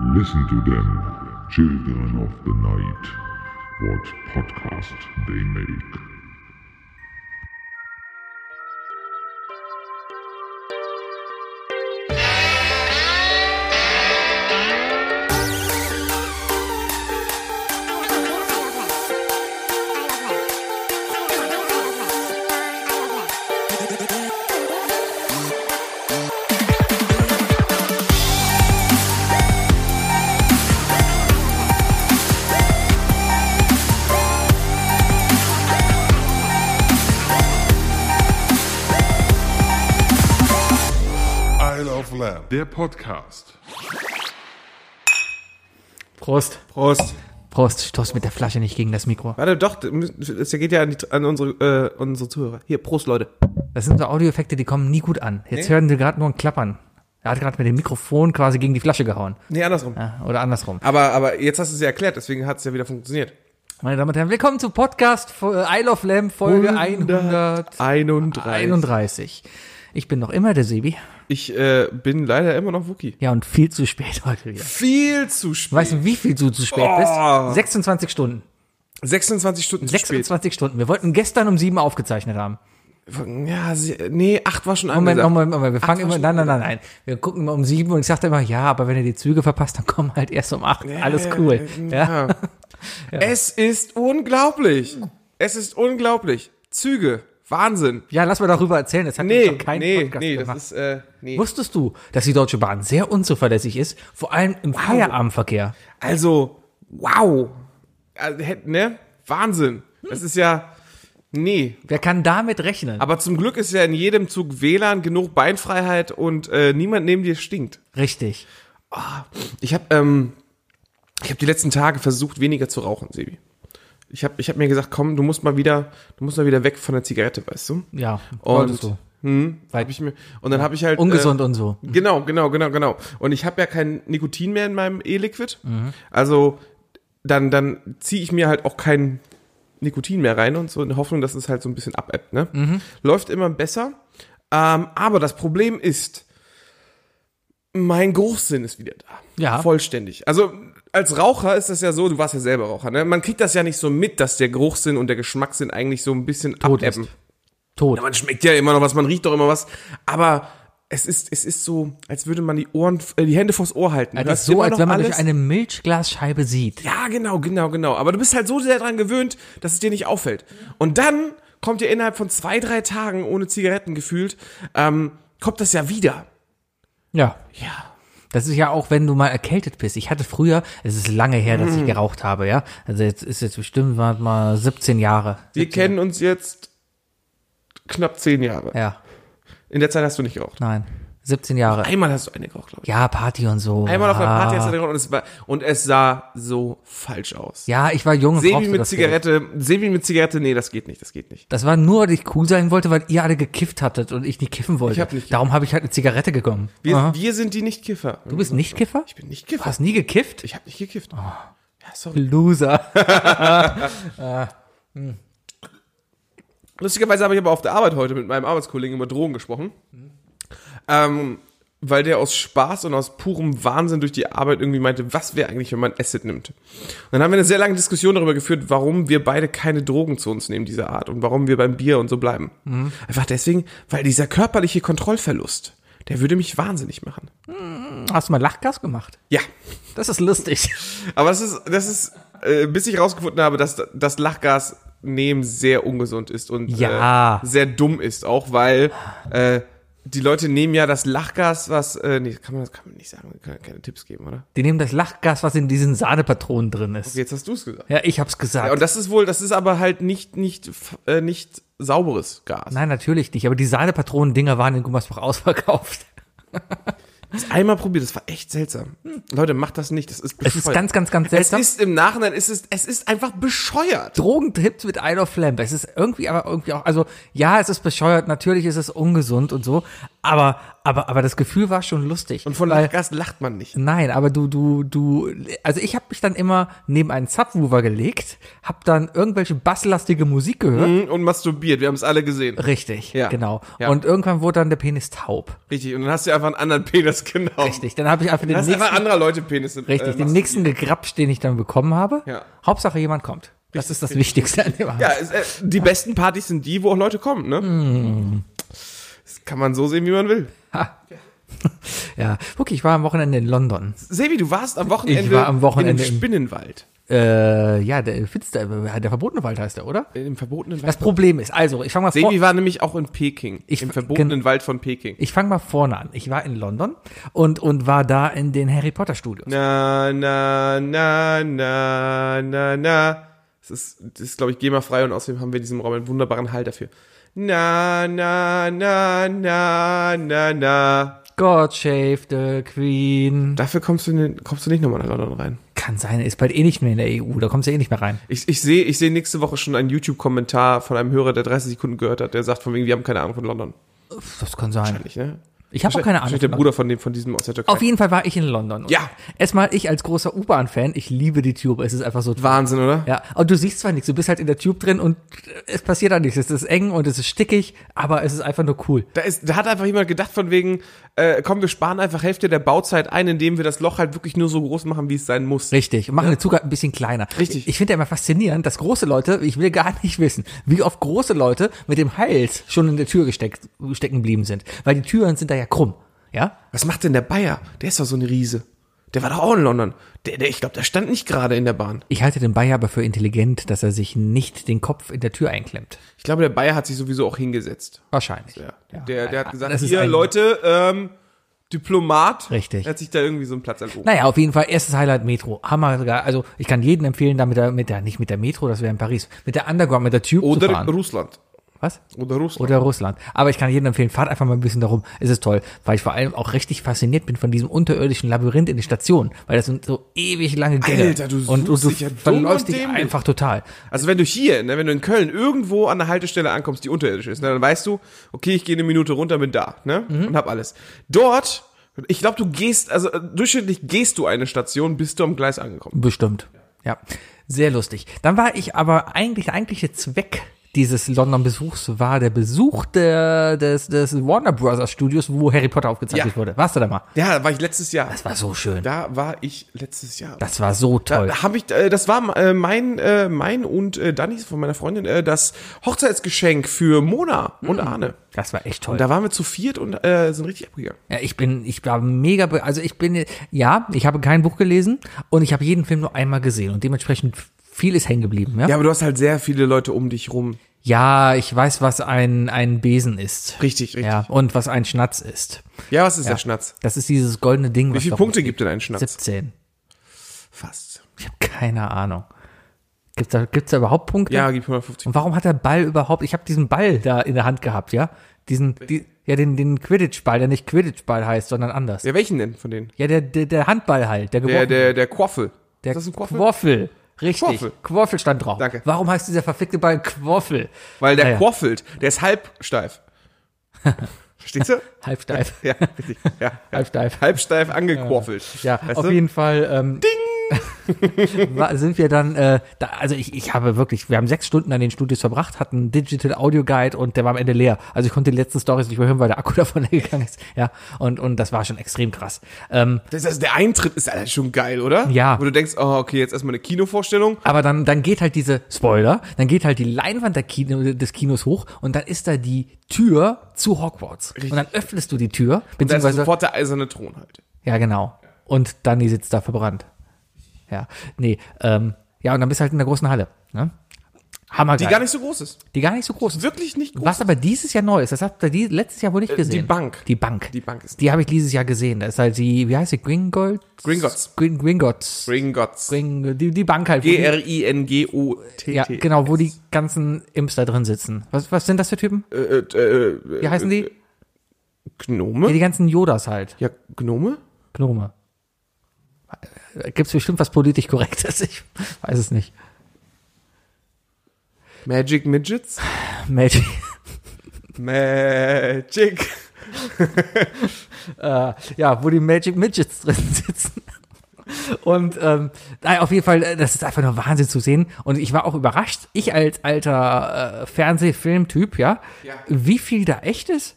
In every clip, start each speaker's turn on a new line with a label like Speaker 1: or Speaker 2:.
Speaker 1: Listen to them, children of the night, what podcast they make.
Speaker 2: Isle of Lamb.
Speaker 3: Der Podcast.
Speaker 4: Prost.
Speaker 2: Prost.
Speaker 4: Prost, stoß mit der Flasche nicht gegen das Mikro.
Speaker 2: Warte, doch, das geht ja an, die, an unsere, äh, unsere Zuhörer. Hier, Prost, Leute.
Speaker 4: Das sind so Audioeffekte, die kommen nie gut an. Jetzt hören sie gerade nur ein Klappern. Er hat gerade mit dem Mikrofon quasi gegen die Flasche gehauen.
Speaker 2: Nee, andersrum.
Speaker 4: Ja, oder andersrum.
Speaker 2: Aber, aber jetzt hast du es ja erklärt, deswegen hat es ja wieder funktioniert.
Speaker 4: Meine Damen und Herren, willkommen zu Podcast Fo- äh, Isle of Lamb Folge 131.
Speaker 2: 131.
Speaker 4: Ich bin noch immer der Sebi.
Speaker 2: Ich äh, bin leider immer noch Wookie.
Speaker 4: Ja, und viel zu spät heute wieder.
Speaker 2: Viel zu spät.
Speaker 4: Weißt du, wie viel du zu spät
Speaker 2: Oh.
Speaker 4: bist? 26 Stunden.
Speaker 2: 26 Stunden zu spät.
Speaker 4: 26 Stunden. Wir wollten gestern um sieben aufgezeichnet haben.
Speaker 2: Ja, sie, nee, 8 war schon
Speaker 4: Moment,
Speaker 2: angesagt.
Speaker 4: Moment, Moment, wir fangen
Speaker 2: war
Speaker 4: immer,
Speaker 2: schon
Speaker 4: nein, nein, nein, nein. Wir gucken immer um sieben und ich sagte immer, ja, aber wenn ihr die Züge verpasst, dann kommen halt erst um acht. Alles cool. Ja.
Speaker 2: Ja. Es ist unglaublich. Es ist unglaublich. Züge. Wahnsinn.
Speaker 4: ja, lass mal darüber erzählen. Jetzt hat nee,
Speaker 2: Nee,
Speaker 4: noch kein
Speaker 2: nee,
Speaker 4: Podcast
Speaker 2: nee,
Speaker 4: gemacht.
Speaker 2: das ist, äh, nee.
Speaker 4: Wusstest du, dass die Deutsche Bahn sehr unzuverlässig ist, vor allem im Feierabendverkehr?
Speaker 2: Also, wow. Also, hätt- ne? Wahnsinn. Das ist ja, nee.
Speaker 4: Wer kann damit rechnen?
Speaker 2: Aber zum Glück ist ja in jedem Zug WLAN genug Beinfreiheit und äh, niemand neben dir stinkt.
Speaker 4: Richtig.
Speaker 2: Ich habe ähm, ich hab die letzten Tage versucht, weniger zu rauchen, Sebi. Ich habe ich hab mir gesagt, komm, du musst mal wieder, du musst mal wieder weg von der Zigarette, weißt du?
Speaker 4: Ja,
Speaker 2: Und,
Speaker 4: wolltest du.
Speaker 2: hm,
Speaker 4: Weil
Speaker 2: hab ich mir, und dann habe ich halt.
Speaker 4: ungesund
Speaker 2: äh,
Speaker 4: und so.
Speaker 2: Genau, genau, genau, genau. Und ich habe ja kein Nikotin mehr in meinem E-Liquid. Also dann, dann ziehe ich mir halt auch kein Nikotin mehr rein und so in der Hoffnung, dass es halt so ein bisschen abebbt. Ne? Läuft immer besser. Ähm, aber das Problem ist, mein Geruchssinn ist wieder da.
Speaker 4: Ja.
Speaker 2: Vollständig. Also als Raucher ist das ja so, du warst ja selber Raucher, ne? Man kriegt das ja nicht so mit, dass der Geruchssinn und der Geschmackssinn eigentlich so ein bisschen
Speaker 4: Tot ist.
Speaker 2: abebben.
Speaker 4: Tot.
Speaker 2: Ja, man schmeckt ja immer noch was, man riecht doch immer was, aber es ist, es ist so, als würde man die Ohren, äh, die Hände vors Ohr halten.
Speaker 4: Das
Speaker 2: Hörst
Speaker 4: ist
Speaker 2: du
Speaker 4: so,
Speaker 2: immer
Speaker 4: als
Speaker 2: noch
Speaker 4: wenn man durch
Speaker 2: alles?
Speaker 4: eine Milchglasscheibe sieht.
Speaker 2: Ja, genau, genau, genau. Aber du bist halt so sehr daran gewöhnt, dass es dir nicht auffällt. Und dann kommt dir innerhalb von zwei, drei Tagen ohne Zigaretten gefühlt, ähm, kommt das ja wieder.
Speaker 4: Ja.
Speaker 2: Ja.
Speaker 4: Das ist ja auch, wenn du mal erkältet bist. Ich hatte früher, es ist lange her, dass ich
Speaker 2: Mhm.
Speaker 4: geraucht habe, ja. Also jetzt ist jetzt bestimmt warte mal 17 Jahre.
Speaker 2: Wir kennen uns jetzt knapp zehn Jahre.
Speaker 4: Ja,
Speaker 2: In der Zeit hast du nicht geraucht.
Speaker 4: nein. 17 Jahre.
Speaker 2: Einmal hast du eine geraucht, glaube ich.
Speaker 4: Ja, Party und so. Ah.
Speaker 2: Einmal auf einer
Speaker 4: ja.
Speaker 2: Party hast du eine geraucht und es, war, und es sah so falsch aus.
Speaker 4: Ja, ich war jung und
Speaker 2: Sebi
Speaker 4: brauchte
Speaker 2: mit
Speaker 4: das Geld.
Speaker 2: Zigarette, Sebi mit Zigarette, nee, das geht nicht, das geht nicht.
Speaker 4: Das war nur, weil ich cool sein wollte, weil ihr alle gekifft hattet und ich nicht kiffen wollte.
Speaker 2: Ich hab nicht-
Speaker 4: Darum habe ich halt eine Zigarette gekommen.
Speaker 2: Wir,
Speaker 4: Aha.
Speaker 2: wir sind die Nicht-Kiffer.
Speaker 4: du bist nicht Kiffer?
Speaker 2: Ich bin nicht
Speaker 4: Du
Speaker 2: Kiffer.
Speaker 4: hast nie gekifft?
Speaker 2: Ich habe nicht gekifft. Ja, sorry.
Speaker 4: Loser.
Speaker 2: Lustigerweise habe ich aber auf der Arbeit heute mit meinem Arbeitskollegen über Drogen gesprochen. Ähm, weil der aus Spaß und aus purem Wahnsinn durch die Arbeit irgendwie meinte, was wäre eigentlich, wenn man Acid nimmt? Und dann haben wir eine sehr lange Diskussion darüber geführt, warum wir beide keine Drogen zu uns nehmen dieser Art und warum wir beim Bier und so bleiben.
Speaker 4: Mhm.
Speaker 2: Einfach deswegen, weil dieser körperliche Kontrollverlust, der würde mich wahnsinnig machen.
Speaker 4: Hast du mal Lachgas gemacht?
Speaker 2: Ja,
Speaker 4: Das ist lustig.
Speaker 2: Aber das ist, das ist, äh, bis ich rausgefunden habe, dass das Lachgas nehmen sehr ungesund ist und
Speaker 4: Ja.
Speaker 2: äh, sehr dumm ist, auch weil äh, die Leute nehmen ja das Lachgas, was, äh, nee, kann man, das kann man nicht sagen, man kann ja keine Tipps geben, oder?
Speaker 4: Die nehmen das Lachgas, was in diesen Sahnepatronen drin ist.
Speaker 2: Jetzt hast du es gesagt.
Speaker 4: Ja, ich hab's gesagt.
Speaker 2: Ja, und das ist wohl, das ist aber halt nicht, nicht, f- äh, nicht sauberes Gas.
Speaker 4: Nein, natürlich nicht. Aber die Sahnepatronen-Dinger waren in Gummersbach ausverkauft.
Speaker 2: Hab's Einmal probiert, das war echt seltsam. Hm. Leute, macht das nicht, das ist
Speaker 4: Es
Speaker 2: bescheuert.
Speaker 4: ist ganz, ganz, ganz
Speaker 2: es
Speaker 4: seltsam.
Speaker 2: ist im Nachhinein, es ist, es ist einfach bescheuert.
Speaker 4: Drogentipps mit Isle of Lamp. Es ist irgendwie, aber irgendwie auch, also ja, es ist bescheuert, natürlich ist es ungesund und so, aber, aber, aber das Gefühl war schon lustig.
Speaker 2: Und von
Speaker 4: weil,
Speaker 2: Lachgas lacht man nicht.
Speaker 4: Nein, aber du, du, du, also ich habe mich dann immer neben einen Subwoofer gelegt, hab dann irgendwelche basslastige Musik gehört.
Speaker 2: Hm, Und masturbiert, wir haben es alle gesehen.
Speaker 4: Richtig,
Speaker 2: Mhm. Ja.
Speaker 4: genau.
Speaker 2: Ja.
Speaker 4: Und irgendwann wurde dann der Penis taub.
Speaker 2: Richtig, und dann hast du einfach einen anderen Penis genau.
Speaker 4: Richtig, dann habe ich einfach den
Speaker 2: Das ist
Speaker 4: nächsten,
Speaker 2: einfach anderer Leute Penisse. äh,
Speaker 4: richtig, den
Speaker 2: machst.
Speaker 4: nächsten Gegrapsch, den ich dann bekommen habe.
Speaker 2: Ja.
Speaker 4: Hauptsache jemand kommt. Das ist das Wichtigste an dem Abend.
Speaker 2: Ja, es, äh, die besten Partys sind die, wo auch Leute kommen, ne?
Speaker 4: Hm.
Speaker 2: Das kann man so sehen, wie man will.
Speaker 4: Ja, wirklich, ich war am Wochenende in London.
Speaker 2: Sebi, du warst am Wochenende,
Speaker 4: Ich war am Wochenende
Speaker 2: in
Speaker 4: im-
Speaker 2: dem Spinnenwald.
Speaker 4: Äh, ja, der Finster, der verbotene Wald heißt er, oder?
Speaker 2: In dem äh, verbotenen Wald.
Speaker 4: Das Problem ist, also, ich fange mal vor.
Speaker 2: Sebi war nämlich auch in Peking.
Speaker 4: Ich-
Speaker 2: Im verbotenen Wald von Peking.
Speaker 4: Ich fange mal vorne an. Ich war in London und, und war da in den Harry Potter Studios.
Speaker 2: Na, na, na, na, na, na. Das ist, das ist glaube ich, GEMA-frei und außerdem haben wir in diesem Raum einen wunderbaren Hall dafür. Na, na, na, na, na, na.
Speaker 4: God Shave the Queen.
Speaker 2: Dafür kommst du, in den, kommst du nicht nochmal nach London rein.
Speaker 4: Kann sein, ist bald eh nicht mehr in der EU, da kommst du eh nicht mehr rein.
Speaker 2: Ich, ich sehe ich sehe nächste Woche schon einen YouTube-Kommentar von einem Hörer, der 30 Sekunden gehört hat, der sagt von wegen, wir haben keine Ahnung von London.
Speaker 4: Das kann sein.
Speaker 2: Nicht, ne?
Speaker 4: Ich habe auch keine Ahnung.
Speaker 2: Wahrscheinlich der
Speaker 4: von-
Speaker 2: Bruder von dem, von diesem aus der Türkei.
Speaker 4: Auf jeden Fall war ich in London. Und
Speaker 2: Ja.
Speaker 4: Erstmal ich als großer U-Bahn-Fan, ich liebe die Tube, es ist einfach so
Speaker 2: Wahnsinn, oder?
Speaker 4: Ja, und du siehst zwar nichts, du bist halt in der Tube drin und äh, es passiert da nichts. Es ist eng und es ist stickig, aber es ist einfach nur cool.
Speaker 2: Da, ist, da hat einfach jemand gedacht von wegen, äh, komm, wir sparen einfach Hälfte der Bauzeit ein, indem wir das Loch halt wirklich nur so groß machen, wie es sein muss.
Speaker 4: Richtig, und machen den Zug halt ein bisschen kleiner.
Speaker 2: Richtig.
Speaker 4: Ich finde ja immer faszinierend, dass große Leute, ich will gar nicht wissen, wie oft große Leute mit dem Hals schon in der Tür gesteckt, stecken geblieben sind. Weil die Türen sind da ja krumm. Ja?
Speaker 2: Was macht denn der Bayer? Der ist doch so ein Riese. Der war doch auch in London. Der, der, ich glaube, der stand nicht gerade in der Bahn.
Speaker 4: Ich halte den Bayer aber für intelligent, dass er sich nicht den Kopf in der Tür einklemmt.
Speaker 2: Ich glaube, der Bayer hat sich sowieso auch hingesetzt.
Speaker 4: Wahrscheinlich.
Speaker 2: Ja.
Speaker 4: Ja.
Speaker 2: Der, der hat gesagt,
Speaker 4: Das ist
Speaker 2: hier,
Speaker 4: ein-
Speaker 2: Leute, ähm, Diplomat.
Speaker 4: Richtig.
Speaker 2: Er hat sich da irgendwie so einen Platz erhoben.
Speaker 4: Naja, auf jeden Fall, erstes Highlight Metro. Hammer sogar. Also ich kann jedem empfehlen, da mit der, mit der, nicht mit der Metro, das wäre in Paris, mit der Underground, mit der Tube zu
Speaker 2: Oder
Speaker 4: fahren.
Speaker 2: Russland.
Speaker 4: Was?
Speaker 2: Oder Russland.
Speaker 4: Oder Russland. Aber ich kann jedem empfehlen, fahrt einfach mal ein bisschen darum. Es ist toll, weil ich vor allem auch richtig fasziniert bin von diesem unterirdischen Labyrinth in den Stationen, weil das sind so ewig lange Gänge.
Speaker 2: Alter, du
Speaker 4: und, und
Speaker 2: suchst
Speaker 4: du
Speaker 2: dich ja dumm
Speaker 4: verläufst
Speaker 2: und
Speaker 4: dich
Speaker 2: dämlich.
Speaker 4: einfach total.
Speaker 2: Also wenn du hier, ne, wenn du in Köln irgendwo an der Haltestelle ankommst, die unterirdisch ist, ne, dann weißt du, okay, ich gehe eine Minute runter, bin da, ne,
Speaker 4: Mhm.
Speaker 2: und hab alles. Dort, ich glaube, du gehst, also äh, durchschnittlich gehst du eine Station, bis du am Gleis angekommen.
Speaker 4: Bestimmt. Ja. Sehr lustig. Dann war ich aber eigentlich, der eigentliche Zweck dieses London-Besuchs war der Besuch der, des, des Warner Brothers Studios, wo Harry Potter aufgezeichnet
Speaker 2: Ja.
Speaker 4: wurde. Warst du da mal?
Speaker 2: Ja, da war ich letztes Jahr.
Speaker 4: Das war so schön.
Speaker 2: Da war ich letztes Jahr.
Speaker 4: Das war so toll.
Speaker 2: Da habe ich, äh, das war äh, mein, äh, mein und äh, Dannys von meiner Freundin, äh, das Hochzeitsgeschenk für Mona und
Speaker 4: Mhm.
Speaker 2: Arne.
Speaker 4: Das war echt toll.
Speaker 2: Da waren wir zu viert und äh, sind richtig abgegangen.
Speaker 4: Ja, ich bin, ich war mega, be also ich bin, ja, ich habe kein Buch gelesen und ich habe jeden Film nur einmal gesehen und dementsprechend viel ist hängen geblieben, ja?
Speaker 2: Ja,
Speaker 4: ja?
Speaker 2: aber du hast halt sehr viele Leute um dich rum.
Speaker 4: ich weiß, was ein, ein Besen ist.
Speaker 2: Richtig, richtig.
Speaker 4: Ja,
Speaker 2: Ja,
Speaker 4: und was ein Schnatz ist.
Speaker 2: was ist der Schnatz?
Speaker 4: Das ist dieses goldene Ding.
Speaker 2: Wie viele Punkte gibt denn ein Schnatz?
Speaker 4: 17.
Speaker 2: Fast.
Speaker 4: Ich habe keine Ahnung. Gibt's da, gibt's da überhaupt Punkte?
Speaker 2: Ja, gibt 150.
Speaker 4: Und warum hat der Ball überhaupt, ich habe diesen Ball da in der Hand gehabt, ja? Diesen, die, ja, den, den Quidditch-Ball, der nicht Quidditch-Ball heißt, sondern anders. Ja,
Speaker 2: Ja, welchen denn von denen?
Speaker 4: der, der, der Handball halt, der
Speaker 2: Der,
Speaker 4: geworfen
Speaker 2: der, der Quaffel.
Speaker 4: Der
Speaker 2: ist das ein Quaffel?
Speaker 4: Quaffel. Richtig.
Speaker 2: Quaffel.
Speaker 4: Quaffel. stand drauf.
Speaker 2: Danke.
Speaker 4: Warum heißt dieser verfickte Ball Quaffel?
Speaker 2: Weil der
Speaker 4: Naja,
Speaker 2: quaffelt. Der ist halbsteif. Verstehst du?
Speaker 4: Halbsteif.
Speaker 2: Ja, richtig. Ja, ja.
Speaker 4: Halbsteif.
Speaker 2: Halbsteif angequaffelt.
Speaker 4: Ja,
Speaker 2: Weißt
Speaker 4: auf
Speaker 2: du?
Speaker 4: jeden Fall. Ähm, Ding! sind wir dann, äh, da, also ich, ich habe wirklich, wir haben sechs Stunden an den Studios verbracht, hatten einen Digital Audio Guide und der war am Ende leer. Also ich konnte die letzten Stories nicht mehr hören, weil der Akku davon leer gegangen ist. Ja, und, und das war schon extrem krass. Ähm,
Speaker 2: Das heißt, der Eintritt ist allein schon geil, oder?
Speaker 4: Ja.
Speaker 2: Wo du denkst, oh, okay, jetzt erstmal eine Kinovorstellung.
Speaker 4: aber dann, dann geht halt diese, Spoiler, dann geht halt die Leinwand der Kino, des Kinos hoch und dann ist da die Tür zu Hogwarts. Und dann öffnest du die Tür,
Speaker 2: Da ist
Speaker 4: beziehungsweise
Speaker 2: sofort der eiserne Thron halt.
Speaker 4: Ja, genau. Und Dani sitzt da verbrannt. Ja, nee, ähm, ja, und dann bist du halt in der großen Halle. Ne? Hammer,
Speaker 2: Die gar nicht so groß ist.
Speaker 4: die gar nicht so groß ist.
Speaker 2: Wirklich nicht groß. Äh,
Speaker 4: Was aber dieses Jahr neu ist, das habt ihr die, letztes Jahr wohl nicht gesehen.
Speaker 2: Bank.
Speaker 4: Die Bank.
Speaker 2: Die Bank ist-
Speaker 4: Die habe ich dieses Jahr gesehen. Das ist halt die, wie heißt die? Gringold?
Speaker 2: Gringotts.
Speaker 4: Gring, Gringotts.
Speaker 2: Gringotts.
Speaker 4: Gring, die, die Bank halt. wo die-
Speaker 2: G-R-I-N-G-O-T-T.
Speaker 4: ja, genau, wo die ganzen Imps da drin sitzen. Was, was sind das für Typen?
Speaker 2: Äh, äh, äh,
Speaker 4: Wie heißen die? Ja,
Speaker 2: Gnome?
Speaker 4: die ganzen Yodas halt.
Speaker 2: Ja, Gnome?
Speaker 4: Gnome. Äh, Gibt's bestimmt was politisch Korrektes? Ich weiß es nicht.
Speaker 2: Magic Midgets?
Speaker 4: Magic.
Speaker 2: Magic.
Speaker 4: äh, ja, wo die Magic Midgets drin sitzen. Und ähm, naja, auf jeden Fall, äh, das ist einfach nur Wahnsinn zu sehen. Und ich war auch überrascht, ich als alter äh, Fernseh-Film-Typ, ja,
Speaker 2: Ja.
Speaker 4: wie viel da echt ist.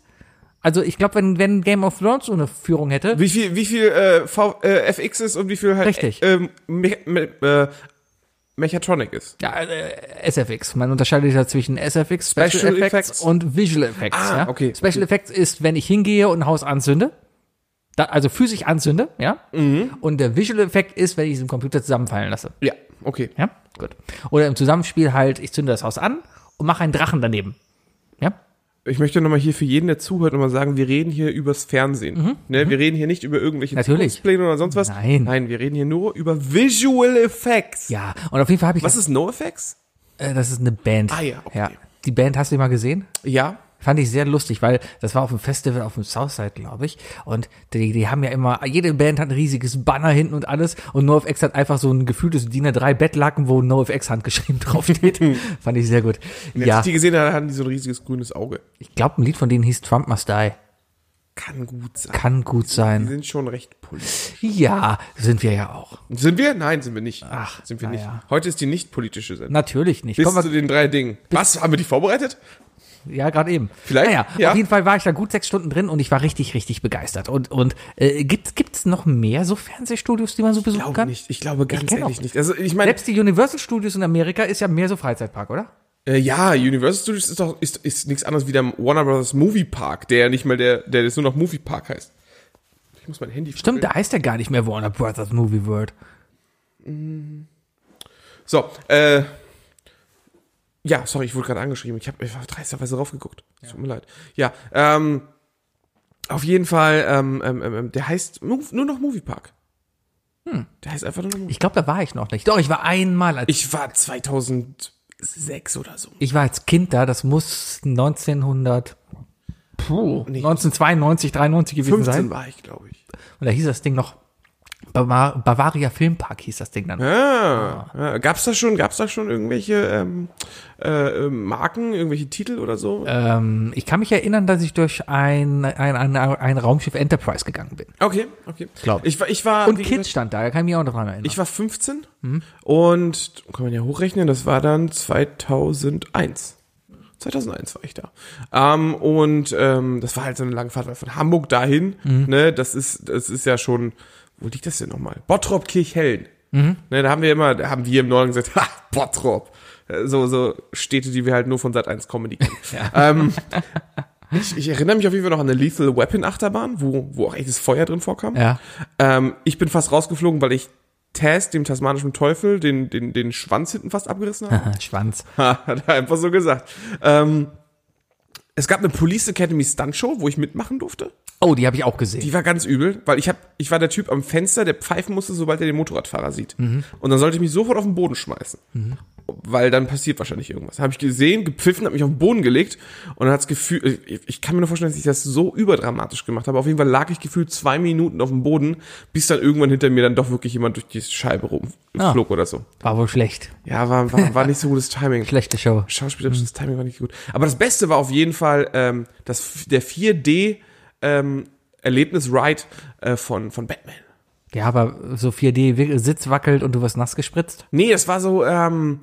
Speaker 4: Also ich glaube, wenn, wenn Game of Thrones so eine Führung hätte,
Speaker 2: Wie viel, wie viel äh, v, äh, FX ist und wie viel halt
Speaker 4: Richtig.
Speaker 2: Äh, ähm, Me Me äh, Mechatronic ist.
Speaker 4: ja, äh, SFX. Man unterscheidet ja zwischen SFX, Special,
Speaker 2: Special
Speaker 4: Effects,
Speaker 2: Effects.
Speaker 4: und Visual Effects.
Speaker 2: Ah,
Speaker 4: ja?
Speaker 2: okay.
Speaker 4: Special Effects ist, wenn ich hingehe und ein Haus anzünde. Da, also physisch anzünde, ja.
Speaker 2: Mhm.
Speaker 4: Und der Visual Effekt ist, wenn ich es im Computer zusammenfallen lasse.
Speaker 2: Ja, okay.
Speaker 4: Ja, gut. Oder im Zusammenspiel halt, ich zünde das Haus an und mache einen Drachen daneben. Ja,
Speaker 2: Ich möchte nochmal hier für jeden, der zuhört, nochmal sagen, wir reden hier übers Fernsehen. Ne, wir reden hier nicht über irgendwelche
Speaker 4: Mhm. Natürlich.
Speaker 2: Zukunftspläne oder sonst was.
Speaker 4: Nein.
Speaker 2: Nein, wir reden hier nur über Visual Effects.
Speaker 4: ja. Und auf jeden Fall habe ich,
Speaker 2: Was ist No Effects?
Speaker 4: äh, das ist eine Band.
Speaker 2: Ah, ja, okay.
Speaker 4: Die Band hast du die mal gesehen?
Speaker 2: Ja.
Speaker 4: Fand ich sehr lustig, weil das war auf dem Festival auf dem Southside, glaube ich. Und die, die haben ja immer, jede Band hat ein riesiges Banner hinten und alles. Und NoFX hat einfach so ein gefühltes DIN A3 Bettlaken, wo NoFX handgeschrieben draufsteht. Fand ich sehr gut.
Speaker 2: Als
Speaker 4: Ja,
Speaker 2: ich die gesehen habe, hatten die so ein riesiges grünes Auge.
Speaker 4: ich glaube, ein Lied von denen hieß Trump Must Die.
Speaker 2: Kann gut sein.
Speaker 4: Kann gut
Speaker 2: Die
Speaker 4: sein.
Speaker 2: sind schon recht politisch.
Speaker 4: Ja, sind wir ja auch.
Speaker 2: Sind wir? Nein, sind wir nicht.
Speaker 4: Ach,
Speaker 2: sind wir
Speaker 4: na
Speaker 2: nicht.
Speaker 4: ja.
Speaker 2: Heute ist die nicht politische Sendung.
Speaker 4: Natürlich nicht.
Speaker 2: Bis
Speaker 4: Kommen wir-
Speaker 2: zu den drei Dingen. Was? Haben wir die vorbereitet?
Speaker 4: Ja, gerade eben.
Speaker 2: Vielleicht,
Speaker 4: Naja,
Speaker 2: ja.
Speaker 4: auf jeden Fall war ich da gut sechs Stunden drin und ich war richtig, richtig begeistert. Und, und äh, gibt gibt's noch mehr so Fernsehstudios, die man so besuchen
Speaker 2: Glaube
Speaker 4: kann?
Speaker 2: nicht. Ich glaube ganz
Speaker 4: kenn
Speaker 2: ehrlich
Speaker 4: auch-
Speaker 2: nicht. Also ich meine,
Speaker 4: Selbst die Universal Studios in Amerika ist ja mehr so Freizeitpark, oder?
Speaker 2: äh, ja, Universal Studios ist doch ist, ist nichts anderes wie der Warner Brothers Movie Park, der ja nicht mal der der jetzt nur noch Movie Park heißt. Ich muss mein Handy.
Speaker 4: Stimmt, da heißt ja gar nicht mehr Warner Brothers Movie World.
Speaker 2: So, äh, ja, sorry, ich wurde gerade angeschrieben. Ich habe dreisterweise raufgeguckt. Tut mir leid. Ja, ähm, auf jeden Fall, ähm, ähm, ähm, ähm, der heißt Mo- nur noch Movie Park. Hm. Der heißt einfach nur noch Movie.
Speaker 4: Ich glaube, da war ich noch nicht. Doch, ich war einmal als ich,
Speaker 2: Ich war 2006 oder so.
Speaker 4: war als Kind da, das muss 1900 Puh, 1992, 93 gewesen
Speaker 2: 15
Speaker 4: sein.
Speaker 2: war ich, glaube ich.
Speaker 4: Und da hieß das Ding noch Bavar Bavaria Filmpark hieß das Ding dann.
Speaker 2: Ah, ja. gab's da schon, gab's da schon irgendwelche ähm, äh, äh, Marken, irgendwelche Titel oder so?
Speaker 4: Ähm, ich kann mich erinnern, dass ich durch ein, ein, ein, ein Raumschiff Enterprise gegangen bin.
Speaker 2: okay, okay.
Speaker 4: glaub.
Speaker 2: Ich war, ich war,
Speaker 4: Und
Speaker 2: wie
Speaker 4: Kid
Speaker 2: gesagt,
Speaker 4: stand da, da kann ich mich auch noch dran erinnern.
Speaker 2: Ah, ich war 15 und kann man ja hochrechnen, das war dann 2001. 2001 war ich da. Ähm, und ähm, das war halt so eine lange Fahrt, weil von Hamburg dahin, ne, das ist, das ist ja schon, wo liegt das denn nochmal? Bottrop Kirchhellen. Ne, da haben wir immer, da haben wir im Norden gesagt, ha, Bottrop. Äh, So, so Städte, die wir halt nur von Sat 1 Comedy kennen. ähm, ich, ich erinnere mich auf jeden Fall noch an eine Lethal Weapon Achterbahn, wo, wo auch echtes Feuer drin vorkam.
Speaker 4: Ja.
Speaker 2: Ähm, ich bin fast rausgeflogen, weil ich Taz, dem tasmanischen Teufel, den, den, den Schwanz hinten fast abgerissen habe.
Speaker 4: Schwanz.
Speaker 2: Ha, Hat er einfach so gesagt. Ähm, es gab eine Police Academy Stunt Show, wo ich mitmachen durfte.
Speaker 4: Oh, die habe ich auch gesehen.
Speaker 2: Die war ganz übel, weil ich hab, ich war der Typ am Fenster, der pfeifen musste, sobald er den Motorradfahrer sieht. Und dann sollte ich mich sofort auf den Boden schmeißen. Weil dann passiert wahrscheinlich irgendwas. Habe ich gesehen, gepfiffen, habe mich auf den Boden gelegt und dann hat's gefühlt, ich, ich kann mir nur vorstellen, dass ich das so überdramatisch gemacht habe. Auf jeden Fall lag ich gefühlt zwei Minuten auf dem Boden, bis dann irgendwann hinter mir dann doch wirklich jemand durch die Scheibe rumflog oder so.
Speaker 4: War wohl schlecht.
Speaker 2: Ja, war, war, war nicht so gutes Timing.
Speaker 4: Schlechte Show.
Speaker 2: Schauspielerisches Timing war nicht gut. Aber das Beste war auf jeden Fall ähm, das, der 4D ähm, Erlebnis Ride äh, von, von Batman.
Speaker 4: Ja, aber so 4D, wi- Sitz wackelt und du wirst nass gespritzt.
Speaker 2: Nee, das war so, ähm,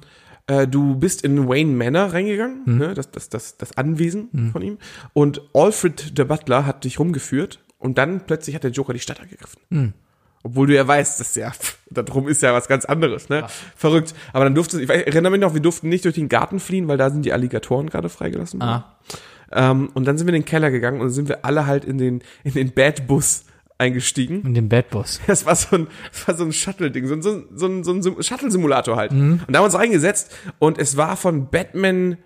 Speaker 2: äh, du bist in Wayne Manor reingegangen, ne, das, das, das, das Anwesen von ihm. Und Alfred der Butler hat dich rumgeführt und dann plötzlich hat der Joker die Stadt angegriffen. Obwohl du ja weißt, dass ja, pff, da drum ist ja was ganz anderes, ne? Verrückt. Aber dann durfte, ich erinnere mich noch, wir durften nicht durch den Garten fliehen, weil da sind die Alligatoren gerade freigelassen worden. Ähm, und dann sind wir in den Keller gegangen und dann sind wir alle halt in den, in den Bad-Bus eingestiegen.
Speaker 4: In dem Bettbus.
Speaker 2: Das war so ein, das war so ein Shuttle-Ding, so ein, so ein, so ein, so ein Sim- Shuttle-Simulator halt. Und da haben wir uns reingesetzt und es war von Batman,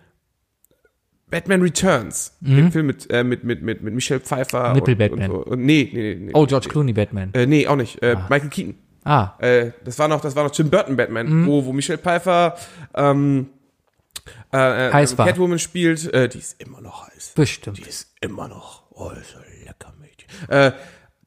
Speaker 2: Batman Returns, dem Film mit, äh, mit, mit, mit, mit Michelle Pfeiffer.
Speaker 4: Nippel
Speaker 2: und-
Speaker 4: Mhm. Batman.
Speaker 2: Und, und, nee, nee, nee. nee.
Speaker 4: Oh, George Clooney Batman.
Speaker 2: Äh, nee, auch nicht. Äh, Michael Keaton.
Speaker 4: Ah,
Speaker 2: Äh, das war noch, das war noch Tim Burton
Speaker 4: Mhm.
Speaker 2: Batman, wo, wo Michelle Pfeiffer, ähm, äh, äh,
Speaker 4: Heiß war.
Speaker 2: Catwoman spielt, äh, die ist immer noch heiß
Speaker 4: bestimmt.
Speaker 2: ist immer noch. Oh, ist ein lecker Mädchen. Äh,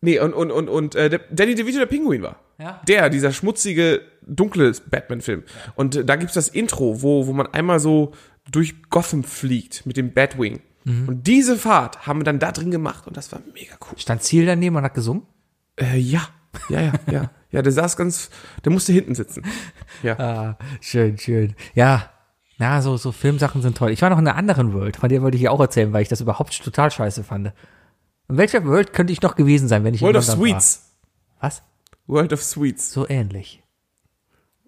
Speaker 2: nee, und, und, und, und äh, der Danny DeVito, der Pinguin war.
Speaker 4: Ja.
Speaker 2: Der, dieser schmutzige, dunkle Batman-Film. Und äh, da gibt's das Intro, wo, wo man einmal so durch Gotham fliegt mit dem Batwing.
Speaker 4: Mhm.
Speaker 2: Und diese Fahrt haben wir dann da drin gemacht und das war mega cool.
Speaker 4: Stand Ziel daneben und hat gesungen.
Speaker 2: Äh, ja, ja, ja, ja. Ja, der saß ganz, der musste hinten sitzen. Ja.
Speaker 4: Ah, schön, schön. Ja. Na, so, so Filmsachen sind toll. Ich war noch in einer anderen World, von der wollte ich ja auch erzählen, weil ich das überhaupt total scheiße fand. In welcher World könnte ich noch gewesen sein, wenn ich in
Speaker 2: World of
Speaker 4: London war?
Speaker 2: Sweets.
Speaker 4: Was?
Speaker 2: World of Sweets.
Speaker 4: So ähnlich.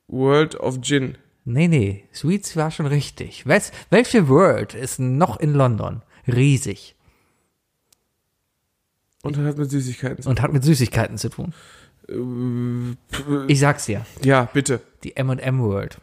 Speaker 2: World of Gin.
Speaker 4: Nee, nee, Sweets war schon richtig. Was, welche World ist noch in London? Riesig.
Speaker 2: Und hat mit Süßigkeiten. zu-
Speaker 4: Und hat mit Süßigkeiten zu tun.
Speaker 2: Äh,
Speaker 4: Ich sag's dir,
Speaker 2: Ja, bitte.
Speaker 4: die M&M World.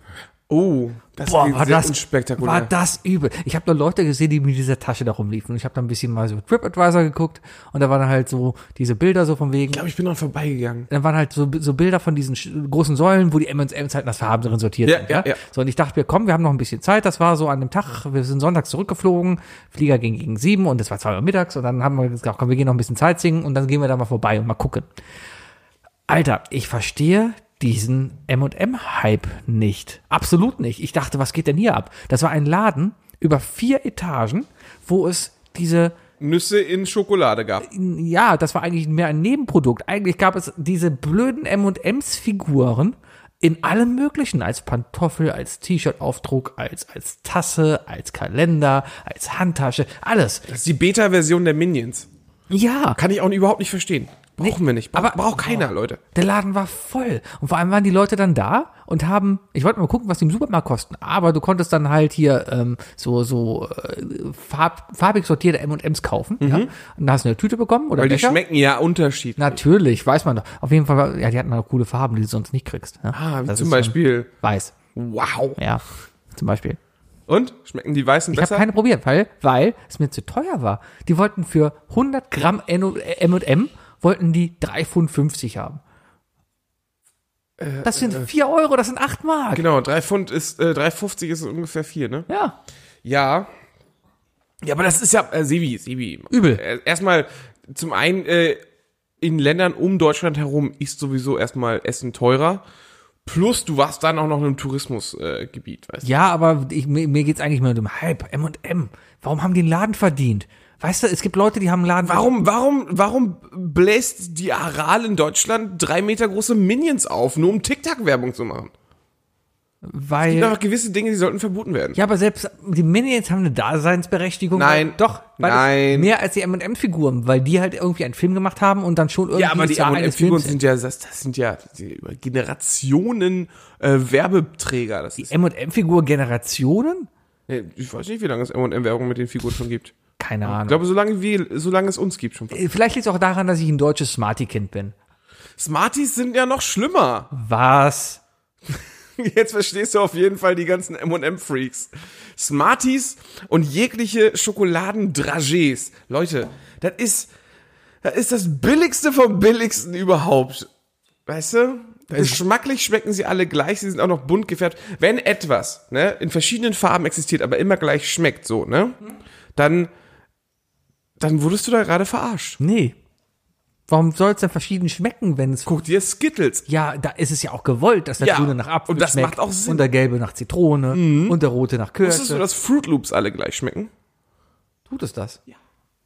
Speaker 2: Oh, das
Speaker 4: Boah,
Speaker 2: klingt
Speaker 4: war
Speaker 2: sehr
Speaker 4: das-
Speaker 2: unspektakulär.
Speaker 4: War das übel. Ich habe da Leute gesehen, die mit dieser Tasche da rumliefen. Und ich habe da ein bisschen mal so TripAdvisor geguckt. Und da waren dann halt so diese Bilder so von wegen.
Speaker 2: ich glaube, ich bin dran vorbeigegangen.
Speaker 4: dann waren halt so, so Bilder von diesen sch- großen Säulen, wo die M&M's halt nach Farben drin sortiert
Speaker 2: Ja,
Speaker 4: sind.
Speaker 2: ja,
Speaker 4: ne?
Speaker 2: ja.
Speaker 4: So, und ich dachte mir, komm, wir haben noch ein bisschen Zeit. Das war so an dem Tag, wir sind sonntags zurückgeflogen, Flieger ging gegen sieben und es war zwei Uhr mittags und dann haben wir gesagt, komm, wir gehen noch ein bisschen Zeit singen und dann gehen wir da mal vorbei und mal gucken. Alter, ich verstehe diesen M&M-Hype nicht. Absolut nicht. Ich dachte, was geht denn hier ab? Das war ein Laden über vier Etagen, wo es diese
Speaker 2: Nüsse in Schokolade gab.
Speaker 4: ja, das war eigentlich mehr ein Nebenprodukt. Eigentlich gab es diese blöden M&Ms-Figuren in allem Möglichen, als Pantoffel, als T-Shirt-Aufdruck, als, als Tasse, als Kalender, als Handtasche, alles.
Speaker 2: Das ist die Beta-Version der Minions.
Speaker 4: Ja,
Speaker 2: Kann ich auch überhaupt nicht verstehen. Brauchen wir nicht. Bra
Speaker 4: aber- Oh,
Speaker 2: braucht keiner, Leute.
Speaker 4: der Laden war voll. Und vor allem waren die Leute dann da und haben, ich wollte mal gucken, was die im Supermarkt kosten, aber du konntest dann halt hier ähm, so, so äh, farb, farbig sortierte M&Ms kaufen. Ja? Und da hast du eine Tüte bekommen oder
Speaker 2: Mhm. Weil die
Speaker 4: Becher.
Speaker 2: schmecken ja unterschiedlich.
Speaker 4: Natürlich, weiß man doch. Auf jeden Fall, war- ja, die hatten auch coole Farben, die du sonst nicht kriegst. Ne?
Speaker 2: Ah, wie
Speaker 4: Das
Speaker 2: zum
Speaker 4: ist schon
Speaker 2: Beispiel.
Speaker 4: Weiß,
Speaker 2: Wow.
Speaker 4: ja, zum Beispiel.
Speaker 2: Und? Schmecken die Weißen
Speaker 4: Ich habe
Speaker 2: besser?
Speaker 4: keine probiert, weil, weil es mir zu teuer war. Die wollten für 100 Gramm N- M&M, wollten die 3,50 Pfund haben.
Speaker 2: Äh,
Speaker 4: Das sind 4 Euro, das sind 8 Mark.
Speaker 2: Genau, 3 Pfund ist, äh, 3,50 ist ungefähr 4, ne?
Speaker 4: Ja,
Speaker 2: Ja. Ja, aber das ist ja, äh, Sebi, Sebi.
Speaker 4: Übel.
Speaker 2: Äh, Erstmal, zum einen, äh, in Ländern um Deutschland herum ist sowieso erstmal Essen teurer. Plus, du warst dann auch noch in einem Tourismusgebiet, äh, Gebiet, weißt du?
Speaker 4: ja aber ich, mir, mir geht's eigentlich mehr um den Hype. M&M, warum haben die den Laden verdient? Weißt du, es gibt Leute, die haben einen Laden
Speaker 2: Warum, warum, warum bläst die Aral in Deutschland drei Meter große Minions auf, nur um TikTok-Werbung zu machen?
Speaker 4: weil...
Speaker 2: Ja. Doch gewisse Dinge, die sollten verboten werden.
Speaker 4: Ja, aber selbst die Minions haben eine Daseinsberechtigung.
Speaker 2: Nein.
Speaker 4: Weil, doch. Weil das-
Speaker 2: Nein.
Speaker 4: Mehr als die M&M-Figuren, weil die halt irgendwie einen Film gemacht haben und dann schon irgendwie Star eines
Speaker 2: M&M-Figuren
Speaker 4: Films
Speaker 2: ja, das, das sind ja die über Generationen äh, Werbeträger. Das ist,
Speaker 4: M&M-Figur Generationen?
Speaker 2: äh, ich weiß nicht, wie lange es M&M-Werbung mit den Figuren schon gibt.
Speaker 4: Keine
Speaker 2: Ich
Speaker 4: Ahnung. Äh,
Speaker 2: glaube, solange, wir, solange es uns gibt schon.
Speaker 4: Vielleicht liegt es auch daran, dass ich ein deutsches Smarty-Kind bin.
Speaker 2: Smarties sind ja noch schlimmer.
Speaker 4: Was?
Speaker 2: Jetzt verstehst du auf jeden Fall die ganzen M&M-Freaks. Smarties und jegliche Schokoladendragés. Leute, das ist, das ist das Billigste vom Billigsten überhaupt. Weißt du? Geschmacklich schmecken sie alle gleich, sie sind auch noch bunt gefärbt. Wenn etwas ne, in verschiedenen Farben existiert, aber immer gleich schmeckt, so, ne? Dann, dann wurdest du da gerade verarscht.
Speaker 4: Nee. Warum soll es denn verschieden schmecken, wenn es...
Speaker 2: Guck dir Skittles.
Speaker 4: Ja, da ist es ja auch gewollt, dass der
Speaker 2: Ja,
Speaker 4: grüne nach Apfel
Speaker 2: und das
Speaker 4: schmeckt
Speaker 2: macht auch Sinn. Mhm.
Speaker 4: und der gelbe nach Zitrone und der rote nach
Speaker 2: Wusstest du,
Speaker 4: Kirsche.
Speaker 2: dass Fruit Loops alle gleich schmecken?
Speaker 4: Tut es das? Ja.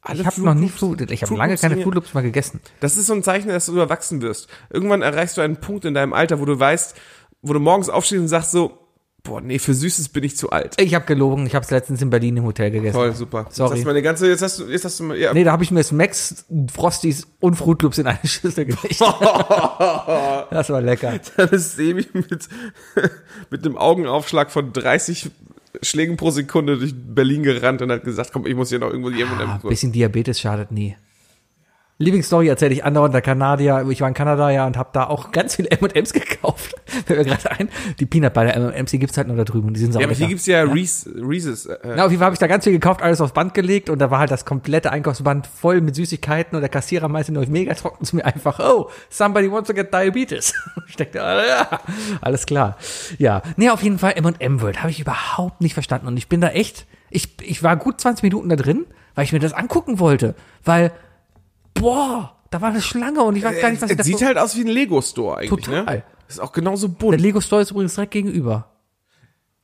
Speaker 2: Alle
Speaker 4: Ich habe
Speaker 2: Fruit
Speaker 4: noch nie
Speaker 2: Loops-
Speaker 4: Fruit, ich habe
Speaker 2: Fruit
Speaker 4: lange
Speaker 2: Loops
Speaker 4: keine
Speaker 2: sind ja-
Speaker 4: Fruit Loops mal gegessen.
Speaker 2: Das ist so ein Zeichen, dass du überwachsen wirst. Irgendwann erreichst du einen Punkt in deinem Alter, wo du weißt, wo du morgens aufstehst und sagst so, boah, nee, für Süßes bin ich zu alt.
Speaker 4: Ich habe gelogen, ich habe es letztens in Berlin im Hotel gegessen.
Speaker 2: Toll, super. Jetzt
Speaker 4: Sorry.
Speaker 2: hast du meine ganze, jetzt hast du, jetzt hast du mal, ja.
Speaker 4: Nee, da habe ich mir Smacks, Frosties und Fruit Loops in eine Schüssel gelegt. das war lecker.
Speaker 2: Dann ist Sebi mit, mit einem Augenaufschlag von 30 Schlägen pro Sekunde durch Berlin gerannt und hat gesagt, komm, ich muss hier noch irgendwo die
Speaker 4: Ah,
Speaker 2: M&M holen.
Speaker 4: bisschen Diabetes schadet nie. Lieblingsstory erzähle ich andauernd der Kanadier. Ich war in Kanada ja und habe da auch ganz viele M&M's gekauft. Fällt mir gerade ein. Die Peanut Butter M&M's, die gibt's halt nur da drüben und die sind
Speaker 2: Ja, aber
Speaker 4: sauber.
Speaker 2: hier gibt's ja, Reese, Reese's. Äh,
Speaker 4: Na, auf jeden Fall habe ich da ganz viel gekauft, alles aufs Band gelegt und da war halt das komplette Einkaufsband voll mit Süßigkeiten und der Kassierer meinte nur mega trocken zu mir einfach, oh, somebody wants to get diabetes. Ich dachte, ah, ja, alles klar. Ja, nee, auf jeden Fall M&M World habe ich überhaupt nicht verstanden und ich bin da echt, ich, ich war gut 20 Minuten da drin, weil ich mir das angucken wollte, weil, boah, da war eine Schlange und ich weiß gar nicht, was ich
Speaker 2: es sieht halt aus wie ein Lego-Store eigentlich,
Speaker 4: Total.
Speaker 2: ne? Ist auch genauso
Speaker 4: Der
Speaker 2: bunt.
Speaker 4: Lego Store ist übrigens direkt gegenüber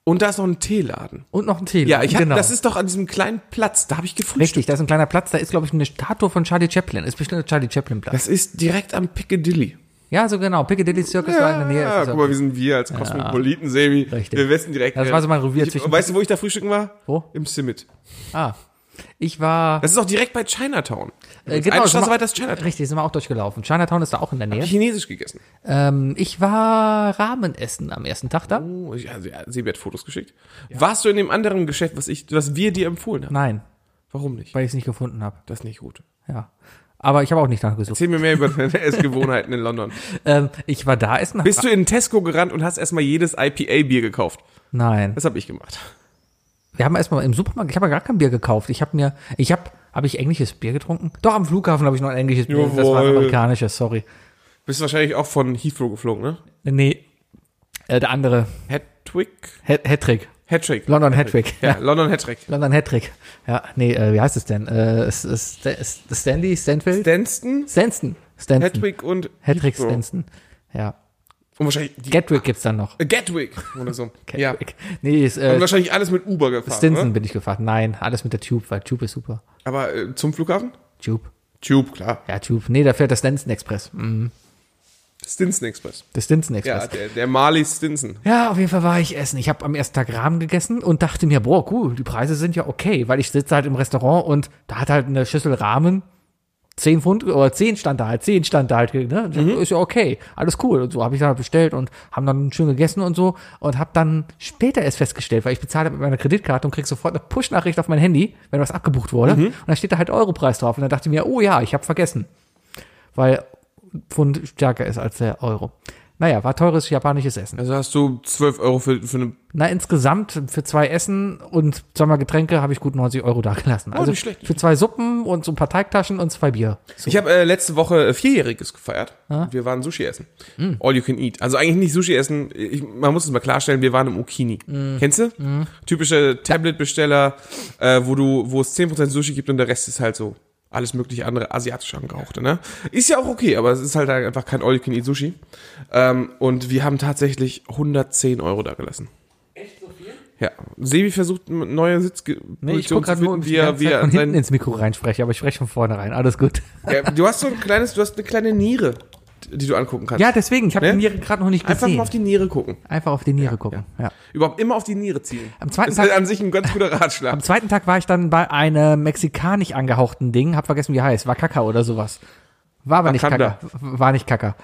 Speaker 2: Und da ist noch ein Teeladen.
Speaker 4: und noch ein Tee.
Speaker 2: Ja, ich hab, das ist doch an diesem kleinen Platz, da habe ich
Speaker 4: Genau. Richtig,
Speaker 2: gefrühstückt.
Speaker 4: da ist ein kleiner Platz, da ist, glaube ich, eine Statue von Charlie Chaplin. Ist bestimmt ein Charlie Chaplin-Platz.
Speaker 2: Das ist direkt am Piccadilly.
Speaker 4: Ja, so genau. Piccadilly Circus war in der Nähe.
Speaker 2: Ja,
Speaker 4: Also,
Speaker 2: guck mal, wie sind wir als Kosmopoliten, Semi.
Speaker 4: Richtig.
Speaker 2: Wir wissen direkt. äh,
Speaker 4: Das war so mein Revier
Speaker 2: ich,
Speaker 4: zwischen-
Speaker 2: Weißt du, wo ich da frühstücken war?
Speaker 4: Wo?
Speaker 2: Im Simit.
Speaker 4: ah, Ich war.
Speaker 2: Das ist auch direkt bei Chinatown.
Speaker 4: äh,
Speaker 2: Eine
Speaker 4: sind
Speaker 2: Straße
Speaker 4: wir-
Speaker 2: weiter ist Chinatown.
Speaker 4: Richtig, sind wir auch durchgelaufen. Chinatown ist da auch in der Nähe.
Speaker 2: Chinesisch gegessen.
Speaker 4: Ähm, ich war Ramen essen am ersten Tag da.
Speaker 2: Oh, ich, also, ja, Sebi hat Fotos geschickt. Warst du in dem anderen Geschäft, was ich, was wir dir empfohlen haben?
Speaker 4: Nein,
Speaker 2: Warum nicht?
Speaker 4: weil ich es nicht gefunden habe.
Speaker 2: Das ist nicht gut.
Speaker 4: Ja. Aber ich habe auch nicht nachgesucht.
Speaker 2: Erzähl mir mehr über deine Essgewohnheiten in London.
Speaker 4: Ähm, ich war da essen.
Speaker 2: Bist du in Tesco gerannt und hast erstmal jedes IPA-Bier gekauft?
Speaker 4: Nein.
Speaker 2: Das habe ich gemacht.
Speaker 4: Wir haben erstmal im Supermarkt, ich habe ja gar kein Bier gekauft. Ich habe mir, ich habe, habe ich englisches Bier getrunken? Doch, am Flughafen habe ich noch ein englisches Bier. Das war ein
Speaker 2: Jawohl.
Speaker 4: amerikanisches, sorry.
Speaker 2: Bist wahrscheinlich auch von Heathrow geflogen, ne?
Speaker 4: Nee, äh, der andere,
Speaker 2: Hattrick?
Speaker 4: Hat- Hattrick.
Speaker 2: Hattrick.
Speaker 4: London Hattrick.
Speaker 2: Ja, London Hattrick.
Speaker 4: London Hattrick. Ja, nee, äh, wie heißt es denn? Äh, es ist es ist Stanley, Stanfield?
Speaker 2: Denston,
Speaker 4: Stanston. Stanston.
Speaker 2: Hattrick und
Speaker 4: Hattrick
Speaker 2: Heathrow.
Speaker 4: Stanston. Ja.
Speaker 2: Und wahrscheinlich die
Speaker 4: Gatwick gibt's dann noch.
Speaker 2: äh, Gatwick oder so. Ja.
Speaker 4: Gatwick. Nee, ist,
Speaker 2: Und
Speaker 4: äh,
Speaker 2: wahrscheinlich alles mit Uber gefahren,
Speaker 4: Stinson
Speaker 2: ne?
Speaker 4: bin ich gefahren. Nein, alles mit der Tube, weil Tube ist super.
Speaker 2: Aber äh, zum Flughafen?
Speaker 4: Tube.
Speaker 2: Tube, klar.
Speaker 4: Ja, Tube. Nee, da fährt der Stinson Express. Mhm.
Speaker 2: Stinson Express.
Speaker 4: Der Stinson
Speaker 2: Ja,
Speaker 4: Express.
Speaker 2: der, der Marley Stinson.
Speaker 4: Ja, auf jeden Fall war ich essen. Ich habe am ersten Tag Rahmen gegessen und dachte mir, boah, cool, die Preise sind ja okay, weil ich sitze halt im Restaurant und da hat halt eine Schüssel Rahmen 10 Pfund oder 10 stand da halt, 10 stand da halt, ne? Ist ja okay, alles cool. Und so habe ich dann halt bestellt und haben dann schön gegessen und so und habe dann später erst festgestellt, weil ich bezahlt habe mit meiner Kreditkarte und krieg sofort eine Push-Nachricht auf mein Handy, wenn was abgebucht wurde. Und da steht da halt Europreis drauf. Und dann dachte ich mir, oh ja, ich habe vergessen. Weil Pfund stärker ist als der Euro. Naja, war teures japanisches Essen.
Speaker 2: Also hast du 12 Euro für, für eine.
Speaker 4: Na, insgesamt für zwei Essen und zweimal Getränke habe ich gut 90 Euro dagelassen. Also
Speaker 2: nicht schlecht.
Speaker 4: für zwei Suppen und so ein paar Teigtaschen und zwei Bier.
Speaker 2: Ich habe äh, letzte Woche äh, Vierjähriges gefeiert.
Speaker 4: Ah.
Speaker 2: Wir waren Sushi essen.
Speaker 4: Mm.
Speaker 2: All you can eat. Also eigentlich nicht Sushi essen. Ich, man muss es mal klarstellen, wir waren im Ukini.
Speaker 4: Mm.
Speaker 2: Kennst du? Typische Tablet-Besteller, äh, wo du, wo es 10% Sushi gibt und der Rest ist halt so alles mögliche andere asiatisch angehauchte, ne? Ist ja auch okay, aber es ist halt einfach kein All you can eat Sushi. Ähm, und wir haben tatsächlich 110 Euro da gelassen. Ja, Sebi versucht neue Sitzpositionen
Speaker 4: Nee, ich gucke gerade nur, ob ich
Speaker 2: wie er, wie
Speaker 4: die ganze
Speaker 2: er
Speaker 4: Zeit von
Speaker 2: an
Speaker 4: hinten
Speaker 2: seinen
Speaker 4: ins Mikro reinspreche, aber ich spreche von vornherein. Alles gut.
Speaker 2: ja, du hast so ein kleines, du hast eine kleine Niere, die du angucken kannst.
Speaker 4: Ja, deswegen, ich habe
Speaker 2: Ne?
Speaker 4: die Niere gerade noch nicht
Speaker 2: Einfach
Speaker 4: gesehen.
Speaker 2: mal auf die Niere gucken.
Speaker 4: Einfach auf die Niere gucken. Ja.
Speaker 2: Überhaupt immer auf die Niere zielen.
Speaker 4: Am zweiten
Speaker 2: ist
Speaker 4: Tag-
Speaker 2: an sich ein ganz guter Ratschlag.
Speaker 4: Am zweiten Tag war ich dann bei einem mexikanisch angehauchten Ding, hab vergessen, wie er heißt. War Kaka oder sowas. War aber nicht
Speaker 2: Wakanda.
Speaker 4: Kaka. War nicht Kaka.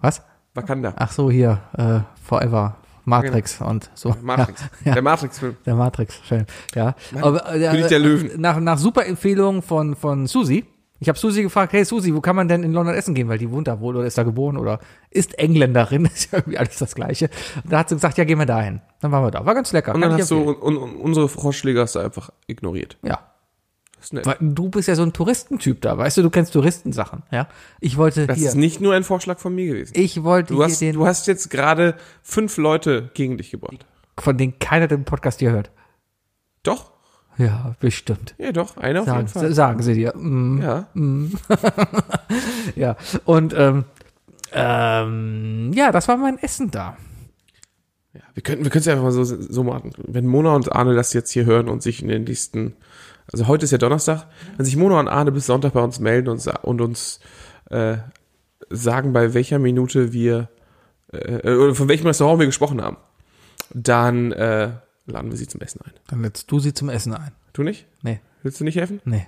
Speaker 4: Was?
Speaker 2: Wakanda.
Speaker 4: Ach so, hier, äh, Forever, Matrix und so.
Speaker 2: Matrix.
Speaker 4: Ah, Ja, ja.
Speaker 2: Der Matrix-Film.
Speaker 4: Der Matrix-Film, ja. Aber, äh,
Speaker 2: König der Löwen.
Speaker 4: Nach, nach super Empfehlung von, von Susi. Ich habe Susi gefragt, hey Susi, wo kann man denn in London essen gehen? Weil die wohnt da wohl oder ist da geboren oder ist Engländerin, ist ja irgendwie alles das Gleiche. Und da hat sie gesagt, ja, gehen wir dahin. Dann waren wir da. War ganz lecker.
Speaker 2: Und
Speaker 4: kann
Speaker 2: dann
Speaker 4: ich
Speaker 2: hast du
Speaker 4: empfehlen.
Speaker 2: und, und, und unsere Vorschläge hast du einfach ignoriert.
Speaker 4: Ja.
Speaker 2: Das ist nett.
Speaker 4: Weil du bist ja so ein Touristentyp da, weißt du, du kennst Touristensachen, ja. Ich wollte
Speaker 2: Das
Speaker 4: hier.
Speaker 2: ist nicht nur ein Vorschlag von mir gewesen.
Speaker 4: ich wollte
Speaker 2: Du hast,
Speaker 4: hier den,
Speaker 2: du hast jetzt gerade fünf Leute gegen dich gebracht.
Speaker 4: von denen keiner den Podcast hier hört.
Speaker 2: Doch?
Speaker 4: Ja, bestimmt.
Speaker 2: Ja, doch. Einer auf
Speaker 4: Sagen,
Speaker 2: jeden Fall.
Speaker 4: sagen sie dir. Mm.
Speaker 2: Ja.
Speaker 4: Ja, und ähm, ähm, ja, das war mein Essen da.
Speaker 2: Wir könnten wir können's ja einfach mal so, so machen. Wenn Mona und Arne das jetzt hier hören und sich in den nächsten, also heute ist ja Donnerstag, wenn sich Mona und Arne bis Sonntag bei uns melden und, sa- und uns äh, sagen, bei welcher Minute wir, äh, äh, oder von welchem Restaurant wir gesprochen haben, dann äh, laden wir sie zum Essen ein.
Speaker 4: Dann lädst du sie zum Essen ein.
Speaker 2: Du nicht?
Speaker 4: Nee,
Speaker 2: Willst du nicht helfen?
Speaker 4: nee.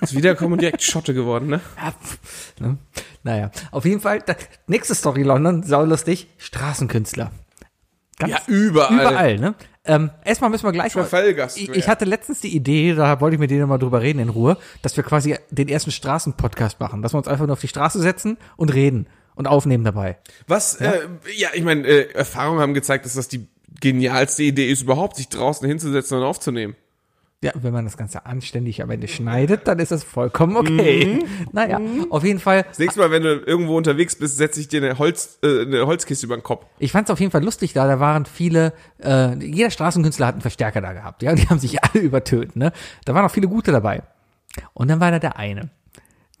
Speaker 2: Ist wiederkommen und direkt Schotte geworden, ne?
Speaker 4: Ja, pf, ne? Naja, auf jeden Fall, da, nächste Story London, saulustig, Straßenkünstler. Ganz
Speaker 2: Ja, überall.
Speaker 4: überall, ne? Ähm, erstmal müssen wir gleich mal...
Speaker 2: Verfallgast,
Speaker 4: Ich,
Speaker 2: du,
Speaker 4: ich
Speaker 2: ja.
Speaker 4: hatte letztens die Idee, da wollte ich mit denen mal drüber reden in Ruhe, dass wir quasi den ersten Straßenpodcast machen, dass wir uns einfach nur auf die Straße setzen und reden und aufnehmen dabei.
Speaker 2: Was, ja, äh, ja ich meine, äh, Erfahrungen haben gezeigt, dass das die genialste Idee ist überhaupt, sich draußen hinzusetzen und aufzunehmen.
Speaker 4: Ja, wenn man das Ganze anständig am Ende schneidet, dann ist das vollkommen okay.
Speaker 2: Mhm.
Speaker 4: Naja, auf jeden Fall,
Speaker 2: Das nächste Mal, wenn du irgendwo unterwegs bist, setze ich dir eine, Holz, äh, eine Holzkiste über den Kopf.
Speaker 4: ich fand es auf jeden Fall lustig da, da waren viele, äh, jeder Straßenkünstler hat einen Verstärker da gehabt, ja, die haben sich alle übertönt, ne. Da waren auch viele gute dabei. Und dann war da der eine,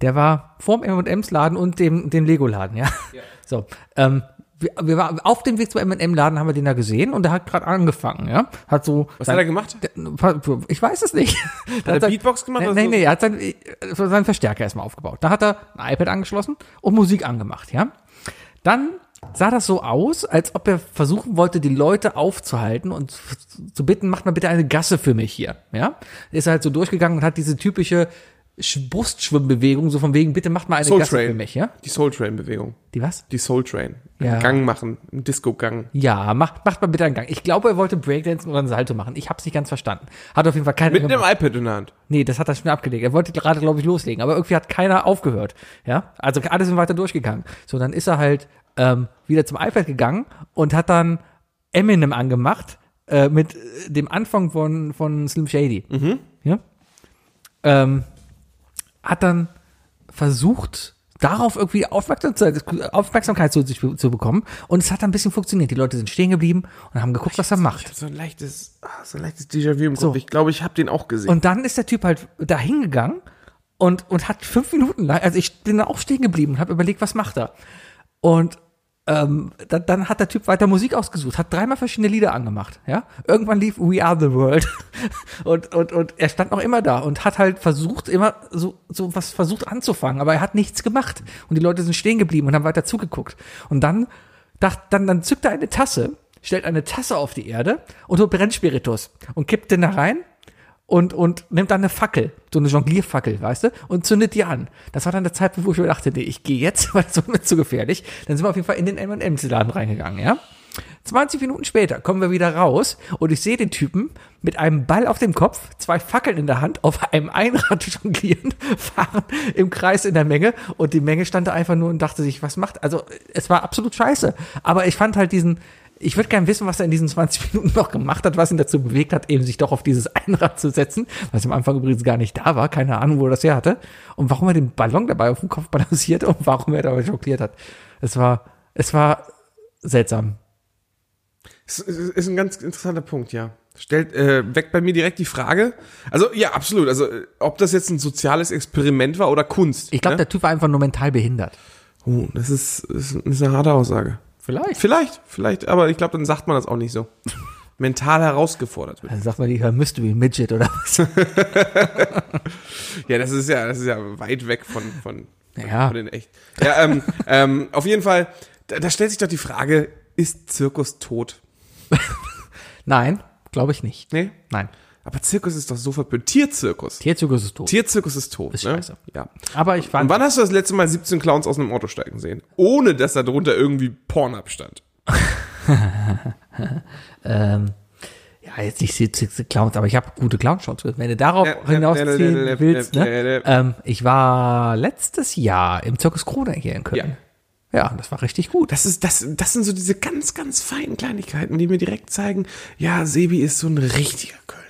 Speaker 4: der war vorm M&M's Laden und dem, dem Lego Laden, ja. So, ähm, wir, wir waren auf dem Weg zum M&M Laden haben wir den da gesehen und der hat gerade angefangen, ja. Hat so.
Speaker 2: Was hat er gemacht?
Speaker 4: Ich weiß es nicht. Hat
Speaker 2: er Beatbox gemacht
Speaker 4: Nee,
Speaker 2: oder
Speaker 4: nee,
Speaker 2: so?
Speaker 4: nee, er hat sein, äh, seinen Verstärker erstmal aufgebaut. Da hat er ein iPad angeschlossen und Musik angemacht, ja. Dann sah das so aus, als ob er versuchen wollte, die Leute aufzuhalten und f- zu bitten, macht mal bitte eine Gasse für mich hier. Ja, ist halt so durchgegangen und hat diese typische Sch- Brustschwimmbewegung, so von wegen, bitte macht mal eine
Speaker 2: Soul
Speaker 4: Gasse
Speaker 2: Train.
Speaker 4: für mich. Ja,
Speaker 2: Die Soul Train Bewegung.
Speaker 4: die was?
Speaker 2: Die Soul Train.
Speaker 4: Ja.
Speaker 2: Einen Gang machen, einen Disco-Gang.
Speaker 4: Ja, macht, macht mal bitte einen Gang. Ich glaube, er wollte Breakdancen oder einen Salto machen. Ich hab's nicht ganz verstanden. Hat auf jeden Fall keiner
Speaker 2: Mit einem
Speaker 4: gemacht.
Speaker 2: iPad in der Hand.
Speaker 4: Nee, das hat er schon abgelegt. Er wollte gerade, glaube ich, loslegen. Aber irgendwie hat keiner aufgehört. Ja, also alle sind weiter durchgegangen. So, dann ist er halt ähm, wieder zum iPad gegangen und hat dann Eminem angemacht äh, mit äh, dem Anfang von, von Slim Shady. Ja? Ähm, hat dann versucht, darauf irgendwie Aufmerksamkeit, Aufmerksamkeit zu, sich zu bekommen. Und es hat dann ein bisschen funktioniert. Die Leute sind stehen geblieben und haben geguckt, was er macht.
Speaker 2: So ein leichtes, ah, so ein leichtes Déjà-vu im Kopf. Ich glaube, ich habe den auch gesehen.
Speaker 4: Und dann ist der Typ halt da hingegangen und, und hat fünf Minuten lang, also ich bin dann auch stehen geblieben und habe überlegt, was macht er. Und ähm, da, dann hat der Typ weiter Musik ausgesucht, hat dreimal verschiedene Lieder angemacht. Ja? Irgendwann lief We Are the World. Und, und, und er stand noch immer da und hat halt versucht, immer so, so was versucht anzufangen, aber er hat nichts gemacht. Und die Leute sind stehen geblieben und haben weiter zugeguckt. Und dann, dacht, dann, dann zückt er eine Tasse, stellt eine Tasse auf die Erde und holt Brennspiritus und kippt den da rein und, und nimmt dann eine Fackel, so eine Jonglierfackel, weißt du, und zündet die an. Das war dann der Zeitpunkt, wo ich mir dachte, nee, ich gehe jetzt, weil das war mir zu gefährlich. Dann sind wir auf jeden Fall in den M&M's-Laden reingegangen, ja. 20 Minuten später kommen wir wieder raus und ich sehe den Typen mit einem Ball auf dem Kopf, zwei Fackeln in der Hand, auf einem Einrad jonglieren, fahren im Kreis in der Menge und die Menge stand da einfach nur und dachte sich, was macht, also es war absolut scheiße. Aber ich fand halt diesen, ich würde gern wissen, was er in diesen 20 Minuten noch gemacht hat, was ihn dazu bewegt hat, eben sich doch auf dieses Einrad zu setzen, was am Anfang übrigens gar nicht da war, keine Ahnung, wo er das her hatte, und warum er den Ballon dabei auf dem Kopf balanciert und warum er dabei jongliert hat. Es war, es war seltsam.
Speaker 2: Das ist ist ein ganz interessanter Punkt, ja. Stellt, äh, weckt bei mir direkt die Frage. Also, ja, absolut. Also, äh, ob das jetzt ein soziales Experiment war oder Kunst.
Speaker 4: Ich glaube,
Speaker 2: ne?
Speaker 4: der Typ war einfach nur mental behindert.
Speaker 2: oh, das ist, ist, ist eine harte Aussage.
Speaker 4: Vielleicht.
Speaker 2: Vielleicht, vielleicht, aber ich glaube, dann sagt man das auch nicht so. Mental herausgefordert wird.
Speaker 4: Dann sagt man, ich höre Mystery Midget oder was.
Speaker 2: Ja, das ist ja, das ist ja weit weg von, von, von,
Speaker 4: Ja.
Speaker 2: von den echt. Ja, ähm, ähm, auf jeden Fall, da, da stellt sich doch die Frage, ist Zirkus tot?
Speaker 4: Nein, glaube ich nicht.
Speaker 2: Nee?
Speaker 4: Nein.
Speaker 2: Aber Zirkus ist doch so verpönt. Tierzirkus.
Speaker 4: Tierzirkus ist tot.
Speaker 2: Tierzirkus ist tot.
Speaker 4: Ist
Speaker 2: ne?
Speaker 4: scheiße.
Speaker 2: Ja.
Speaker 4: Aber ich
Speaker 2: Und
Speaker 4: fand,
Speaker 2: wann hast du das letzte Mal 17 Clowns aus einem Auto steigen sehen? Ohne, dass da drunter irgendwie Pornhub stand.
Speaker 4: ähm, ja, jetzt nicht 70 Clowns, aber ich habe gute Clownshops. gesehen. Wenn du darauf
Speaker 2: Ja, ja, ja, ja,
Speaker 4: hinausziehen willst,
Speaker 2: ja,
Speaker 4: ne?
Speaker 2: ja, ja.
Speaker 4: Ähm, ich war letztes Jahr im Zirkus Krone hier in Köln. Ja, das war richtig gut.
Speaker 2: Das, ist, das, das sind so diese ganz, ganz feinen Kleinigkeiten, die mir direkt zeigen, ja, Sebi ist so ein richtiger Kölner.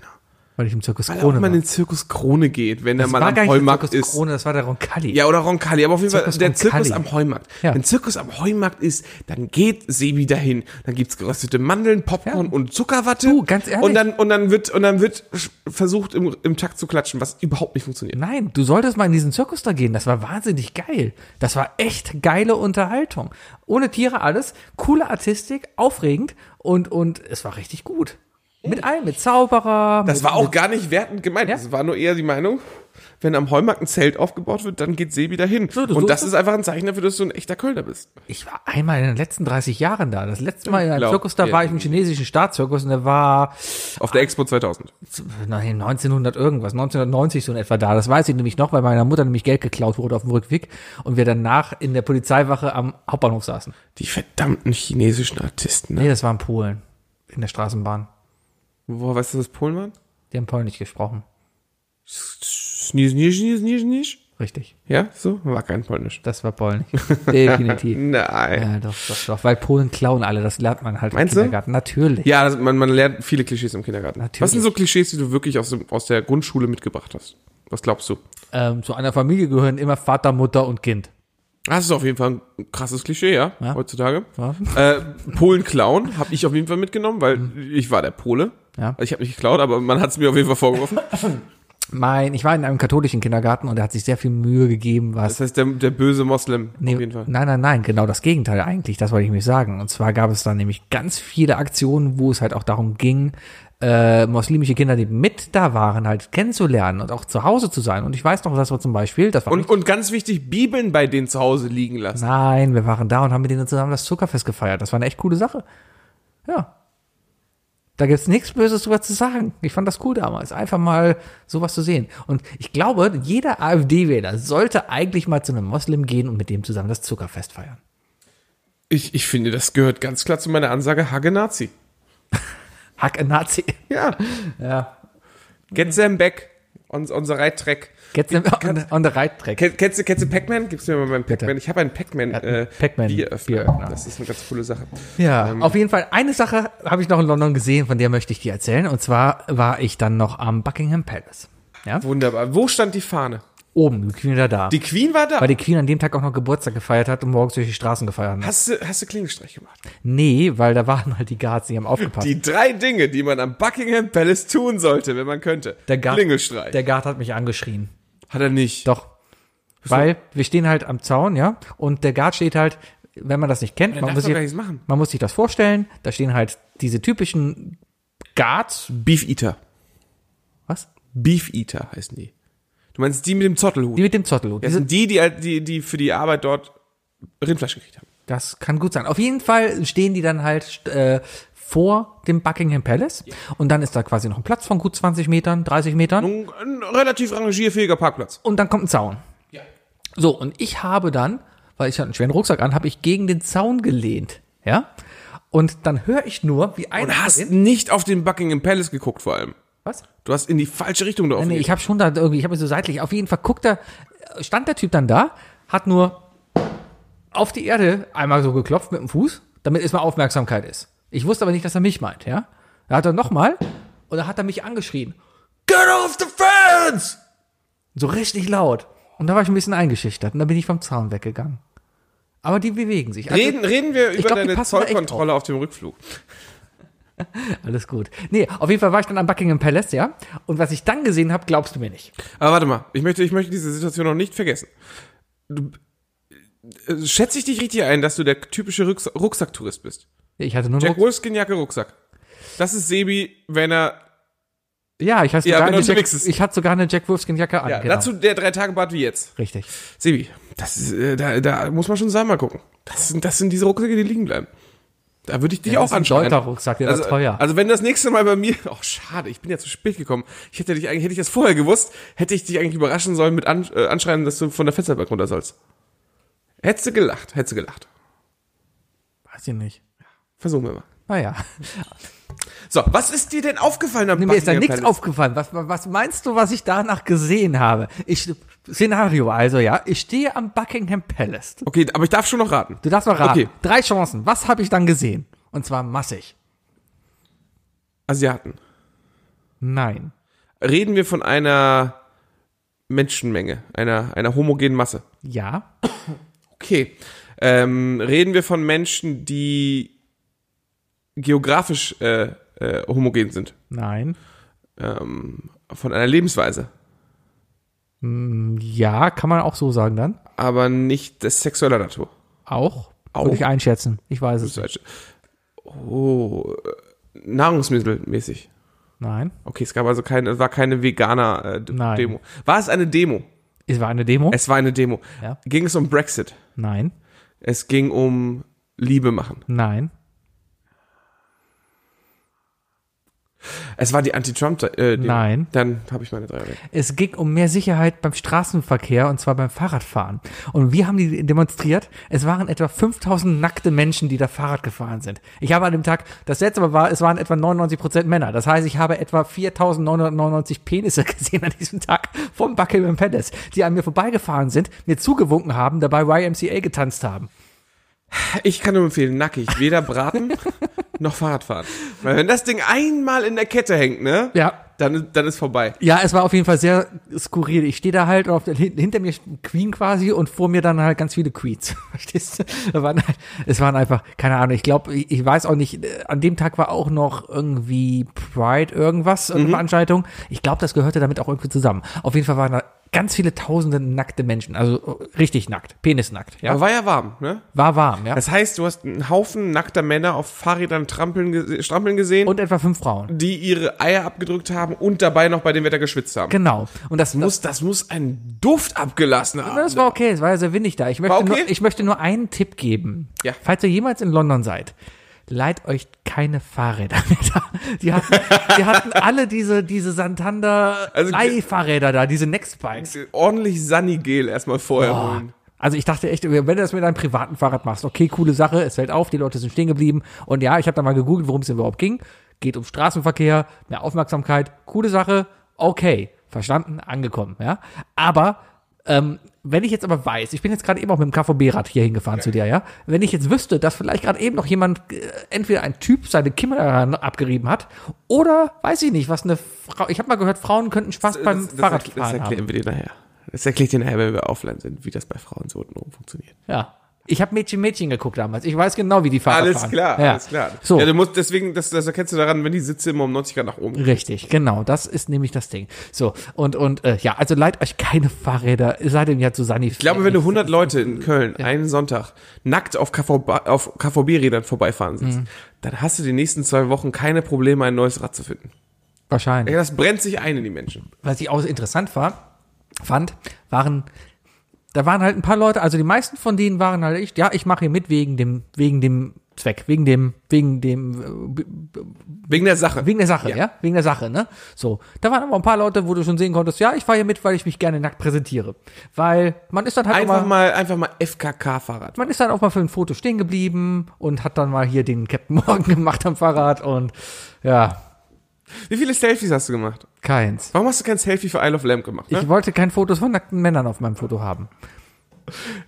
Speaker 4: weil ich im Zirkus
Speaker 2: Weil er auch
Speaker 4: Krone
Speaker 2: mal
Speaker 4: war.
Speaker 2: in den Zirkus Krone geht, wenn er
Speaker 4: das
Speaker 2: mal
Speaker 4: war gar
Speaker 2: am
Speaker 4: nicht der
Speaker 2: Heumarkt
Speaker 4: Zirkus
Speaker 2: ist.
Speaker 4: Krone, das war der Roncalli.
Speaker 2: Ja, oder Roncalli, aber auf jeden Fall
Speaker 4: Zirkus
Speaker 2: der Zirkus
Speaker 4: Roncalli.
Speaker 2: am Heumarkt.
Speaker 4: Ja.
Speaker 2: Wenn Zirkus am Heumarkt ist, dann geht Sebi dahin. Dann gibt's geröstete Mandeln, Popcorn
Speaker 4: Ja.
Speaker 2: und Zuckerwatte.
Speaker 4: Du, ganz ehrlich.
Speaker 2: Und dann, und dann wird, und dann wird versucht, im, im Takt zu klatschen, was überhaupt nicht funktioniert.
Speaker 4: Nein, du solltest mal in diesen Zirkus da gehen. Das war wahnsinnig geil. Das war echt geile Unterhaltung. Ohne Tiere alles, coole Artistik, aufregend und, und es war richtig gut. Mit allem, mit Zauberer.
Speaker 2: Das
Speaker 4: mit,
Speaker 2: war auch gar nicht wertend gemeint. Das war nur eher die Meinung, wenn am Heumarkt ein Zelt aufgebaut wird, dann geht Sebi dahin.
Speaker 4: So, du
Speaker 2: und
Speaker 4: suchst
Speaker 2: das
Speaker 4: es?
Speaker 2: ist einfach ein Zeichen dafür, dass du ein echter Kölner bist.
Speaker 4: Ich war einmal in den letzten 30 Jahren da. Das letzte Mal in einem
Speaker 2: Glaub
Speaker 4: Zirkus, da
Speaker 2: dir
Speaker 4: war ich im chinesischen Staatszirkus und der war
Speaker 2: Auf
Speaker 4: Ah.
Speaker 2: der Expo 2000.
Speaker 4: nein, 1900 irgendwas, 1990 so in etwa da. Das weiß ich nämlich noch, weil meiner Mutter nämlich Geld geklaut wurde auf dem Rückweg und wir danach in der Polizeiwache am Hauptbahnhof saßen.
Speaker 2: Die verdammten chinesischen Artisten. Ne?
Speaker 4: Nee, das war in Polen. In der Straßenbahn.
Speaker 2: Woher weißt du, dass es Polen waren?
Speaker 4: Die haben Polnisch gesprochen.
Speaker 2: Schnies, schnies, schnies, schnies, schnies.
Speaker 4: Richtig.
Speaker 2: Ja, so? War kein Polnisch.
Speaker 4: Das war Polnisch. Definitiv.
Speaker 2: Nein.
Speaker 4: ja, doch, doch, doch. Weil Polen klauen alle, das lernt man halt
Speaker 2: Meinst du?
Speaker 4: im Kindergarten. Natürlich.
Speaker 2: Ja, das, man, man lernt viele Klischees im Kindergarten.
Speaker 4: Natürlich.
Speaker 2: Was sind so Klischees, die du wirklich aus, dem- aus der Grundschule mitgebracht hast? Was glaubst du?
Speaker 4: Ähm, zu einer Familie gehören immer Vater, Mutter und Kind.
Speaker 2: Das ist auf jeden Fall ein krasses Klischee, ja,
Speaker 4: Ja.
Speaker 2: heutzutage.
Speaker 4: Ja.
Speaker 2: Äh, Polen klauen habe ich auf jeden Fall mitgenommen, weil ich war der Pole.
Speaker 4: Mhm. Ja.
Speaker 2: Also ich habe nicht geklaut, aber man hat es mir auf jeden Fall vorgeworfen.
Speaker 4: Mein, ich war in einem katholischen Kindergarten und er hat sich sehr viel Mühe gegeben, was
Speaker 2: Das heißt, der, der böse Moslem
Speaker 4: Nee,
Speaker 2: auf jeden Fall.
Speaker 4: Nein, nein, nein, genau das Gegenteil eigentlich, das wollte ich nämlich sagen. Und zwar gab es da nämlich ganz viele Aktionen, wo es halt auch darum ging, äh, muslimische Kinder, die mit da waren, halt kennenzulernen und auch zu Hause zu sein. Und ich weiß noch, dass wir zum Beispiel, das war
Speaker 2: Und, und ganz wichtig, Bibeln bei denen zu Hause liegen lassen.
Speaker 4: Nein, wir waren da und haben mit denen zusammen das Zuckerfest gefeiert. Das war eine echt coole Sache. Ja. Da gibt's nichts Böses drüber zu sagen. Ich fand das cool damals, einfach mal sowas zu sehen. Und ich glaube, jeder AfD-Wähler sollte eigentlich mal zu einem Moslem gehen und mit dem zusammen das Zuckerfest feiern.
Speaker 2: Ich, ich finde, das gehört ganz klar zu meiner Ansage, Hage Nazi.
Speaker 4: Hack a Nazi.
Speaker 2: Ja.
Speaker 4: Ja.
Speaker 2: Get them back on, on the right track.
Speaker 4: Get them on, on the right track.
Speaker 2: Ken- Kennst du, kennst du Pac-Man? Gib's mir mal meinen Pac-Man. Ich habe einen Pac-Man
Speaker 4: hat einen
Speaker 2: äh,
Speaker 4: Pac-Man
Speaker 2: Bieröffner.
Speaker 4: Bieröffner.
Speaker 2: Das ist eine ganz coole Sache.
Speaker 4: Ja, auf jeden Fall. Eine Sache habe ich noch in London gesehen, von der möchte ich dir erzählen. Und zwar war ich dann noch am Buckingham Palace. Ja,
Speaker 2: Wunderbar. Wo stand die Fahne?
Speaker 4: oben, die Queen war da.
Speaker 2: Die Queen war da.
Speaker 4: weil die Queen an dem Tag auch noch Geburtstag gefeiert hat und morgens durch die Straßen gefeiert hat.
Speaker 2: Hast du, hast du Klingelstreich gemacht?
Speaker 4: Nee, weil da waren halt die Guards, die haben aufgepasst.
Speaker 2: Die drei Dinge, die man am Buckingham Palace tun sollte, wenn man könnte.
Speaker 4: der Guard,
Speaker 2: Klingelstreich.
Speaker 4: Der Guard hat mich angeschrien.
Speaker 2: Hat er nicht.
Speaker 4: Doch. Weil wir stehen halt am Zaun, ja, und der Guard steht halt, wenn man das nicht kennt, man
Speaker 2: darf
Speaker 4: muss,
Speaker 2: doch
Speaker 4: sich,
Speaker 2: gar nichts machen.
Speaker 4: man muss sich das vorstellen, da stehen halt diese typischen Guards,
Speaker 2: Beef Eater.
Speaker 4: was?
Speaker 2: Beef Eater heißen die. Du meinst die mit dem Zottelhut?
Speaker 4: Die mit dem Zottelhut.
Speaker 2: das
Speaker 4: Diese-
Speaker 2: sind die, die, halt- die, die für die Arbeit dort Rindfleisch gekriegt haben.
Speaker 4: Das kann gut sein. Auf jeden Fall stehen die dann halt äh, vor dem Buckingham Palace und dann ist da quasi noch ein Platz von gut 20 Metern, 30 Metern.
Speaker 2: Ein, ein relativ rangierfähiger Parkplatz.
Speaker 4: und dann kommt ein Zaun. So, und ich habe dann, weil ich hatte einen schweren Rucksack an, habe ich gegen den Zaun gelehnt, ja? Und dann höre ich nur, wie einer
Speaker 2: Und hast
Speaker 4: drin-
Speaker 2: nicht auf den Buckingham Palace geguckt vor allem.
Speaker 4: was?
Speaker 2: Du hast in die falsche Richtung da
Speaker 4: Nee, nee,
Speaker 2: aufgelegt.
Speaker 4: ich habe schon da irgendwie, ich habe so seitlich, auf jeden Fall guckt er, stand der Typ dann da, hat nur auf die Erde einmal so geklopft mit dem Fuß, damit erstmal Aufmerksamkeit ist. Ich wusste aber nicht, dass er mich meint, ja? Da hat er nochmal und da hat er mich angeschrien. Get off the fence! So richtig laut. Und da war ich ein bisschen eingeschüchtert und da bin ich vom Zaun weggegangen. Aber die bewegen sich. Also-
Speaker 2: Reden, reden wir über
Speaker 4: glaub, die
Speaker 2: deine
Speaker 4: passen da echt
Speaker 2: Zollkontrolle auf dem Rückflug.
Speaker 4: Alles gut. Nee, auf jeden Fall war ich dann am Buckingham Palace, ja? Und was ich dann gesehen habe, glaubst du mir nicht.
Speaker 2: Aber warte mal, ich möchte, ich möchte diese Situation noch nicht vergessen. Du, äh, schätze ich dich richtig ein, dass du der typische Rucks Rucksacktourist bist.
Speaker 4: Ich hatte nur einen
Speaker 2: Jack
Speaker 4: Rucksack.
Speaker 2: Wolfskin, Jacke, Rucksack. Das ist Sebi, wenn er
Speaker 4: Ja, ich hatte
Speaker 2: Ja,
Speaker 4: sogar,
Speaker 2: wenn
Speaker 4: eine
Speaker 2: du
Speaker 4: Jack,
Speaker 2: unterwegs bist.
Speaker 4: ich hatte sogar eine Jack Wolfskin Jacke an.
Speaker 2: ja,
Speaker 4: genau.
Speaker 2: dazu der drei Tage Bart wie jetzt.
Speaker 4: Richtig.
Speaker 2: Sebi, das ist, äh, da, da muss man schon zweimal gucken. Das sind, das sind diese Rucksäcke, die liegen bleiben. Da würde ich dich auch
Speaker 4: das ist ein
Speaker 2: anschreien.
Speaker 4: deuter Rucksack, der war
Speaker 2: also,
Speaker 4: teuer.
Speaker 2: Also wenn das nächste Mal bei mir, oh schade, ich bin ja zu spät gekommen. Ich hätte dich eigentlich, hätte ich das vorher gewusst, hätte ich dich eigentlich überraschen sollen mit an, äh, anschreien, dass du von der Fensterbank runter sollst. Hättest du gelacht, hättest du gelacht.
Speaker 4: Weiß ich nicht.
Speaker 2: Versuchen wir mal.
Speaker 4: Naja.
Speaker 2: So, was ist dir denn aufgefallen am
Speaker 4: Mir ist da
Speaker 2: Buckingham
Speaker 4: nichts
Speaker 2: Palace?
Speaker 4: aufgefallen. Was, was meinst du, was ich danach gesehen habe? Ich, Szenario also, ja. Ich stehe am Buckingham Palace.
Speaker 2: Okay, aber ich darf schon noch raten.
Speaker 4: Du darfst mal raten.
Speaker 2: Okay.
Speaker 4: Drei Chancen. Was habe ich dann gesehen? Und zwar massig.
Speaker 2: Asiaten.
Speaker 4: Nein.
Speaker 2: Reden wir von einer Menschenmenge, einer, einer homogenen Masse.
Speaker 4: Ja.
Speaker 2: Okay. Ähm, reden wir von Menschen, die geografisch äh, äh, homogen sind.
Speaker 4: Nein.
Speaker 2: Ähm, von einer Lebensweise.
Speaker 4: Ja, kann man auch so sagen dann.
Speaker 2: Aber nicht des sexueller Natur.
Speaker 4: Auch.
Speaker 2: Auch?
Speaker 4: Würde ich einschätzen. Ich weiß es.
Speaker 2: Das heißt, Oh, äh, nahrungsmittelmäßig.
Speaker 4: Nein.
Speaker 2: Okay, es gab also keine, es war keine Veganer-Demo.
Speaker 4: Nein.
Speaker 2: Demo. war es eine Demo?
Speaker 4: Es war eine Demo.
Speaker 2: Es war eine Demo.
Speaker 4: Ja.
Speaker 2: Ging es um Brexit?
Speaker 4: Nein.
Speaker 2: Es ging um Liebe machen.
Speaker 4: Nein.
Speaker 2: Es war die Anti-Trump-Demo.
Speaker 4: Nein.
Speaker 2: Dann habe ich meine drei weg.
Speaker 4: Es ging um mehr Sicherheit beim Straßenverkehr und zwar beim Fahrradfahren. Und wir haben die demonstriert. Es waren etwa 5000 nackte Menschen, die da Fahrrad gefahren sind. Ich habe an dem Tag, das letzte Mal war, es waren etwa 99 Prozent Männer. Das heißt, ich habe etwa 4999 Penisse gesehen an diesem Tag vom Buckingham Palace, die an mir vorbeigefahren sind, mir zugewunken haben, dabei YMCA getanzt haben.
Speaker 2: Ich kann nur empfehlen, nackig. Weder braten noch Fahrrad fahren. Weil wenn das Ding einmal in der Kette hängt, ne?
Speaker 4: Ja.
Speaker 2: Dann, dann ist vorbei.
Speaker 4: Ja, es war auf jeden Fall sehr skurril. Ich stehe da halt und auf der, hin- hinter mir Queen quasi und vor mir dann halt ganz viele Queens. Verstehst du? Da waren halt, es waren einfach, keine Ahnung, ich glaube, ich, ich weiß auch nicht, äh, an dem Tag war auch noch
Speaker 2: Mhm.
Speaker 4: irgendwie Pride irgendwas, eine Veranstaltung. Ich glaube, das gehörte damit auch irgendwie zusammen. Auf jeden Fall waren da ganz viele tausende nackte Menschen, also richtig nackt, penisnackt, ja.
Speaker 2: Aber war ja warm, ne?
Speaker 4: War warm, ja.
Speaker 2: Das heißt, du hast einen Haufen nackter Männer auf Fahrrädern trampeln, gese- strampeln gesehen,
Speaker 4: Und etwa fünf Frauen.
Speaker 2: die ihre Eier abgedrückt haben und dabei noch bei dem Wetter geschwitzt haben.
Speaker 4: Genau. Und das,
Speaker 2: Muss, das muss einen Duft abgelassen haben.
Speaker 4: das war okay, es war ja sehr windig da. Ich möchte,
Speaker 2: War okay?
Speaker 4: nur, ich möchte nur einen Tipp geben.
Speaker 2: Ja.
Speaker 4: Falls ihr jemals in London seid, leiht euch keine Fahrräder mehr da. Die hatten, die hatten alle diese, diese Santander
Speaker 2: Also-
Speaker 4: Leihfahrräder da, diese Nextbikes.
Speaker 2: Ordentlich Sunny-Gel erstmal vorher
Speaker 4: Boah.
Speaker 2: holen.
Speaker 4: Also ich dachte echt, wenn du das mit einem privaten Fahrrad machst, okay, coole Sache, es fällt auf, die Leute sind stehen geblieben. Und ja, ich habe da mal gegoogelt, worum es überhaupt ging. Geht um Straßenverkehr, mehr Aufmerksamkeit, coole Sache, okay, verstanden, angekommen, ja. Aber ähm, wenn ich jetzt aber weiß, ich bin jetzt gerade eben auch mit dem KVB-Rad hier hingefahren zu dir, ja. Wenn ich jetzt wüsste, dass vielleicht gerade eben noch jemand, äh, entweder ein Typ seine Kimme daran abgerieben hat, oder weiß ich nicht, was eine Frau, ich habe mal gehört, Frauen könnten Spaß beim
Speaker 2: das, das, das,
Speaker 4: Fahrradfahren
Speaker 2: das
Speaker 4: haben.
Speaker 2: erklären wir dir nachher. Das erklärt dir nachher, wenn wir offline sind, wie das bei Frauen so unten oben funktioniert.
Speaker 4: Ja. Ich habe Mädchen Mädchen geguckt damals. Ich weiß genau, wie die Fahrer
Speaker 2: Alles
Speaker 4: fahren.
Speaker 2: klar,
Speaker 4: ja.
Speaker 2: alles klar.
Speaker 4: So.
Speaker 2: Ja, du musst deswegen, das, das erkennst du daran, wenn die Sitze immer um 90 Grad nach oben.
Speaker 4: Richtig, genau, das ist nämlich das Ding. So, und, und äh, ja, also leiht euch keine Fahrräder, seid im Jahr zu Sani.
Speaker 2: Ich glaube, wenn du 100 Leute in Köln einen Sonntag nackt auf, KVB auf KVB-Rädern vorbeifahren siehst,
Speaker 4: Mhm.
Speaker 2: dann hast du die nächsten zwei Wochen keine Probleme, ein neues Rad zu finden.
Speaker 4: Wahrscheinlich.
Speaker 2: Ja, Das brennt sich ein in die Menschen.
Speaker 4: was ich auch interessant war, fand, waren, da waren halt ein paar Leute, also die meisten von denen waren halt echt, ja, ich mache hier mit wegen dem, wegen dem Zweck, wegen dem, wegen dem, äh, b-
Speaker 2: Wegen der Sache.
Speaker 4: wegen der Sache,
Speaker 2: Ja.
Speaker 4: ja. wegen der Sache, ne? So, da waren aber ein paar Leute, wo du schon sehen konntest, ja, ich fahre hier mit, weil ich mich gerne nackt präsentiere, weil man ist dann halt auch
Speaker 2: einfach
Speaker 4: mal-
Speaker 2: mal, einfach mal FKK-Fahrrad.
Speaker 4: man ist dann auch mal für ein Foto stehen geblieben und hat dann mal hier den Captain Morgan gemacht am Fahrrad und ja,
Speaker 2: Wie viele Selfies hast du gemacht?
Speaker 4: keins.
Speaker 2: Warum hast du kein Selfie für Isle of Lamb gemacht?
Speaker 4: Ich
Speaker 2: Ne?
Speaker 4: wollte kein Fotos von nackten Männern auf meinem Foto haben.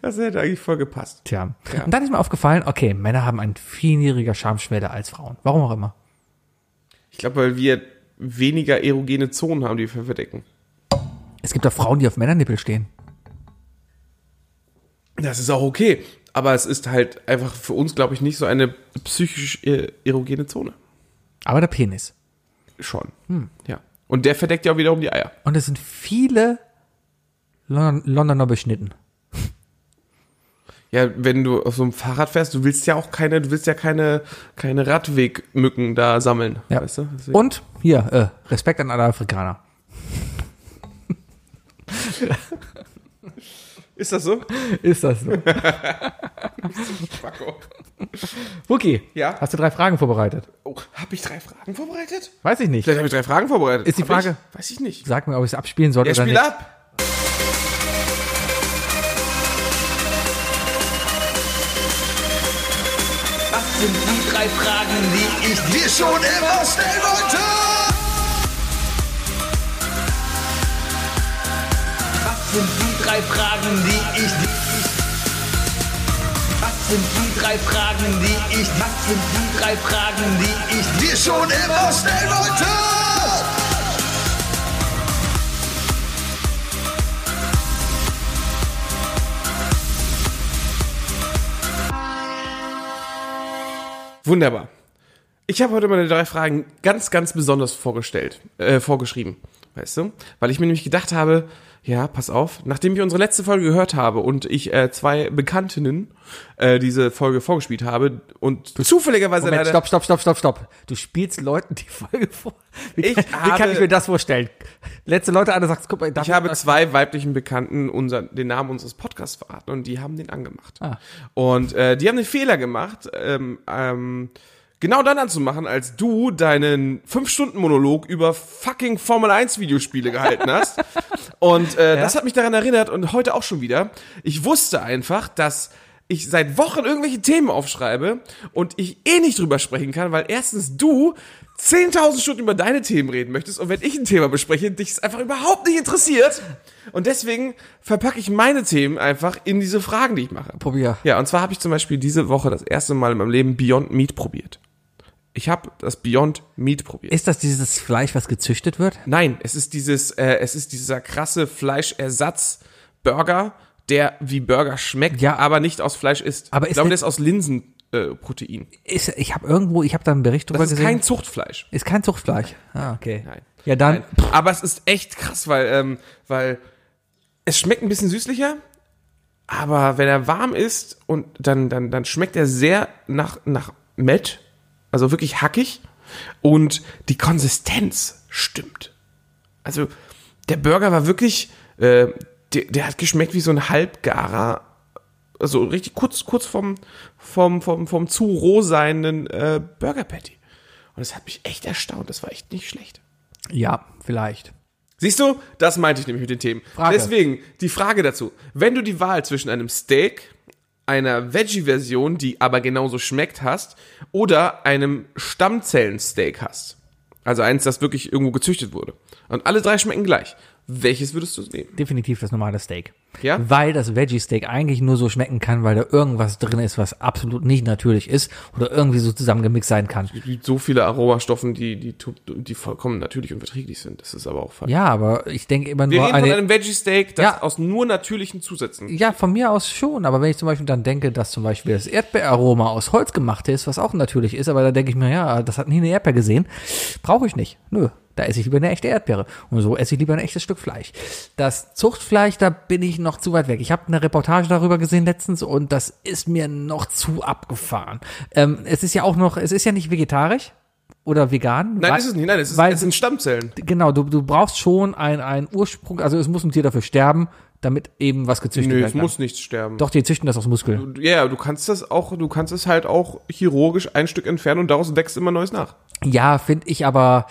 Speaker 2: Das hätte eigentlich voll gepasst.
Speaker 4: Tja. Und dann ist mir aufgefallen, okay, Männer haben einen vieljähriger Schamschwelle als Frauen. Warum auch immer.
Speaker 2: Ich glaube, weil wir weniger erogene Zonen haben, die wir verdecken.
Speaker 4: Es gibt doch Frauen, die auf Männernippel stehen.
Speaker 2: Das ist auch okay. Aber es ist halt einfach für uns, glaube ich, nicht so eine psychisch äh, erogene Zone.
Speaker 4: Aber der Penis.
Speaker 2: Schon.
Speaker 4: Hm.
Speaker 2: Ja. Und der verdeckt ja auch wiederum die Eier.
Speaker 4: Und es sind viele Lon Londoner beschnitten.
Speaker 2: Ja, wenn du auf so einem Fahrrad fährst, du willst ja auch keine, du willst ja keine, keine Radwegmücken da sammeln.
Speaker 4: Ja.
Speaker 2: Weißt du? Deswegen-
Speaker 4: Und hier, äh, Respekt an alle Afrikaner.
Speaker 2: ist das so?
Speaker 4: Ist das so?
Speaker 2: Spacko.
Speaker 4: Wookie,
Speaker 2: Ja?
Speaker 4: hast du drei Fragen vorbereitet?
Speaker 2: Oh, habe ich drei Fragen vorbereitet?
Speaker 4: Weiß ich nicht.
Speaker 2: Vielleicht habe ich drei Fragen vorbereitet.
Speaker 4: Ist die
Speaker 2: Hab
Speaker 4: Frage-
Speaker 2: Ich? Weiß ich nicht.
Speaker 4: Sag mir, ob ich es abspielen soll
Speaker 2: Ja,
Speaker 4: oder
Speaker 2: spiel
Speaker 4: nicht.
Speaker 2: ab.
Speaker 3: Was sind die drei Fragen, die ich dir schon immer stellen wollte? Was sind die drei Fragen, die ich dir... Was sind die drei Fragen, die ich... Was sind die drei Fragen, die ich dir schon immer stellen wollte?
Speaker 2: Wunderbar. Ich habe heute meine drei Fragen ganz, ganz besonders vorgestellt, äh, vorgeschrieben, weißt du? Weil ich mir nämlich gedacht habe, ja, pass auf, nachdem ich unsere letzte Folge gehört habe und ich äh, zwei Bekanntinnen äh, diese Folge vorgespielt habe und zufälligerweise
Speaker 4: Moment,
Speaker 2: Also leider...
Speaker 4: stopp, stopp, stopp, stopp, stopp. Du spielst Leuten die Folge vor. Wie,
Speaker 2: Ich
Speaker 4: kann- wie
Speaker 2: habe-
Speaker 4: kann ich mir das vorstellen? Letzte Leute an, du sagst, guck mal, darf
Speaker 2: Ich habe zwei weiblichen Bekannten unser, den Namen unseres Podcasts verraten und die haben den angemacht.
Speaker 4: Ah.
Speaker 2: Und äh, die haben den Fehler gemacht, ähm, ähm, genau dann anzumachen, als du deinen 5-Stunden-Monolog über fucking Formel-1-Videospiele gehalten hast. und äh, das hat mich daran erinnert und heute auch schon wieder. Ich wusste einfach, dass ich seit Wochen irgendwelche Themen aufschreibe und ich eh nicht drüber sprechen kann, weil erstens du 10.000 Stunden über deine Themen reden möchtest und wenn ich ein Thema bespreche, dich es einfach überhaupt nicht interessiert. Und deswegen verpacke ich meine Themen einfach in diese Fragen, die ich mache.
Speaker 4: Probier.
Speaker 2: Ja, und zwar habe ich zum Beispiel diese Woche das erste Mal in meinem Leben Beyond Meat probiert. Ich habe das Beyond Meat probiert.
Speaker 4: Ist das dieses Fleisch, was gezüchtet wird?
Speaker 2: Nein, es ist dieses, äh, es ist dieser krasse Fleischersatz-Burger, der wie Burger schmeckt,
Speaker 4: Ja.
Speaker 2: aber nicht aus Fleisch ist.
Speaker 4: Aber
Speaker 2: ich
Speaker 4: ist
Speaker 2: glaube,
Speaker 4: denn-
Speaker 2: der ist aus Linsenprotein. Äh, Protein.
Speaker 4: Ist, ich habe irgendwo, ich habe da einen Bericht drüber
Speaker 2: das ist
Speaker 4: gesehen.
Speaker 2: kein Zuchtfleisch.
Speaker 4: ist kein Zuchtfleisch. Ah, okay.
Speaker 2: Nein.
Speaker 4: Ja, dann,
Speaker 2: Nein. Aber es ist echt krass, weil, ähm, weil es schmeckt ein bisschen süßlicher, aber wenn er warm ist und dann, dann, dann schmeckt er sehr nach, nach Met, also wirklich hackig und die Konsistenz stimmt. Also der Burger war wirklich, äh, der, der hat geschmeckt wie so ein halbgarer, also richtig kurz, kurz vom, vom, vom, vom zu roh seienden äh, Burger Patty. Und das hat mich echt erstaunt, das war echt nicht schlecht.
Speaker 4: Ja, vielleicht.
Speaker 2: Siehst du, das meinte ich nämlich mit den Themen.
Speaker 4: Frage.
Speaker 2: Deswegen die Frage dazu. Wenn du die Wahl zwischen einem Steak, einer Veggie-Version, die aber genauso schmeckt, hast, oder einem Stammzellensteak hast, also eins, das wirklich irgendwo gezüchtet wurde, und alle drei schmecken gleich, welches würdest du nehmen?
Speaker 4: Definitiv das normale Steak.
Speaker 2: Ja?
Speaker 4: Weil das Veggie-Steak eigentlich nur so schmecken kann, weil da irgendwas drin ist, was absolut nicht natürlich ist oder irgendwie so zusammengemixt sein kann.
Speaker 2: Es gibt so viele Aromastoffen, die, die, tu- die vollkommen natürlich und verträglich sind. Das ist aber auch falsch.
Speaker 4: Ja, aber ich denke immer
Speaker 2: Wir
Speaker 4: nur
Speaker 2: reden
Speaker 4: an
Speaker 2: von
Speaker 4: den,
Speaker 2: einem Veggie-Steak, das
Speaker 4: Ja.
Speaker 2: aus nur natürlichen Zusätzen.
Speaker 4: Ja, von mir aus schon, aber wenn ich zum Beispiel dann denke, dass zum Beispiel das Erdbeeraroma aus Holz gemacht ist, was auch natürlich ist, aber da denke ich mir, ja, das hat nie eine Erdbeer gesehen, brauche ich nicht. Nö, da esse ich lieber eine echte Erdbeere. Und so esse ich lieber ein echtes Stück Fleisch. Das Zuchtfleisch, da bin ich noch zu weit weg. Ich habe eine Reportage darüber gesehen letztens und das ist mir noch zu abgefahren. Ähm, es ist ja auch noch, es ist ja nicht vegetarisch oder vegan.
Speaker 2: Nein,
Speaker 4: weil-
Speaker 2: ist es nicht. Nein, es, ist,
Speaker 4: weil-
Speaker 2: es sind Stammzellen.
Speaker 4: Genau, du, du brauchst schon ein ein Ursprung, also es muss ein Tier dafür sterben, damit eben was gezüchtet
Speaker 2: Nö,
Speaker 4: werden
Speaker 2: es
Speaker 4: kann.
Speaker 2: muss nichts sterben.
Speaker 4: Doch, die züchten das aus Muskeln.
Speaker 2: Ja, ja, du kannst das auch, du kannst es halt auch chirurgisch ein Stück entfernen und daraus wächst immer Neues nach.
Speaker 4: Ja, finde ich aber.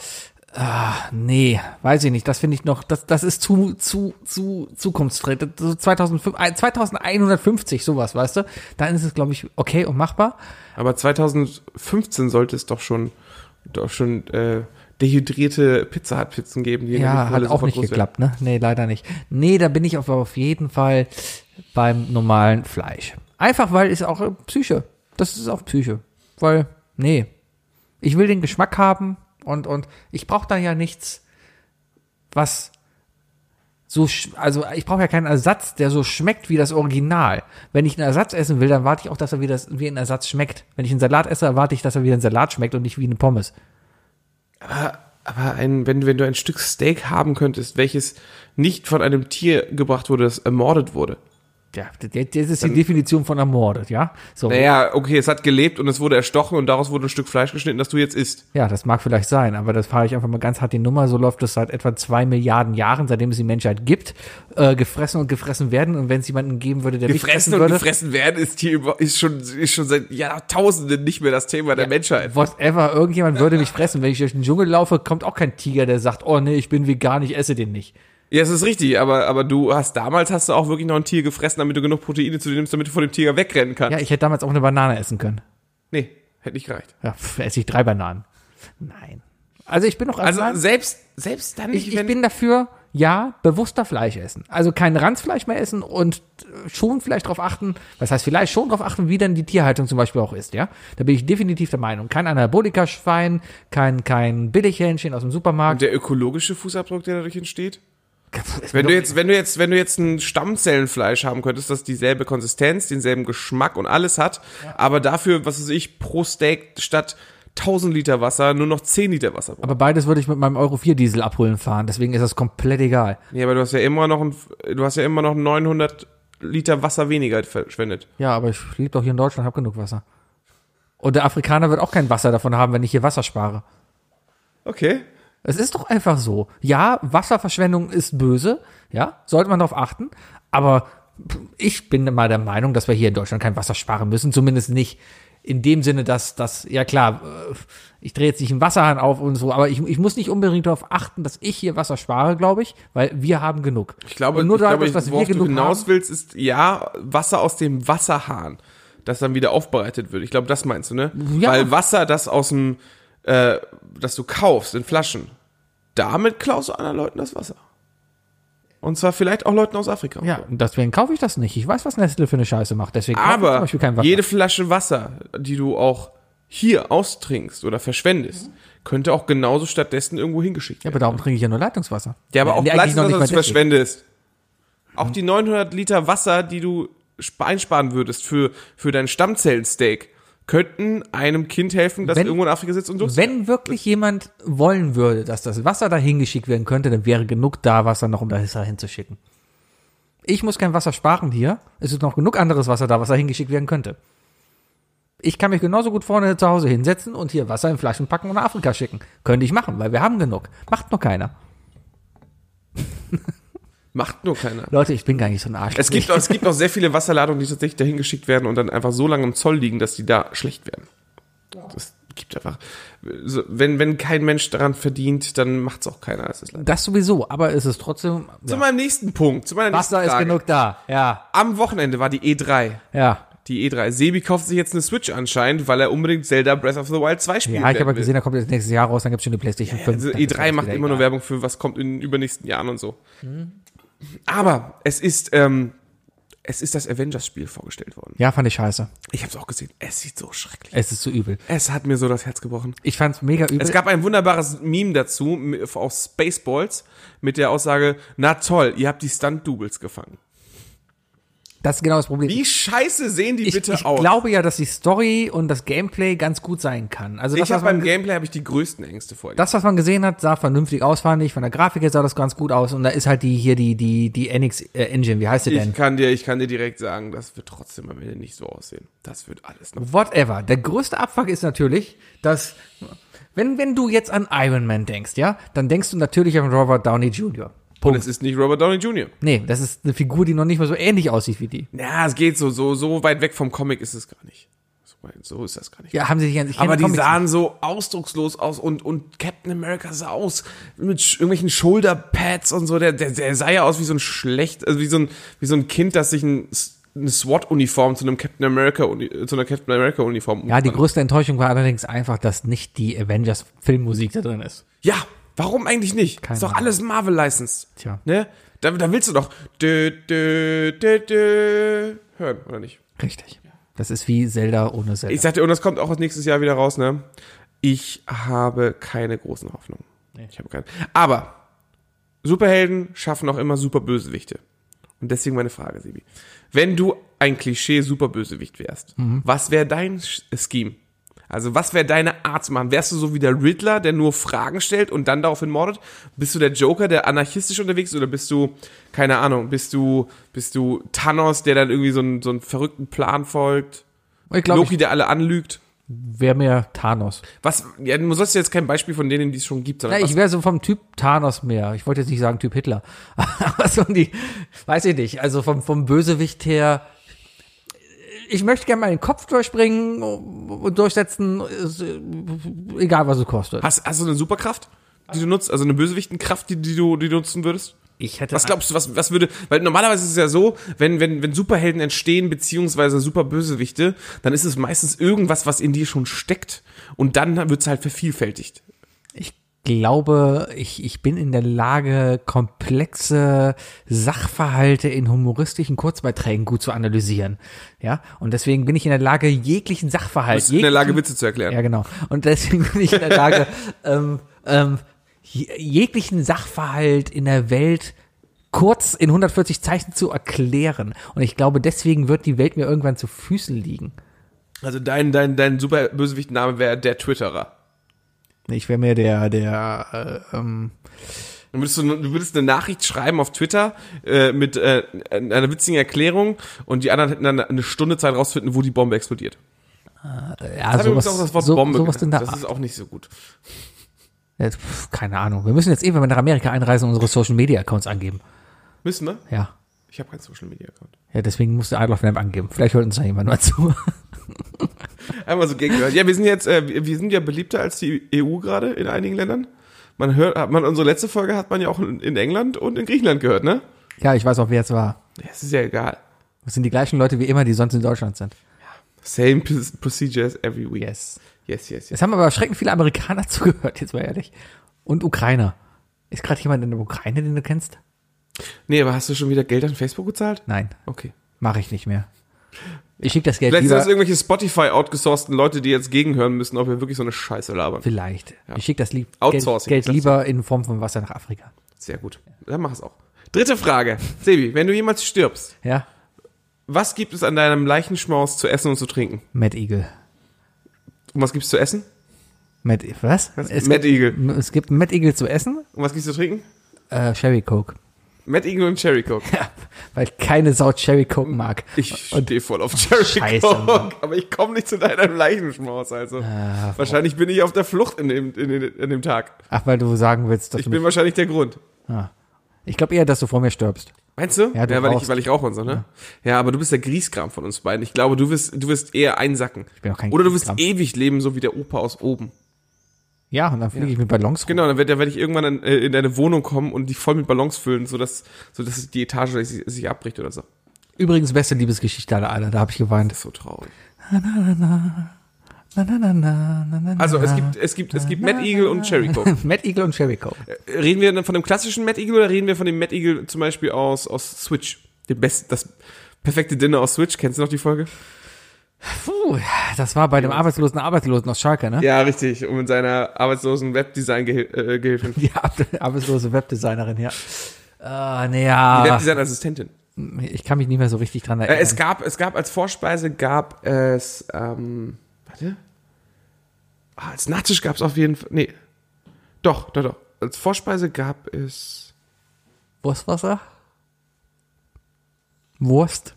Speaker 4: Ah, nee, weiß ich nicht. Das finde ich noch, das, das ist zu, zu, zu zukunftsfremd. So 2005, ein- 2150, sowas, weißt du? Dann ist es, glaube ich, okay und machbar.
Speaker 2: Aber 2015 sollte es doch schon, doch schon äh, dehydrierte Pizza Hut Pizzen geben. Die in der
Speaker 4: Ja,
Speaker 2: Mikrowelle
Speaker 4: hat auch
Speaker 2: sofort
Speaker 4: nicht
Speaker 2: groß werden.
Speaker 4: geklappt, ne? Nee, leider nicht. Nee, da bin ich auf, auf jeden Fall beim normalen Fleisch. Einfach, weil es auch äh, Psyche. Das ist auch Psyche. Weil, nee. Ich will den Geschmack haben und, und ich brauche da ja nichts, was so, sch- also ich brauche ja keinen Ersatz, der so schmeckt wie das Original. Wenn ich einen Ersatz essen will, dann warte ich auch, dass er wie, das, wie ein Ersatz schmeckt. Wenn ich einen Salat esse, erwarte ich, dass er wie ein Salat schmeckt und nicht wie eine Pommes.
Speaker 2: Aber ein, wenn, wenn du ein Stück Steak haben könntest, welches nicht von einem Tier gebracht wurde, das ermordet wurde.
Speaker 4: Ja, das das ist die Definition von ermordet, ja? So.
Speaker 2: Naja, okay, es hat gelebt und es wurde erstochen und daraus wurde ein Stück Fleisch geschnitten, das du jetzt isst.
Speaker 4: Ja, das mag vielleicht sein, aber das fahre ich einfach mal ganz hart die Nummer. So läuft es seit etwa zwei Milliarden Jahren, seitdem es die Menschheit gibt, äh, gefressen und gefressen werden. Und wenn es jemanden geben würde, der
Speaker 2: Gefressen
Speaker 4: mich
Speaker 2: und
Speaker 4: würde,
Speaker 2: gefressen werden ist hier über- ist schon, ist schon seit Jahrtausenden nicht mehr das Thema der Menschheit.
Speaker 4: whatever, irgendjemand würde mich fressen. Wenn ich durch den Dschungel laufe, kommt auch kein Tiger, der sagt, oh nee, ich bin vegan, ich esse den nicht.
Speaker 2: Ja, es ist richtig, aber, aber du hast damals hast du auch wirklich noch ein Tier gefressen, damit du genug Proteine zu dir nimmst, damit du vor dem Tiger wegrennen kannst.
Speaker 4: Ja, ich hätte damals auch eine Banane essen können.
Speaker 2: nee, hätte nicht gereicht.
Speaker 4: Ja, pff, esse ich drei Bananen. Nein. Also ich bin noch
Speaker 2: Also
Speaker 4: nein,
Speaker 2: selbst, selbst dann nicht,
Speaker 4: ich, ich bin dafür, ja, bewusster Fleisch essen. Also kein Ranzfleisch mehr essen und äh, schon vielleicht darauf achten, was heißt vielleicht schon darauf achten, wie denn die Tierhaltung zum Beispiel auch ist, ja. Da bin ich definitiv der Meinung. Kein Anabolika-Schwein, kein, kein Billighähnchen aus dem Supermarkt.
Speaker 2: der ökologische Fußabdruck, der dadurch entsteht.
Speaker 4: Ist mir
Speaker 2: Wenn
Speaker 4: doch-
Speaker 2: du jetzt, wenn du jetzt, wenn du jetzt ein Stammzellenfleisch haben könntest, das dieselbe Konsistenz, denselben Geschmack und alles hat, aber dafür, was weiß ich, pro Steak statt 1000 Liter Wasser nur noch 10 Liter Wasser brauchst.
Speaker 4: aber beides würde ich mit meinem Euro 4 Diesel abholen fahren, deswegen ist das komplett egal.
Speaker 2: Nee, aber du hast ja immer noch ein, du hast ja immer noch 900 Liter Wasser weniger verschwendet.
Speaker 4: Ja, aber ich lebe doch hier in Deutschland, habe genug Wasser. Und der Afrikaner wird auch kein Wasser davon haben, wenn ich hier Wasser spare.
Speaker 2: Okay.
Speaker 4: Es ist doch einfach so. Ja, Wasserverschwendung ist böse, ja, sollte man darauf achten, aber ich bin mal der Meinung, dass wir hier in Deutschland kein Wasser sparen müssen, zumindest nicht in dem Sinne, dass das, ja klar, äh, ich drehe jetzt nicht einen Wasserhahn auf und so, aber ich, ich muss nicht unbedingt darauf achten, dass ich hier Wasser spare, glaube ich, weil wir haben genug.
Speaker 2: Ich glaube,
Speaker 4: und nur
Speaker 2: ich glaube,
Speaker 4: dadurch, dass wir
Speaker 2: worauf du
Speaker 4: genug
Speaker 2: hinaus
Speaker 4: haben,
Speaker 2: willst, ist ja Wasser aus dem Wasserhahn, das dann wieder aufbereitet wird. Ich glaube, das meinst du, ne?
Speaker 4: Ja.
Speaker 2: Weil Wasser, das aus dem, äh, das du kaufst in Flaschen, damit klaust du anderen Leuten das Wasser. Und zwar vielleicht auch Leuten aus Afrika.
Speaker 4: ja, und deswegen kaufe ich das nicht. Ich weiß, was Nestle für eine Scheiße macht, deswegen kaufe ich zum
Speaker 2: Aber
Speaker 4: Beispiel kein Wasser.
Speaker 2: jede Flasche Wasser, die du auch hier austrinkst oder verschwendest, könnte auch genauso stattdessen irgendwo hingeschickt
Speaker 4: ja,
Speaker 2: werden.
Speaker 4: aber darum trinke ich ja nur Leitungswasser.
Speaker 2: Ja, aber auch
Speaker 4: Nee,
Speaker 2: nee,
Speaker 4: eigentlich noch
Speaker 2: Leistungswasser,
Speaker 4: nicht
Speaker 2: das du
Speaker 4: mal deswegen.
Speaker 2: verschwendest. Auch die 900 Liter Wasser, die du sp- einsparen würdest für, für dein Stammzellensteak, könnten einem Kind helfen, das
Speaker 4: Wenn-
Speaker 2: irgendwo in Afrika sitzt und durstig
Speaker 4: Wenn wirklich jemand wollen würde, dass das Wasser dahin geschickt werden könnte, dann wäre genug da Wasser noch, um das Wasser hinzuschicken. Ich muss kein Wasser sparen hier. Es ist noch genug anderes Wasser da, was da hingeschickt werden könnte. Ich kann mich genauso gut vorne zu Hause hinsetzen und hier Wasser in Flaschen packen und nach Afrika schicken. Könnte ich machen, weil wir haben genug. Macht nur keiner.
Speaker 2: Macht nur keiner.
Speaker 4: Leute, ich bin gar nicht so ein Arsch.
Speaker 2: Es gibt, es gibt noch sehr viele Wasserladungen, die tatsächlich dahin geschickt werden und dann einfach so lange im Zoll liegen, dass die da schlecht werden. Das gibt einfach. So, wenn, wenn kein Mensch daran verdient, dann macht's auch keiner. Das ist leider.
Speaker 4: das sowieso, aber es ist trotzdem.
Speaker 2: Zu
Speaker 4: Ja,
Speaker 2: meinem nächsten Punkt, zu meiner nächsten
Speaker 4: Wasser ist
Speaker 2: Frage.
Speaker 4: genug da. Ja,
Speaker 2: Am Wochenende war die E E3.
Speaker 4: ja.
Speaker 2: Die E3. Sebi kauft sich jetzt eine Switch anscheinend, weil er unbedingt Zelda Breath of the Wild 2 spielen
Speaker 4: Ja, ich habe
Speaker 2: werden
Speaker 4: ja
Speaker 2: will.
Speaker 4: gesehen, da kommt jetzt nächstes Jahr raus, dann gibt's schon eine PlayStation 5.
Speaker 2: Also
Speaker 4: dann ist
Speaker 2: E3
Speaker 4: alles
Speaker 2: macht
Speaker 4: wieder
Speaker 2: immer nur
Speaker 4: egal.
Speaker 2: Werbung für was kommt in den übernächsten Jahren und so.
Speaker 4: Mhm.
Speaker 2: Aber es ist, ähm, es ist das Avengers-Spiel vorgestellt worden.
Speaker 4: Ja, fand ich scheiße.
Speaker 2: Ich habe es auch gesehen. Es sieht so schrecklich.
Speaker 4: Es ist zu übel.
Speaker 2: Es hat mir so das Herz gebrochen.
Speaker 4: Ich fand's mega übel.
Speaker 2: Es gab ein wunderbares Meme dazu m- aus Spaceballs mit der Aussage: Na toll, ihr habt die Stunt-Doubles gefangen.
Speaker 4: das ist genau das Problem.
Speaker 2: Wie scheiße sehen die
Speaker 4: ich,
Speaker 2: bitte
Speaker 4: ich
Speaker 2: aus?
Speaker 4: glaube ja, dass die Story und das Gameplay ganz gut sein kann. Also das,
Speaker 2: ich
Speaker 4: was
Speaker 2: habe
Speaker 4: man,
Speaker 2: beim Gameplay habe ich die größten Ängste vor.
Speaker 4: das, was man gesehen hat, sah vernünftig aus, fand ich. Von der Grafik her sah das ganz gut aus. Und da ist halt die hier die die die NX äh, Engine. Wie heißt sie
Speaker 2: ich
Speaker 4: denn?
Speaker 2: kann dir, ich kann dir direkt sagen, das wird trotzdem am Ende nicht so aussehen. Das wird alles noch.
Speaker 4: Whatever. Der größte Abfuck ist natürlich, dass wenn wenn du jetzt an Iron Man denkst, ja, dann denkst du natürlich an Robert Downey Jr.
Speaker 2: Und es ist nicht Robert Downey Jr.
Speaker 4: Nee, das ist eine Figur, die noch nicht mal so ähnlich aussieht wie die.
Speaker 2: Ja, es geht so, so, so weit weg vom Comic ist es gar nicht. So, weit- so ist das gar nicht.
Speaker 4: Ja, haben sie sich ganz. ich
Speaker 2: Aber
Speaker 4: kenne
Speaker 2: die
Speaker 4: Comics
Speaker 2: sahen so ausdruckslos aus und, und Captain America sah aus mit sch- irgendwelchen Shoulderpads und so. Der, der, der sah ja aus wie so ein schlecht, also wie so ein, wie so ein Kind, das sich ein, S- eine SWAT-Uniform zu einem Captain America, Uni- zu einer Captain America-Uniform
Speaker 4: Ja, die größte Enttäuschung war allerdings einfach, dass nicht die Avengers-Filmmusik da drin ist.
Speaker 2: Ja, warum eigentlich nicht?
Speaker 4: Keine
Speaker 2: ist doch
Speaker 4: Ahnung.
Speaker 2: alles Marvel-licensed.
Speaker 4: Tja.
Speaker 2: Ne? Da, da willst du doch dö, dö, dö, dö, hören, oder nicht?
Speaker 4: Richtig. Das ist wie Zelda ohne Zelda.
Speaker 2: Ich sagte, und das kommt auch nächstes Jahr wieder raus, ne? Ich habe keine großen Hoffnungen. Ich habe keine. Aber Superhelden schaffen auch immer Superbösewichte. Und deswegen meine Frage, Sebi. Wenn du ein Klischee-Superbösewicht wärst, was wäre dein Sch- äh, Scheme? Also, was wäre deine Art zu machen? Wärst du so wie der Riddler, der nur Fragen stellt und dann daraufhin mordet? Bist du der Joker, der anarchistisch unterwegs ist? Oder bist du, keine Ahnung, bist du, bist du Thanos, der dann irgendwie so einen, so einen verrückten Plan folgt?
Speaker 4: Ich glaube,
Speaker 2: Loki, der alle anlügt.
Speaker 4: ich wäre mir Thanos.
Speaker 2: Was, ja, du sollst jetzt kein Beispiel von denen, die es schon gibt, sondern
Speaker 4: Ja, ich
Speaker 2: was,
Speaker 4: wäre so vom Typ Thanos mehr. Ich wollte jetzt nicht sagen Typ Hitler. Aber so die, weiß ich nicht. Also vom, vom Bösewicht her. äh, Ich möchte gerne mal den Kopf durchbringen und durchsetzen, ist, äh, egal was es kostet.
Speaker 2: hast, hast du eine Superkraft, die du nutzt, also eine Bösewichtenkraft, die, die, du, die du nutzen würdest?
Speaker 4: Ich hätte
Speaker 2: Was glaubst du, was, was würde, weil normalerweise ist es ja so, wenn, wenn, wenn Superhelden entstehen, beziehungsweise Superbösewichte, dann ist es meistens irgendwas, was in dir schon steckt und dann wird es halt vervielfältigt.
Speaker 4: Ich glaube, ich, ich bin in der Lage, komplexe Sachverhalte in humoristischen Kurzbeiträgen gut zu analysieren. Ja, und deswegen bin ich in der Lage, jeglichen Sachverhalt.
Speaker 2: Bist du Um in der
Speaker 4: jeglichen-
Speaker 2: Lage, Witze zu erklären?
Speaker 4: Ja, genau. Und deswegen bin ich in der Lage, ähm, ähm, je- jeglichen Sachverhalt in der Welt kurz in 140 Zeichen zu erklären. Und ich glaube, deswegen wird die Welt mir irgendwann zu Füßen liegen.
Speaker 2: Also dein, dein, dein Superbösewichtenname wäre der Twitterer.
Speaker 4: Ich wäre mir der, der, äh, ähm,
Speaker 2: Dann würdest du, du würdest eine Nachricht schreiben auf Twitter äh, mit äh, einer witzigen Erklärung und die anderen hätten dann eine Stunde Zeit rausfinden, wo die Bombe explodiert.
Speaker 4: ja,
Speaker 2: Hab übrigens
Speaker 4: sowas,
Speaker 2: auch das Wort
Speaker 4: so,
Speaker 2: Bombe.
Speaker 4: sowas in der
Speaker 2: das
Speaker 4: Art.
Speaker 2: ist auch nicht so gut.
Speaker 4: Ja, pf, keine Ahnung. Wir müssen jetzt irgendwann mal nach Amerika einreisen und unsere Social Media Accounts angeben.
Speaker 2: Müssen wir?
Speaker 4: Ja.
Speaker 2: Ich habe keinen Social Media Account.
Speaker 4: Ja, deswegen musste Adolf Lamp angeben. Vielleicht hört uns da jemand mal zu.
Speaker 2: Einmal so gegengehört. Ja, wir sind jetzt, äh, wir- wir sind ja beliebter als die EU gerade in einigen Ländern. Man hört, hat man unsere letzte Folge hat man ja auch in in England und in Griechenland gehört, ne?
Speaker 4: Ja, ich weiß auch, wer es war.
Speaker 2: Ja, es ist ja egal.
Speaker 4: Das sind die gleichen Leute wie immer, die sonst in Deutschland sind.
Speaker 2: Same pr- procedures every week.
Speaker 4: Yes.
Speaker 2: yes, yes. yes.
Speaker 4: Es haben aber erschreckend viele Amerikaner zugehört, jetzt mal ehrlich. Und Ukrainer. Ist gerade jemand in der Ukraine, den du kennst?
Speaker 2: Nee, aber hast du schon wieder Geld an Facebook gezahlt?
Speaker 4: Nein,
Speaker 2: Okay.
Speaker 4: mache ich nicht mehr. Ich schicke das Geld
Speaker 2: Vielleicht sind das
Speaker 4: lieber.
Speaker 2: irgendwelche Spotify-outgesourceten Leute, die jetzt gegenhören müssen, ob wir wirklich so eine Scheiße labern.
Speaker 4: Vielleicht. Ich schicke das lieb Geld,
Speaker 2: Outsourcing.
Speaker 4: Geld lieber in Form von Wasser nach Afrika.
Speaker 2: Sehr gut. Dann mach es auch. Dritte Frage. Sebi, wenn du jemals stirbst,
Speaker 4: Ja?
Speaker 2: was gibt es an deinem Leichenschmaus zu essen und zu trinken?
Speaker 4: Mad Eagle.
Speaker 2: Und was gibt's zu essen?
Speaker 4: Mad, E- was?
Speaker 2: Mad Eagle.
Speaker 4: Es gibt Mad Eagle zu essen
Speaker 2: Und was gibt's zu trinken?
Speaker 4: Äh, Sherry Coke.
Speaker 2: Matt Eagle und Cherry Coke.
Speaker 4: Ja, weil keine Sau Cherry Coke mag.
Speaker 2: Ich stehe voll auf Cherry
Speaker 4: scheiße, Mann. Ah,
Speaker 2: Coke, aber ich komme nicht zu deinem Leichenschmaus. Also wahrscheinlich bin ich auf der Flucht in dem, in, den- in dem Tag.
Speaker 4: Ach, weil du sagen willst, dass
Speaker 2: Ich
Speaker 4: du
Speaker 2: bin
Speaker 4: mich,
Speaker 2: wahrscheinlich der Grund.
Speaker 4: Ich glaube eher, dass du vor mir stirbst.
Speaker 2: Meinst du?
Speaker 4: Ja, du
Speaker 2: weil ich
Speaker 4: rauchst.
Speaker 2: weil ich rauche und so, ne? Ja. aber du bist der Grieskram von uns beiden. Ich glaube, du wirst du wirst eher einsacken. Ich
Speaker 4: bin auch kein
Speaker 2: Oder du wirst
Speaker 4: Grieskram.
Speaker 2: ewig leben, so wie der Opa aus oben.
Speaker 4: Ja, und dann fliege ich mit Ballons rum.
Speaker 2: Genau, dann werde werd ich irgendwann in, äh, in deine Wohnung kommen und die voll mit Ballons füllen, sodass, sodass die Etage sich, sich abbricht oder so.
Speaker 4: Übrigens, beste Liebesgeschichte aller, aller. Da habe ich geweint.
Speaker 2: So traurig.
Speaker 4: Na, na, na, na, na, na,
Speaker 2: Also es
Speaker 4: na.
Speaker 2: gibt es gibt es gibt Matt Eagle und Cherry Coke. Äh,
Speaker 4: Matt Eagle und Cherry Coke.
Speaker 2: Reden wir dann von dem klassischen Mad Eagle oder reden wir von dem Mad Eagle zum Beispiel aus, aus Switch? Den besten, das perfekte Dinner aus Switch. Kennst du noch die Folge?
Speaker 4: Puh, das war bei dem arbeitslosen Arbeitslosen aus Schalke, ne?
Speaker 2: Ja, richtig. Und mit seiner arbeitslosen äh, Webdesign-Gehilfin.
Speaker 4: Die Ar- arbeitslose Webdesignerin, ja. Ah, nee, ja.
Speaker 2: Webdesign-Assistentin.
Speaker 4: Ich kann mich nicht mehr so richtig dran
Speaker 2: Äh,
Speaker 4: erinnern.
Speaker 2: es gab, es gab als Vorspeise gab es, ähm, warte. Ah, als Nachtisch gab es auf jeden Fall, nee. Doch, doch, doch. Als Vorspeise gab es,
Speaker 4: Wurstwasser? Wurst?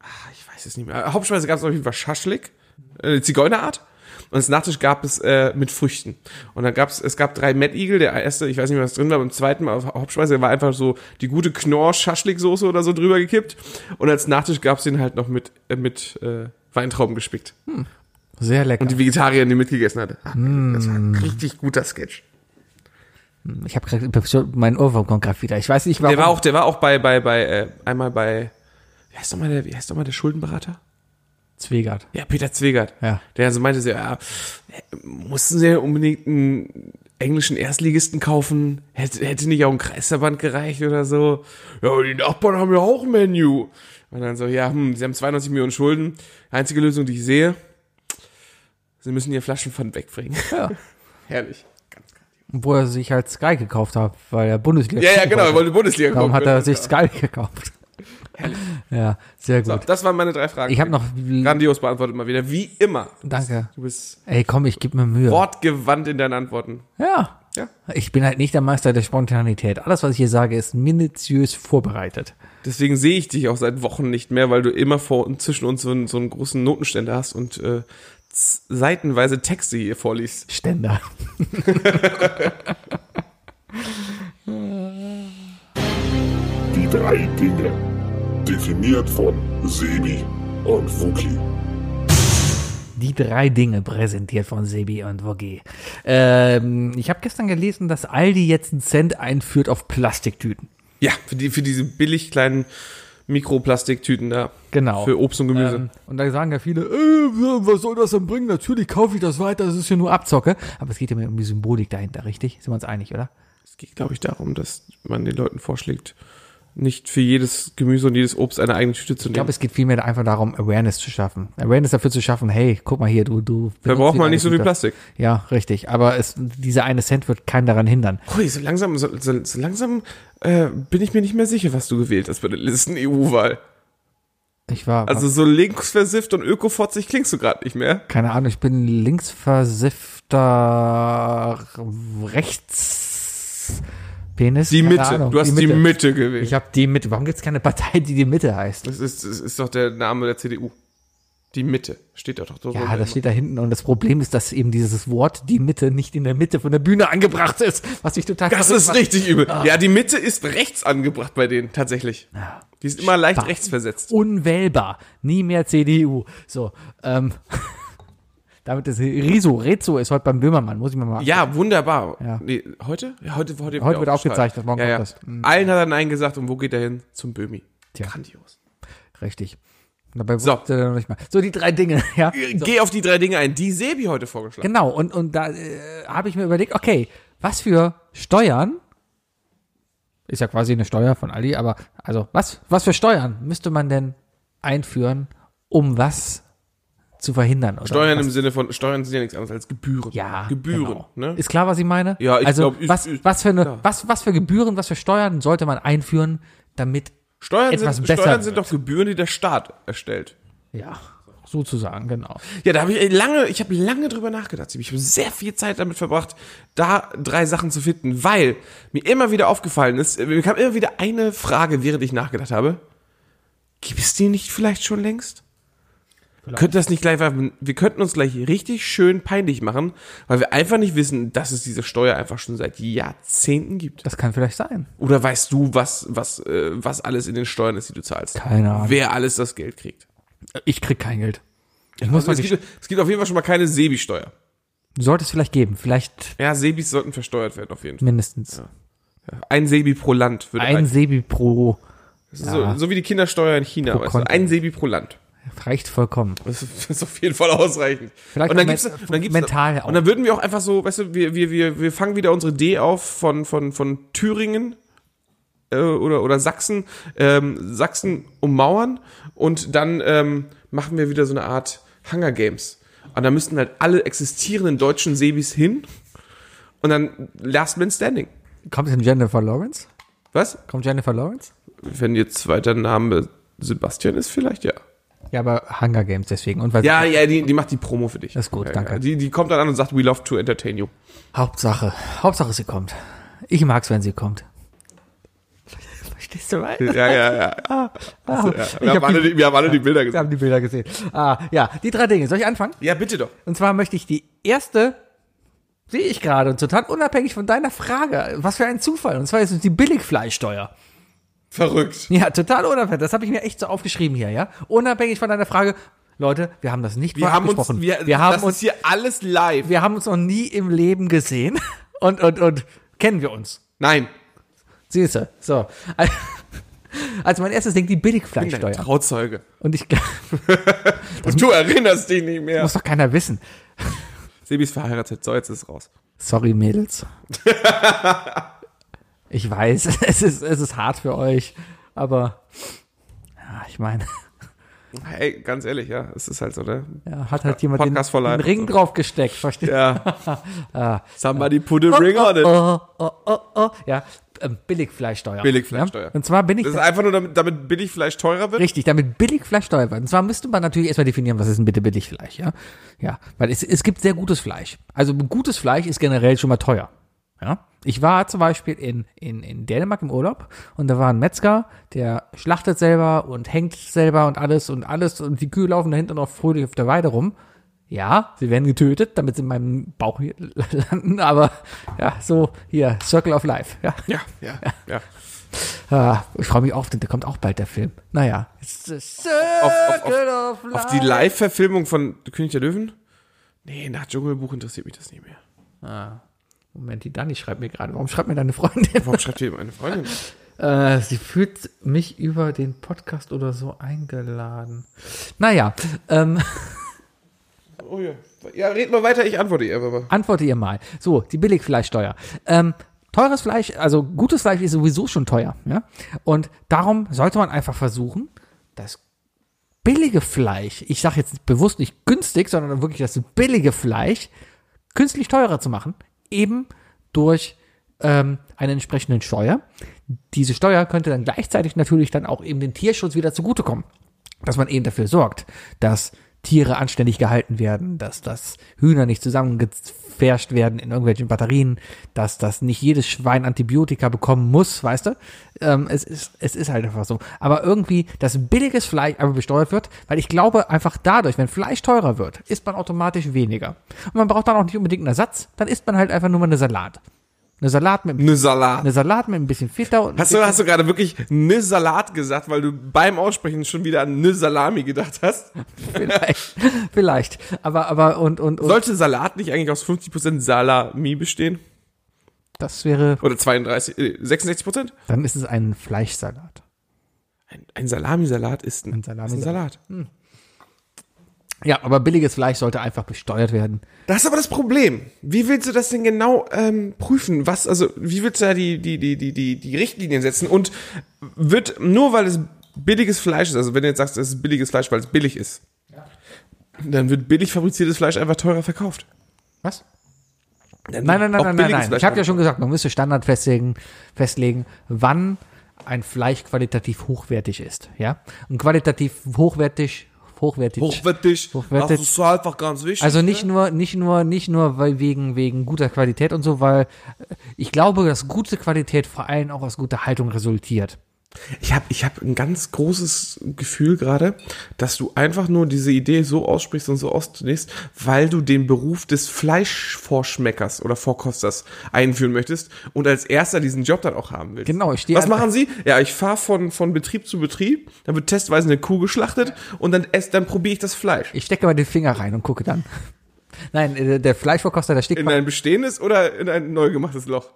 Speaker 2: ah, ich weiß es nicht mehr. Hauptspeise gab es auf jeden Fall Schaschlik, äh, Zigeunerart. Und als Nachtisch gab es äh, mit Früchten. Und dann gab es, es gab drei Mad Eagle, der erste, ich weiß nicht mehr, was drin war, beim zweiten Mal auf Hauptspeise war einfach so die gute Knorr-Schaschlik-Soße oder so drüber gekippt. Und als Nachtisch gab es den halt noch mit, äh, mit äh, Weintrauben gespickt.
Speaker 4: Sehr lecker.
Speaker 2: Und die Vegetarierin, die mitgegessen hatte. Ah, Das war ein richtig guter Sketch.
Speaker 4: ich habe gerade mein Ohrwurm kommt gerade wieder. Ich weiß nicht, warum.
Speaker 2: Der war auch, der war auch bei, bei, bei, äh, einmal bei, wie heißt doch mal der, wie heißt doch mal der Schuldenberater?
Speaker 4: Zwegert.
Speaker 2: Ja, Peter Zwegert.
Speaker 4: Ja.
Speaker 2: Der so meinte so, ja, äh, mussten sie unbedingt einen englischen Erstligisten kaufen? Hätte, hätte nicht auch ein Kreisverband gereicht oder so? Ja, aber die Nachbarn haben ja auch Menu. Und dann so, ja, hm, sie haben 92 Millionen Schulden. Einzige Lösung, die ich sehe, sie müssen ihr Flaschenpfand wegbringen.
Speaker 4: Ja.
Speaker 2: Herrlich.
Speaker 4: Wo er sich halt Sky gekauft hat, weil er Bundesliga
Speaker 2: Ja, ja,
Speaker 4: gucken
Speaker 2: genau, er
Speaker 4: wollte.
Speaker 2: wollte Bundesliga Genau.
Speaker 4: Darum
Speaker 2: gucken.
Speaker 4: hat er sich Sky gekauft. Ja, sehr
Speaker 2: So,
Speaker 4: gut.
Speaker 2: das waren meine drei Fragen.
Speaker 4: Ich habe noch.
Speaker 2: grandios beantwortet mal wieder, wie immer.
Speaker 4: Danke.
Speaker 2: Du bist
Speaker 4: Ey, komm, ich gebe mir Mühe.
Speaker 2: wortgewandt in deinen Antworten.
Speaker 4: Ja.
Speaker 2: Ja.
Speaker 4: Ich bin halt nicht der Meister der Spontanität. Alles, was ich hier sage, ist minutiös vorbereitet.
Speaker 2: Deswegen sehe ich dich auch seit Wochen nicht mehr, weil du immer vor und zwischen uns so einen, so einen großen Notenständer hast und äh, z- seitenweise Texte hier vorliest.
Speaker 4: Ständer.
Speaker 1: Die drei Dinge. Definiert von Sebi und Wookie.
Speaker 4: Die drei Dinge präsentiert von Sebi und Vogi. Ähm, ich habe gestern gelesen, dass Aldi jetzt einen Cent einführt auf Plastiktüten.
Speaker 2: Ja, für, die, für diese billig kleinen Mikroplastiktüten da.
Speaker 4: Genau.
Speaker 2: Für Obst und Gemüse.
Speaker 4: Ähm, und da sagen ja viele, äh, was soll das denn bringen? Natürlich kaufe ich das weiter, das ist ja nur Abzocke. Aber es geht ja mehr um die Symbolik dahinter, richtig? Sind wir uns einig, oder?
Speaker 2: Es geht, glaube ich, darum, dass man den Leuten vorschlägt, nicht für jedes Gemüse und jedes Obst eine eigene Tüte zu
Speaker 4: Ich glaube,
Speaker 2: nehmen.
Speaker 4: es geht vielmehr einfach darum, Awareness zu schaffen. Awareness dafür zu schaffen, hey, guck mal hier, du, du.
Speaker 2: Da braucht man
Speaker 4: benutzt wieder
Speaker 2: nicht so viel
Speaker 4: Tüte.
Speaker 2: Plastik.
Speaker 4: Ja, richtig. Aber es, dieser eine Cent wird keinen daran hindern.
Speaker 2: Ui, so langsam, so, so, so langsam äh, bin ich mir nicht mehr sicher, was du gewählt hast bei der letzten EU-Wahl.
Speaker 4: Ich war,
Speaker 2: Also so linksversifft und ökofotzig klingst du gerade nicht mehr.
Speaker 4: keine Ahnung, ich bin linksversiffter rechts Penis.
Speaker 2: Die
Speaker 4: Keine
Speaker 2: Mitte,
Speaker 4: Ahnung,
Speaker 2: du hast die Mitte, gewählt.
Speaker 4: Ich habe die Mitte. Warum gibt's keine Partei, die die Mitte heißt?
Speaker 2: das, ist, das ist doch der Name der CDU. Die Mitte. Steht da doch so.
Speaker 4: Ja, das steht da hinten und das Problem ist, dass eben dieses Wort die Mitte nicht in der Mitte von der Bühne angebracht ist, was ich total
Speaker 2: das
Speaker 4: verrückt
Speaker 2: ist
Speaker 4: macht.
Speaker 2: richtig übel.
Speaker 4: Ah.
Speaker 2: Ja, die Mitte ist rechts angebracht bei denen, tatsächlich. Die ist immer leicht
Speaker 4: Spannend.
Speaker 2: rechts versetzt.
Speaker 4: unwählbar. Nie mehr CDU. So, ähm, damit ist Riso, Rezo ist heute beim Böhmermann, muss ich mir mal.
Speaker 2: Ja, wunderbar.
Speaker 4: Ja.
Speaker 2: Nee, heute? Ja, heute, heute,
Speaker 4: Heute wird
Speaker 2: aufgestrahlt.
Speaker 4: aufgezeichnet, morgen
Speaker 2: ja, ja.
Speaker 4: kommt das. Mhm.
Speaker 2: Allen hat er Nein gesagt und wo geht er hin? Zum Böhmi.
Speaker 4: Tja.
Speaker 2: Grandios.
Speaker 4: Richtig. Dabei
Speaker 2: So. Äh,
Speaker 4: wusste er noch nicht mal. So, die drei Dinge, ja. So.
Speaker 2: Geh auf die drei Dinge ein, die Sebi heute vorgeschlagen
Speaker 4: Genau, und, und da äh, habe ich mir überlegt, okay, was für Steuern, ist ja quasi eine Steuer von Ali, aber also was, was für Steuern müsste man denn einführen, um was zu verhindern? Oder
Speaker 2: Steuern
Speaker 4: Genau. was?
Speaker 2: im Sinne von, Steuern sind ja nichts anderes als Gebühren.
Speaker 4: Ja,
Speaker 2: Gebühren,
Speaker 4: genau.
Speaker 2: ne?
Speaker 4: Ist klar, was ich meine?
Speaker 2: Ja, ich
Speaker 4: also,
Speaker 2: glaub, ist-
Speaker 4: was,
Speaker 2: ist-
Speaker 4: was, für eine,
Speaker 2: klar.
Speaker 4: was, was für Gebühren, was für Steuern sollte man einführen, damit,
Speaker 2: Steuern,
Speaker 4: etwas
Speaker 2: sind,
Speaker 4: besser
Speaker 2: Steuern sind
Speaker 4: wird.
Speaker 2: doch Gebühren, die der Staat erstellt.
Speaker 4: ja, sozusagen, genau.
Speaker 2: Ja, da habe ich lange, ich habe lange drüber nachgedacht. Ich habe sehr viel Zeit damit verbracht, da drei Sachen zu finden, weil mir immer wieder aufgefallen ist, äh, mir kam immer wieder eine Frage, während ich nachgedacht habe. Gibt es die nicht vielleicht schon längst? Könnte das nicht gleich, wir könnten uns gleich richtig schön peinlich machen, weil wir einfach nicht wissen, dass es diese Steuer einfach schon seit Jahrzehnten gibt.
Speaker 4: Das kann vielleicht sein.
Speaker 2: Oder weißt du, was, was, äh, was alles in den Steuern ist, die du zahlst?
Speaker 4: Keine Ahnung.
Speaker 2: Wer alles das Geld kriegt.
Speaker 4: Ich krieg kein Geld. Ich muss mal
Speaker 2: also es, gibt, es gibt auf jeden Fall schon mal keine Sebi-Steuer.
Speaker 4: sollte es vielleicht geben, vielleicht
Speaker 2: Ja, Sebis sollten versteuert werden, auf jeden Fall.
Speaker 4: mindestens
Speaker 2: Ein Sebi pro Land würde
Speaker 4: ein
Speaker 2: reichen.
Speaker 4: Sebi pro
Speaker 2: so, so wie die Kindersteuer in China.
Speaker 4: Pro
Speaker 2: weißt du? Ein
Speaker 4: Kontinent.
Speaker 2: Sebi pro Land.
Speaker 4: reicht vollkommen.
Speaker 2: Das ist, das ist auf jeden Fall ausreichend.
Speaker 4: Vielleicht
Speaker 2: und dann
Speaker 4: auch
Speaker 2: gibt's,
Speaker 4: men-
Speaker 2: und dann gibt's,
Speaker 4: mental auch.
Speaker 2: Und dann würden wir auch einfach so, weißt du, wir, wir, wir, wir fangen wieder unsere D auf von, von, von Thüringen äh, oder, oder Sachsen, ähm, Sachsen ummauern und dann ähm, machen wir wieder so eine Art Hunger Games. Und da müssten halt alle existierenden deutschen Sebis hin und dann Last Man Standing.
Speaker 4: Kommt denn Jennifer Lawrence?
Speaker 2: Was?
Speaker 4: Kommt Jennifer Lawrence?
Speaker 2: Wenn ihr zweiter Name Sebastian ist, vielleicht ja.
Speaker 4: Ja, aber Hunger Games deswegen. Und weil
Speaker 2: Ja, ja, die, die macht die Promo für dich.
Speaker 4: Das ist gut,
Speaker 2: ja,
Speaker 4: danke.
Speaker 2: Ja. Die, die kommt dann an und sagt, we love to entertain you.
Speaker 4: Hauptsache, Hauptsache sie kommt. Ich mag's, wenn sie kommt. Verstehst du was? Ah,
Speaker 2: Ja, ja, ja.
Speaker 4: ich
Speaker 2: Wir, haben
Speaker 4: hab
Speaker 2: alle,
Speaker 4: die,
Speaker 2: die, wir haben alle die Bilder
Speaker 4: wir
Speaker 2: gesehen.
Speaker 4: haben die Bilder gesehen. Ah, ja, die drei Dinge. Soll ich anfangen?
Speaker 2: Ja, bitte doch.
Speaker 4: Und zwar möchte ich die erste, sehe ich gerade, und total unabhängig von deiner Frage, was für ein Zufall. Und zwar ist es die Billigfleischsteuer.
Speaker 2: Verrückt.
Speaker 4: Ja, total unabhängig. Das habe ich mir echt so aufgeschrieben hier, ja? Unabhängig von deiner Frage, Leute, wir haben das nicht
Speaker 2: Wir haben uns,
Speaker 4: gesprochen.
Speaker 2: wir,
Speaker 4: wir haben
Speaker 2: das ist
Speaker 4: uns,
Speaker 2: hier alles live.
Speaker 4: wir haben uns noch nie im Leben gesehen und, und, und kennen wir uns.
Speaker 2: Nein.
Speaker 4: Siehst du, so. Also mein erstes Ding, die
Speaker 2: Ich bin dein
Speaker 4: Billigfleischsteuer.
Speaker 2: Trauzeuge.
Speaker 4: Und ich glaub,
Speaker 2: Und du erinnerst dich nicht mehr.
Speaker 4: muss doch keiner wissen.
Speaker 2: Sebi ist verheiratet. So, jetzt ist es raus.
Speaker 4: Sorry, Mädels. ich weiß, es ist, es ist hart für euch, aber ja, ich meine,
Speaker 2: Hey, ganz ehrlich, ja. Es ist halt so, ne?
Speaker 4: ja, hat halt jemand den,
Speaker 2: Podcast for
Speaker 4: den
Speaker 2: life.
Speaker 4: Ring draufgesteckt, versteht
Speaker 2: Ja. Somebody put a ring on it.
Speaker 4: Ah. Oh, oh, oh, oh, ja, ähm, Billigfleischsteuer.
Speaker 2: Billigfleischsteuer.
Speaker 4: Ja? Und zwar bin ich
Speaker 2: Das ist einfach nur, damit, damit Billigfleisch teurer wird.
Speaker 4: Richtig, damit Billigfleisch steuert wird. Und zwar müsste man natürlich erstmal definieren, was ist denn bitte Billigfleisch, ja? Ja, weil es, es gibt sehr gutes Fleisch. Also gutes Fleisch ist generell schon mal teuer. Ja? Ich war zum Beispiel in, in, in Dänemark im Urlaub und da war ein Metzger, der schlachtet selber und hängt selber und alles und alles und die Kühe laufen da hinten noch fröhlich auf der Weide rum. Ja, sie werden getötet, damit sie in meinem Bauch hier landen, aber ja, so hier, Circle of Life, ja.
Speaker 2: Ja, ja, ja.
Speaker 4: Ah, ich freue mich auf, denn da kommt auch bald der Film. Naja. äh,
Speaker 2: Auf, auf, auf, auf die Live-Verfilmung von König der Löwen? Nee, nach Dschungelbuch interessiert mich das nicht mehr.
Speaker 4: Moment, die Dani schreibt mir gerade. Warum schreibt mir deine Freundin?
Speaker 2: Warum schreibt hier meine Freundin?
Speaker 4: Äh, sie fühlt mich über den Podcast oder so eingeladen. Naja, ähm,
Speaker 2: Oh ja. Ja, red mal weiter, ich antworte ihr einfach mal.
Speaker 4: antworte ihr mal. So, die Billigfleischsteuer. Ähm, teures Fleisch, also gutes Fleisch ist sowieso schon teuer. Ja? Und darum sollte man einfach versuchen, das billige Fleisch, ich sage jetzt bewusst nicht günstig, sondern wirklich das billige Fleisch, künstlich teurer zu machen, eben durch ähm, eine entsprechende Steuer. Diese Steuer könnte dann gleichzeitig natürlich dann auch eben den Tierschutz wieder zugutekommen dass man eben dafür sorgt, dass Tiere anständig gehalten werden, dass das Hühner nicht zusammengepfercht werden in irgendwelchen Batterien, dass das nicht jedes Schwein Antibiotika bekommen muss, weißt du? Ähm, es, ist, es ist halt einfach so. Aber irgendwie, dass billiges Fleisch aber besteuert wird, weil ich glaube einfach dadurch, wenn Fleisch teurer wird, isst man automatisch weniger. Und man braucht dann auch nicht unbedingt einen Ersatz, dann isst man halt einfach nur mal eine Salat. Eine Salat mit,
Speaker 2: Ne Salat.
Speaker 4: eine Salat mit ein bisschen Feta und
Speaker 2: Hast du, hast du gerade wirklich ne Salat gesagt, weil du beim Aussprechen schon wieder an ne Salami gedacht hast?
Speaker 4: vielleicht, vielleicht. Aber, aber, und, und, und
Speaker 2: Sollte Salat nicht eigentlich aus 50% Salami bestehen?
Speaker 4: das wäre
Speaker 2: Oder 32, äh, 66%?
Speaker 4: Dann ist es ein Fleischsalat.
Speaker 2: Ein, ein Salamisalat ist ein,
Speaker 4: Ein Salamisalat.
Speaker 2: Ist ein Salat.
Speaker 4: Ja, aber billiges Fleisch sollte einfach besteuert werden.
Speaker 2: Das ist aber das Problem. Wie willst du das denn genau ähm, prüfen? Was, also, wie willst du da die, die, die, die, die, die Richtlinien setzen? Und wird, nur weil es billiges Fleisch ist, also wenn du jetzt sagst, es ist billiges Fleisch, weil es billig ist, dann wird billig fabriziertes Fleisch einfach teurer verkauft.
Speaker 4: Was?
Speaker 2: Dann
Speaker 4: Nein, nein, nein,
Speaker 2: auch
Speaker 4: nein, nein,
Speaker 2: billiges
Speaker 4: nein.
Speaker 2: Fleisch
Speaker 4: Ich habe ja
Speaker 2: einfach-
Speaker 4: schon gesagt, man müsste Standard festlegen, festlegen, wann ein Fleisch qualitativ hochwertig ist. Ja, und qualitativ hochwertig hochwertig.
Speaker 2: Hochwertig.
Speaker 4: Hochwertig.
Speaker 2: Das ist einfach ganz wichtig. ne?
Speaker 4: Also nicht nur, nicht nur, nicht nur weil wegen, wegen guter Qualität und so, weil äh, ich glaube, dass gute Qualität vor allem auch aus guter Haltung resultiert.
Speaker 2: Ich habe ich hab ein ganz großes Gefühl gerade, dass du einfach nur diese Idee so aussprichst und so aussprichst, weil du den Beruf des Fleischvorschmeckers oder Vorkosters einführen möchtest und als erster diesen Job dann auch haben willst.
Speaker 4: Genau, ich stehe
Speaker 2: Was
Speaker 4: einfach-
Speaker 2: machen sie? Ja, ich fahre von, von Betrieb zu Betrieb, dann wird testweise eine Kuh geschlachtet und dann, ess- dann probiere ich das Fleisch.
Speaker 4: Ich stecke mal den Finger rein und gucke dann. Nein, äh, der Fleischverkoster, der steckt
Speaker 2: In ein bestehendes oder in ein neu gemachtes Loch?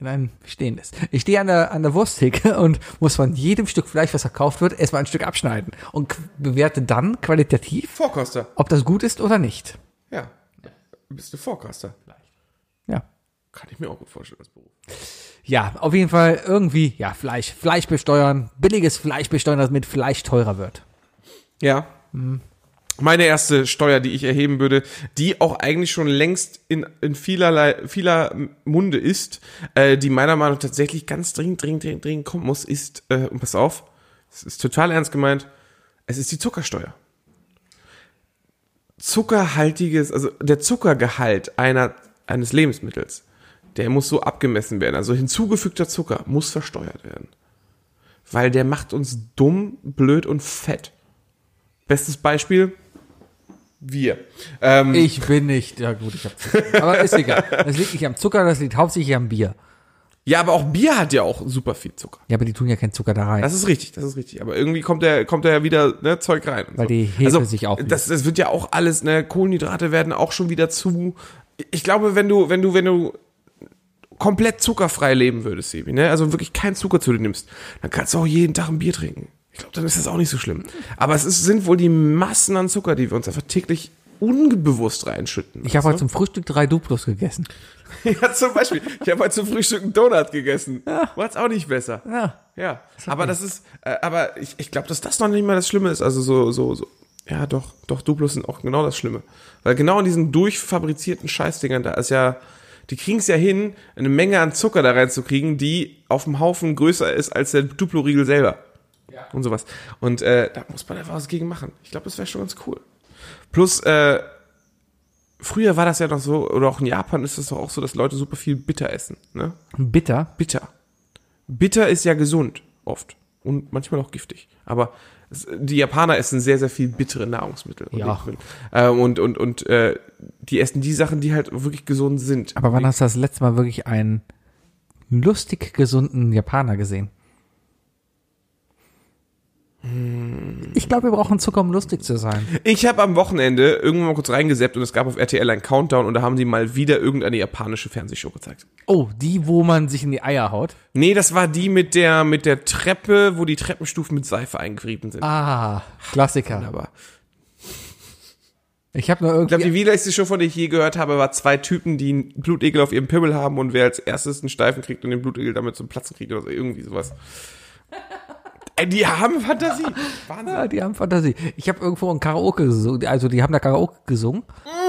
Speaker 4: in einem stehendes. Ich stehe an der, an der Wursttheke und muss von jedem Stück Fleisch, was verkauft wird, erstmal ein Stück abschneiden und qu- bewerte dann qualitativ,
Speaker 2: Vorkoster.
Speaker 4: ob das gut ist oder nicht.
Speaker 2: Ja. Bist du Vorkoster?
Speaker 4: Ja.
Speaker 2: Kann ich mir auch gut vorstellen als Beruf.
Speaker 4: Ja, auf jeden Fall irgendwie, ja, Fleisch. Fleisch besteuern, billiges Fleisch besteuern, das mit Fleisch teurer wird.
Speaker 2: Ja. Meine erste Steuer, die ich erheben würde, die auch eigentlich schon längst in, in vielerlei, vieler Munde ist, äh, die meiner Meinung nach tatsächlich ganz dringend, dringend, dringend, dringend kommen muss, ist, äh, und pass auf, es ist total ernst gemeint, es ist die Zuckersteuer. Zuckerhaltiges, also der Zuckergehalt einer, eines Lebensmittels, der muss so abgemessen werden. Also hinzugefügter Zucker muss versteuert werden. Weil der macht uns dumm, blöd und fett. Bestes Beispiel, wir. Ähm,
Speaker 4: Ich bin nicht, ja gut, ich hab Aber ist egal. Das liegt nicht am Zucker, das liegt hauptsächlich am Bier.
Speaker 2: ja, aber auch Bier hat ja auch super viel Zucker.
Speaker 4: Ja, aber die tun ja keinen Zucker da rein.
Speaker 2: Das ist richtig, das ist richtig. Aber irgendwie kommt der, kommt da ja wieder ne, Zeug rein. und Also,
Speaker 4: Weil die Hefe sich auch-
Speaker 2: Das, das wird ja auch alles, ne, Kohlenhydrate werden auch schon wieder zu. Ich glaube, wenn du, wenn du, wenn du komplett zuckerfrei leben würdest, Sebi, ne? Also wirklich keinen Zucker zu dir nimmst, dann kannst du auch jeden Tag ein Bier trinken. Ich glaube, dann ist das auch nicht so schlimm. Aber es ist, sind wohl die Massen an Zucker, die wir uns einfach täglich unbewusst reinschütten.
Speaker 4: ich habe heute zum Frühstück drei Duplos gegessen.
Speaker 2: Ja, zum Beispiel. Ich habe heute zum Frühstück einen Donut gegessen. Macht's auch nicht besser.
Speaker 4: Ja.
Speaker 2: Ja. Aber das ist, äh, aber ich, ich glaube, dass das noch nicht mal das Schlimme ist. Also so, so, so. Ja, doch, doch, Duplos sind auch genau das Schlimme. Weil genau in diesen durchfabrizierten Scheißdingern, da ist ja, die kriegen es ja hin, eine Menge an Zucker da reinzukriegen, die auf dem Haufen größer ist als der Duplo-Riegel selber. Ja. Und sowas. Und äh, da muss man einfach was gegen machen. Ich glaube, das wäre schon ganz cool. Plus, äh, früher war das ja noch so, oder auch in Japan ist das doch auch so, dass Leute super viel bitter essen. Ne?
Speaker 4: Bitter.
Speaker 2: Bitter. Bitter ist ja gesund, oft. Und manchmal auch giftig. Aber es, die Japaner essen sehr, sehr viel bittere Nahrungsmittel. und
Speaker 4: Ja.
Speaker 2: Lebensmittel. Ähm, und und, und äh, die essen die Sachen, die halt wirklich gesund sind.
Speaker 4: Aber wann hast du das letzte Mal wirklich einen lustig gesunden Japaner gesehen? Ich glaube, wir brauchen Zucker, um lustig zu sein.
Speaker 2: Ich habe am Wochenende irgendwann mal kurz reingeseppt und es gab auf RTL einen Countdown und da haben die mal wieder irgendeine japanische Fernsehshow gezeigt.
Speaker 4: Oh, die, wo man sich in die Eier haut.
Speaker 2: Nee, das war die mit der, mit der Treppe, wo die Treppenstufen mit Seife eingerieben sind.
Speaker 4: Ah, Klassiker.
Speaker 2: Aber
Speaker 4: Ich habe nur
Speaker 2: Ich glaube,
Speaker 4: irgendwie.
Speaker 2: die widerlichste Show, von der ich je gehört habe, war zwei Typen, die einen Blutegel auf ihrem Pimmel haben und wer als erstes einen Steifen kriegt und den Blutegel damit zum Platzen kriegt oder so, irgendwie sowas. Ey, die haben Fantasie. Wahnsinn.
Speaker 4: Ja, die haben Fantasie. Ich habe irgendwo ein Karaoke gesungen, also die haben da Karaoke gesungen.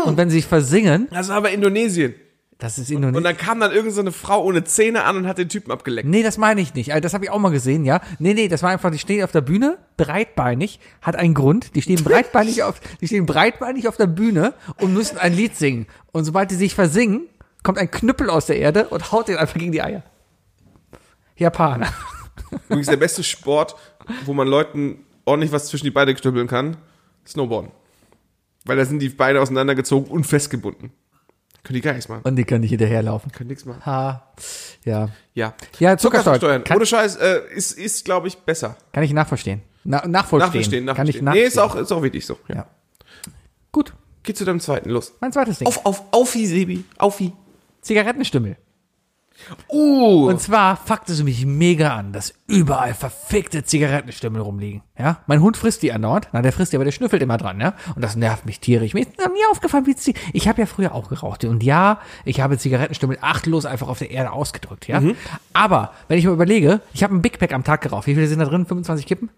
Speaker 4: Und wenn sie sich versingen,
Speaker 2: Das war aber Indonesien.
Speaker 4: Mm. das ist
Speaker 2: Und
Speaker 4: Indonesien.
Speaker 2: dann kam dann irgendeine so eine Frau ohne Zähne an und hat den Typen abgeleckt.
Speaker 4: Nee, das meine ich nicht. Also, das habe ich auch mal gesehen, ja. Nee, nee, das war einfach, die stehen auf der Bühne, breitbeinig, hat einen Grund. Die stehen breitbeinig auf, die stehen breitbeinig auf der Bühne und müssen ein Lied singen. Und sobald die sich versingen, kommt ein Knüppel aus der Erde und haut den einfach gegen die Eier. Japaner.
Speaker 2: Übrigens der beste Sport, wo man Leuten ordentlich was zwischen die Beine knüppeln kann, Snowboarden. Weil da sind die Beine auseinandergezogen und festgebunden. Können die gar nichts machen.
Speaker 4: Und die können nicht hinterherlaufen.
Speaker 2: Können nichts machen.
Speaker 4: Ha. Ja.
Speaker 2: Ja.
Speaker 4: Ja, Zuckersteuer.
Speaker 2: Zuckersteuern.
Speaker 4: Kann-
Speaker 2: Ohne Scheiß äh, ist, ist glaube ich, besser.
Speaker 4: Kann ich nachverstehen. Na, nachvollstehen.
Speaker 2: Nachverstehen, nachverstehen.
Speaker 4: Kann ich
Speaker 2: Nee,
Speaker 4: nachverstehen.
Speaker 2: ist auch, ist auch wichtig so. Ja.
Speaker 4: Ja. Gut.
Speaker 2: Geh zu deinem zweiten, los.
Speaker 4: Mein zweites Ding.
Speaker 2: Auf, auf, aufi, Sebi. Aufi.
Speaker 4: Zigarettenstümmel.
Speaker 2: Uh.
Speaker 4: Und zwar fuckt es mich mega an, dass überall verfickte Zigarettenstümmel rumliegen. Ja, mein Hund frisst die andauernd. Na, der frisst die, aber der schnüffelt immer dran, ja. Und das nervt mich tierisch. Mir ist noch nie aufgefallen, wie Zig Ich habe ja früher auch geraucht. Und ja, ich habe Zigarettenstümmel achtlos einfach auf der Erde ausgedrückt, ja.
Speaker 2: Mhm.
Speaker 4: Aber, wenn ich mir überlege, ich habe ein Big Pack am Tag geraucht. Wie viele sind da drin? 25 Kippen?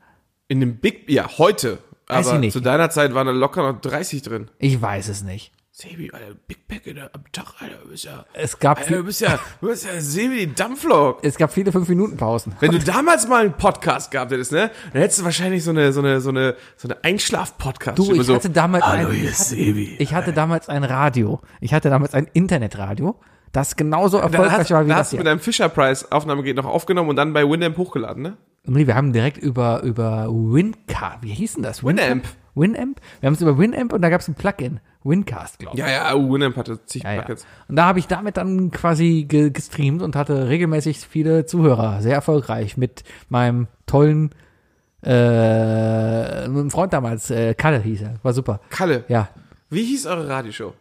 Speaker 2: in dem Big, ja, heute.
Speaker 4: Weiß
Speaker 2: Aber
Speaker 4: ich nicht.
Speaker 2: zu deiner Zeit waren da locker noch 30 drin.
Speaker 4: Ich weiß es nicht.
Speaker 2: Sebi, Alter, Big Pack in der, am Tag, Alter, du bist ja,
Speaker 4: Es gab,
Speaker 2: Alter, du
Speaker 4: viel,
Speaker 2: bist ja, du bist ja Sebi, die Dampflok.
Speaker 4: es gab viele 5-Minuten-Pausen.
Speaker 2: Wenn du damals mal einen Podcast gehabt hättest, ne, dann hättest du wahrscheinlich so eine, so eine, so eine, so eine Einschlaf-Podcast.
Speaker 4: Du,
Speaker 2: Stimme,
Speaker 4: ich
Speaker 2: so,
Speaker 4: hatte damals
Speaker 2: Hallo,
Speaker 4: ein-
Speaker 2: hier ist Sebi.
Speaker 4: Ich hatte damals ein Radio. Ich hatte damals ein Internetradio, das genauso
Speaker 2: dann
Speaker 4: erfolgreich
Speaker 2: hast,
Speaker 4: war
Speaker 2: dann
Speaker 4: wie das
Speaker 2: hast du
Speaker 4: hier.
Speaker 2: mit deinem Fisher-Price-Aufnahmegerät noch aufgenommen und dann bei Winamp hochgeladen, ne?
Speaker 4: Nee, wir haben direkt über, über Wincar, wie hieß denn das?
Speaker 2: Winamp.
Speaker 4: Winamp? Wir haben es über Winamp und da gab es ein Plugin. Wincast, glaube ich.
Speaker 2: Ja, ja, oh, Winamp hatte zig
Speaker 4: Ja, ja.
Speaker 2: Buckets.
Speaker 4: Und da habe ich damit dann quasi ge gestreamt und hatte regelmäßig viele Zuhörer, sehr erfolgreich mit meinem tollen äh, mit einem Freund damals, äh, Kalle hieß er, war super.
Speaker 2: Kalle,
Speaker 4: Ja.
Speaker 2: wie hieß eure Radioshow?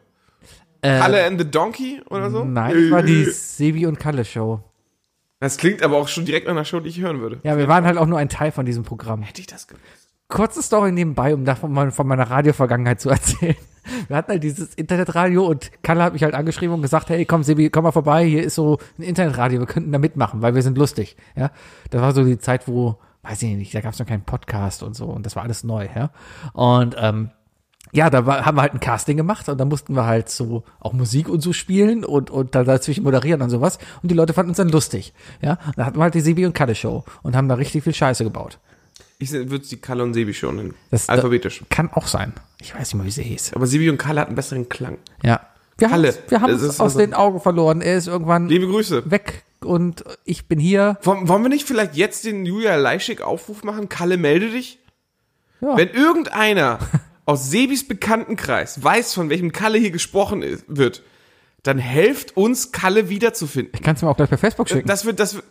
Speaker 4: Äh,
Speaker 2: Kalle and the Donkey oder so? Äh,
Speaker 4: Nein, es war die Sebi und Kalle Show.
Speaker 2: Das klingt aber auch schon direkt nach einer Show, die ich hören würde.
Speaker 4: Ja, wir waren halt auch nur ein Teil von diesem Programm.
Speaker 2: Hätte ich das gewusst.
Speaker 4: kurze Story nebenbei, um da von, mein, von meiner Radio-Vergangenheit zu erzählen. Wir hatten halt dieses Internetradio und Kalle hat mich halt angeschrieben und gesagt, hey, komm Sebi, komm mal vorbei, hier ist so ein Internetradio, wir könnten da mitmachen, weil wir sind lustig, ja. Das war so die Zeit, wo, weiß ich nicht, da gab es noch keinen Podcast und so und das war alles neu, ja. Und, ähm, ja, da war, haben wir halt ein Casting gemacht und da mussten wir halt so auch Musik und so spielen und, und dann dazwischen moderieren und sowas. Und die Leute fanden uns dann lustig. Ja, und da hatten wir halt die Sebi und Kalle Show und haben da richtig viel Scheiße gebaut.
Speaker 2: Ich würde es die Kalle und Sebi Show nennen.
Speaker 4: Das-
Speaker 2: Alphabetisch.
Speaker 4: Kann auch sein. Ich weiß nicht mehr, wie sie hieß.
Speaker 2: Aber Sebi und Kalle hatten besseren Klang.
Speaker 4: Ja. Wir haben
Speaker 2: Kalle.
Speaker 4: es wir haben
Speaker 2: Das
Speaker 4: es
Speaker 2: ist
Speaker 4: aus
Speaker 2: also-
Speaker 4: den Augen verloren. Er ist irgendwann
Speaker 2: Liebe Grüße.
Speaker 4: weg und ich bin hier.
Speaker 2: Wollen, wollen wir nicht vielleicht jetzt den Julia Leischig-Aufruf machen? Kalle, melde dich.
Speaker 4: Ja.
Speaker 2: Wenn irgendeiner aus Sebis Bekanntenkreis weiß, von welchem Kalle hier gesprochen ist, wird, dann helft uns, Kalle wiederzufinden.
Speaker 4: Kannst du mir auch gleich per Facebook schicken.
Speaker 2: Das wird, das wird.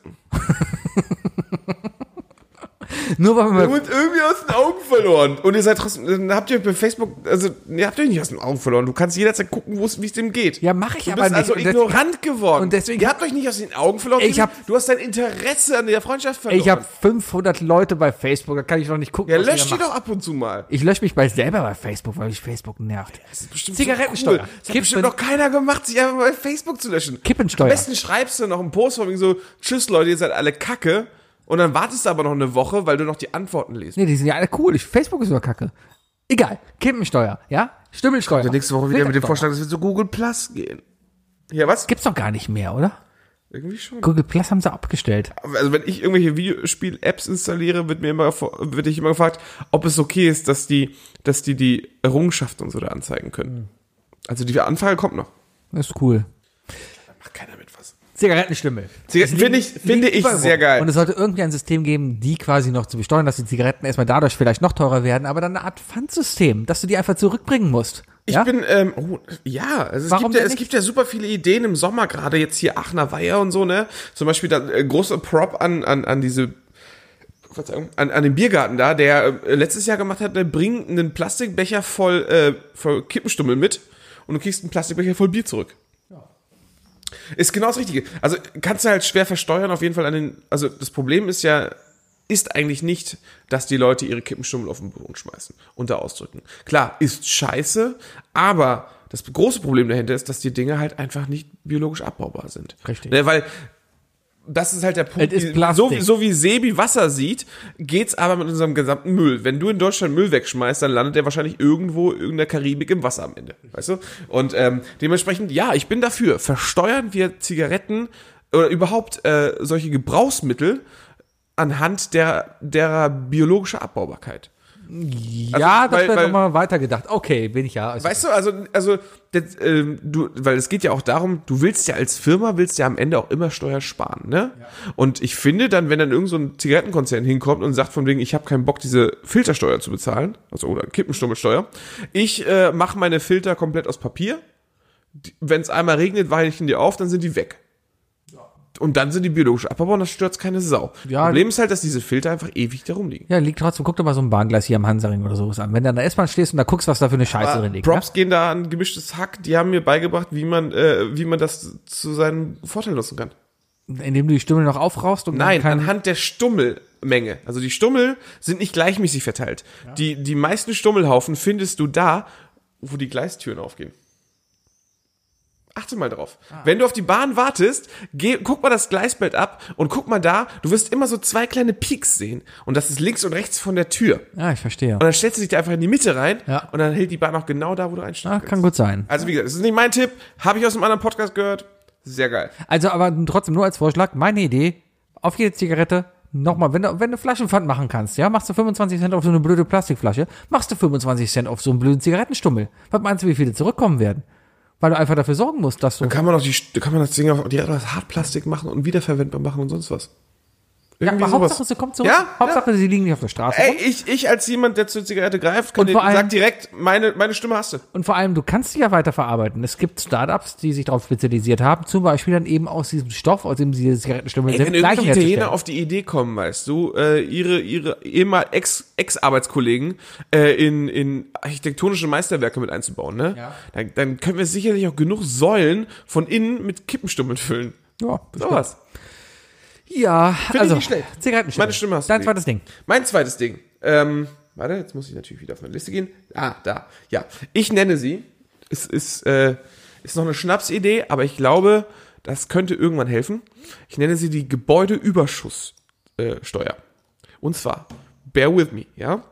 Speaker 4: Nur weil wir
Speaker 2: Ihr wurdet irgendwie aus den Augen verloren. Und ihr seid trotzdem, dann habt ihr bei Facebook, also, ihr habt ihr nicht aus den Augen verloren. Du kannst jederzeit gucken, wo es, wie es dem geht.
Speaker 4: Ja, mach ich
Speaker 2: du
Speaker 4: aber
Speaker 2: bist
Speaker 4: nicht.
Speaker 2: also
Speaker 4: Und das-
Speaker 2: ignorant geworden.
Speaker 4: und deswegen-
Speaker 2: ihr habt euch nicht aus den Augen verloren.
Speaker 4: Ich hab-
Speaker 2: du hast dein Interesse an der Freundschaft verloren.
Speaker 4: ich habe 500 Leute bei Facebook, da kann ich doch nicht gucken.
Speaker 2: ja,
Speaker 4: was ihr
Speaker 2: löscht die
Speaker 4: macht.
Speaker 2: doch ab und zu mal.
Speaker 4: Ich lösche mich bei selber bei Facebook, weil mich Facebook nervt.
Speaker 2: Bestimmt
Speaker 4: Zigarettensteuer.
Speaker 2: So cool. Das hat
Speaker 4: Kippen-
Speaker 2: bestimmt noch keiner gemacht, sich einfach bei Facebook zu löschen.
Speaker 4: Kippensteuer.
Speaker 2: Am besten schreibst du noch einen Post von wegen so, tschüss Leute, ihr seid alle kacke. Und dann wartest du aber noch eine Woche, weil du noch die Antworten liest.
Speaker 4: Nee, die sind ja alle cool. Ich, Facebook ist nur Kacke. Egal. Kippensteuer, ja? Stimmelsteuer.
Speaker 2: Also Nächste Woche wieder mit dem
Speaker 4: Filtersteuer.
Speaker 2: Vorschlag, dass wir zu Google Plus gehen. Ja, was?
Speaker 4: Gibt's doch gar nicht mehr, oder?
Speaker 2: Irgendwie schon.
Speaker 4: Google Plus haben sie abgestellt.
Speaker 2: Also wenn ich irgendwelche Videospiel-Apps installiere, wird mir immer vor- wird ich immer gefragt, ob es okay ist, dass die, dass die die Errungenschaften und so da anzeigen können.
Speaker 4: Hm.
Speaker 2: Also die Anfrage kommt noch.
Speaker 4: Das ist cool.
Speaker 2: Macht keiner mit was.
Speaker 4: Zigarettenstimmel.
Speaker 2: Sie- Finde ich, finde ich
Speaker 4: Überall rum.
Speaker 2: sehr geil.
Speaker 4: Und es sollte irgendwie ein System geben, die quasi noch zu besteuern, dass die Zigaretten erstmal dadurch vielleicht noch teurer werden, aber dann eine Art Pfandsystem, dass du die einfach zurückbringen musst.
Speaker 2: Ich
Speaker 4: ja?
Speaker 2: bin, ähm, oh, ja, also es,
Speaker 4: Warum
Speaker 2: gibt ja,
Speaker 4: denn
Speaker 2: es
Speaker 4: nicht?
Speaker 2: gibt ja super viele Ideen im Sommer, gerade jetzt hier Aachener Weiher und so, ne? Zum Beispiel da äh, große Prop an, an, an diese, Verzeihung, an, an den Biergarten da, der äh, letztes Jahr gemacht hat, ne, bring einen Plastikbecher voll, äh, voll Kippenstummel mit und du kriegst einen Plastikbecher voll Bier zurück. Ist genau das Richtige. Also kannst du halt schwer versteuern, auf jeden Fall an den. Also das Problem ist ja, ist eigentlich nicht, dass die Leute ihre Kippenstummel auf den Boden schmeißen und da ausdrücken. Klar, ist scheiße, aber das große Problem dahinter ist, dass die Dinge halt einfach nicht biologisch abbaubar sind.
Speaker 4: Richtig.
Speaker 2: Ne, weil das ist halt der Punkt.
Speaker 4: Es ist
Speaker 2: wie-
Speaker 4: Plastik.
Speaker 2: so, wie- so wie Sebi Wasser sieht, geht's aber mit unserem gesamten Müll. Wenn du in Deutschland Müll wegschmeißt, dann landet er wahrscheinlich irgendwo in der Karibik im Wasser am Ende. Weißt du? Und ähm, dementsprechend, ja, ich bin dafür. Versteuern wir Zigaretten oder überhaupt äh, solche Gebrauchsmittel anhand der, derer biologischer Abbaubarkeit.
Speaker 4: ja,
Speaker 2: also,
Speaker 4: das
Speaker 2: weil-
Speaker 4: wäre
Speaker 2: weil-
Speaker 4: nochmal weitergedacht. Okay, bin ich ja. Also,
Speaker 2: Weißt du, also, also das, ähm, du, weil es geht ja auch darum, du willst ja als Firma, willst ja am Ende auch immer Steuer sparen, ne? Und ich finde dann, wenn dann irgend so ein Zigarettenkonzern hinkommt und sagt von wegen, ich habe keinen Bock, diese Filtersteuer zu bezahlen, also oder Kippenstummelsteuer, ich äh, mache meine Filter komplett aus Papier, wenn es einmal regnet, weichen die auf, dann sind die weg. Und dann sind die biologisch abbaubar und das stört keine Sau.
Speaker 4: Ja.
Speaker 2: Problem ist halt, dass diese Filter einfach ewig da rumliegen.
Speaker 4: ja, liegt trotzdem, guck doch mal so ein Bahngleis hier am Hansaring oder sowas an. Wenn du an der S-Bahn stehst und da guckst, was da für eine Scheiße drin liegt.
Speaker 2: Ah, Props gehen da an gemischtes Hack. Die haben mir beigebracht, wie man, äh, wie man das zu seinem Vorteil nutzen kann.
Speaker 4: ne? Indem du die Stimme noch aufrauchst und
Speaker 2: Nein,
Speaker 4: dann kann,
Speaker 2: anhand der Stummelmenge. Also die Stummel sind nicht gleichmäßig verteilt. Die, die meisten Stummelhaufen findest du da, wo die Gleistüren aufgehen. Achte mal drauf.
Speaker 4: Ah.
Speaker 2: Wenn du auf die Bahn wartest, geh, guck mal das Gleisbild ab und guck mal da. Du wirst immer so zwei kleine Peaks sehen. Und das ist links und rechts von der Tür.
Speaker 4: Ja, Ah, ich verstehe.
Speaker 2: Und dann stellst du dich da einfach in die Mitte rein
Speaker 4: Ja.
Speaker 2: und dann hält die Bahn auch genau da, wo du
Speaker 4: Ah,
Speaker 2: einsteigst.
Speaker 4: kann gut sein.
Speaker 2: Also wie gesagt, es ist nicht mein Tipp, habe ich aus einem anderen Podcast gehört. Sehr geil.
Speaker 4: Also, aber trotzdem nur als Vorschlag, meine Idee, auf jede Zigarette nochmal, wenn du, wenn du Flaschenpfand machen kannst, ja, machst du 25 Cent auf so eine blöde Plastikflasche, machst du 25 Cent auf so einen blöden Zigarettenstummel. Was meinst du, wie viele zurückkommen werden? Weil du einfach dafür sorgen musst, dass du.
Speaker 2: Kann man auch die, kann man das Ding auch direkt aus Hartplastik machen und wiederverwendbar machen und sonst was.
Speaker 4: Ja, aber
Speaker 2: sowas.
Speaker 4: Hauptsache, sie kommt zurück.
Speaker 2: Ja,
Speaker 4: Hauptsache, sie liegen nicht auf der Straße.
Speaker 2: Ey,
Speaker 4: rum.
Speaker 2: ich, ich als jemand, der zur Zigarette greift, kann
Speaker 4: Und
Speaker 2: dir,
Speaker 4: vor allem-
Speaker 2: sag direkt, meine, meine Stimme hast du.
Speaker 4: Und vor allem, du kannst sie ja weiterverarbeiten. Es gibt Startups, die sich darauf spezialisiert haben, zum Beispiel dann eben aus diesem Stoff, aus dem diese Zigarettenstummel
Speaker 2: Wenn
Speaker 4: sind,
Speaker 2: irgendwelche
Speaker 4: Leichen herzustellen.
Speaker 2: Italiener auf die Idee kommen, weißt du, äh, ihre, ihre ehemal Ex- Ex-Arbeitskollegen äh, in, in architektonische Meisterwerke mit einzubauen, ne?
Speaker 4: Ja.
Speaker 2: Dann, dann können wir sicherlich auch genug Säulen von innen mit Kippenstummeln füllen.
Speaker 4: Ja,
Speaker 2: Sowas.
Speaker 4: ja
Speaker 2: ich
Speaker 4: also,
Speaker 2: nicht schlecht.
Speaker 4: Zigarettenstummel.
Speaker 2: Meine Stimme hast du
Speaker 4: Dein
Speaker 2: nicht.
Speaker 4: zweites Ding.
Speaker 2: Mein zweites Ding. Ähm, warte, jetzt muss ich natürlich wieder auf meine Liste gehen. Ah, da. Ja. Ich nenne sie. Es ist, äh, ist noch eine Schnapsidee, aber ich glaube, das könnte irgendwann helfen. Ich nenne sie die Gebäudeüberschusssteuer. Und zwar, bear with me, ja?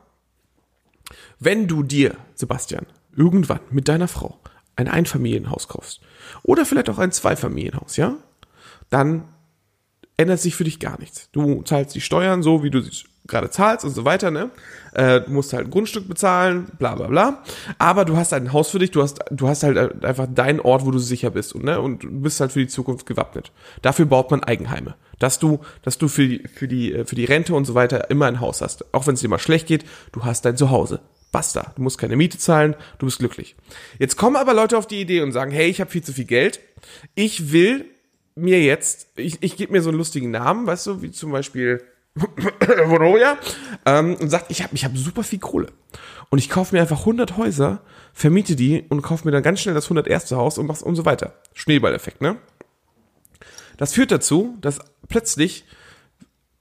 Speaker 2: Wenn du dir, Sebastian, irgendwann mit deiner Frau ein Einfamilienhaus kaufst oder vielleicht auch ein Zweifamilienhaus, ja? Dann ändert sich für dich gar nichts. Du zahlst die Steuern so, wie du sie gerade zahlst und so weiter, ne? Äh, du musst halt ein Grundstück bezahlen, bla bla bla. Aber du hast halt ein Haus für dich, du hast, du hast halt einfach deinen Ort, wo du sicher bist und, ne? und du bist halt für die Zukunft gewappnet. Dafür baut man Eigenheime. Dass du, dass du für die, für die, äh, für die Rente und so weiter immer ein Haus hast. Auch wenn es dir mal schlecht geht, du hast dein Zuhause. Basta. Du musst keine Miete zahlen, du bist glücklich. Jetzt kommen aber Leute auf die Idee und sagen, hey, ich habe viel zu viel Geld. Ich will mir jetzt, ich, ich gebe mir so einen lustigen Namen, weißt du, wie zum Beispiel Vonoria, ähm, und sagt, ich habe ich hab super viel Kohle. Und ich kaufe mir einfach 100 Häuser, vermiete die und kaufe mir dann ganz schnell das 101. Haus und, mach's und so weiter. Schneeballeffekt, ne? Das führt dazu, dass plötzlich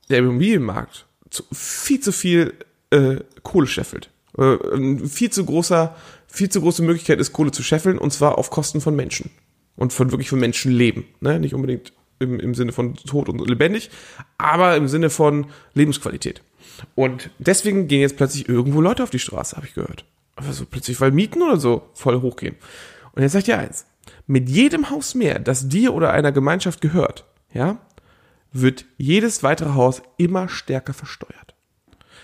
Speaker 2: der Immobilienmarkt zu, viel zu viel äh, Kohle scheffelt. Äh, ein viel zu großer, viel zu große Möglichkeit ist, Kohle zu scheffeln und zwar auf Kosten von Menschen. Und von wirklich von Menschenleben. Ne? Nicht unbedingt im, im Sinne von tot und lebendig, aber im Sinne von Lebensqualität. Und deswegen gehen jetzt plötzlich irgendwo Leute auf die Straße, habe ich gehört. Aber so plötzlich, weil Mieten oder so voll hochgehen. Und jetzt sagt ihr eins. Mit jedem Haus mehr, das dir oder einer Gemeinschaft gehört, ja, wird jedes weitere Haus immer stärker versteuert.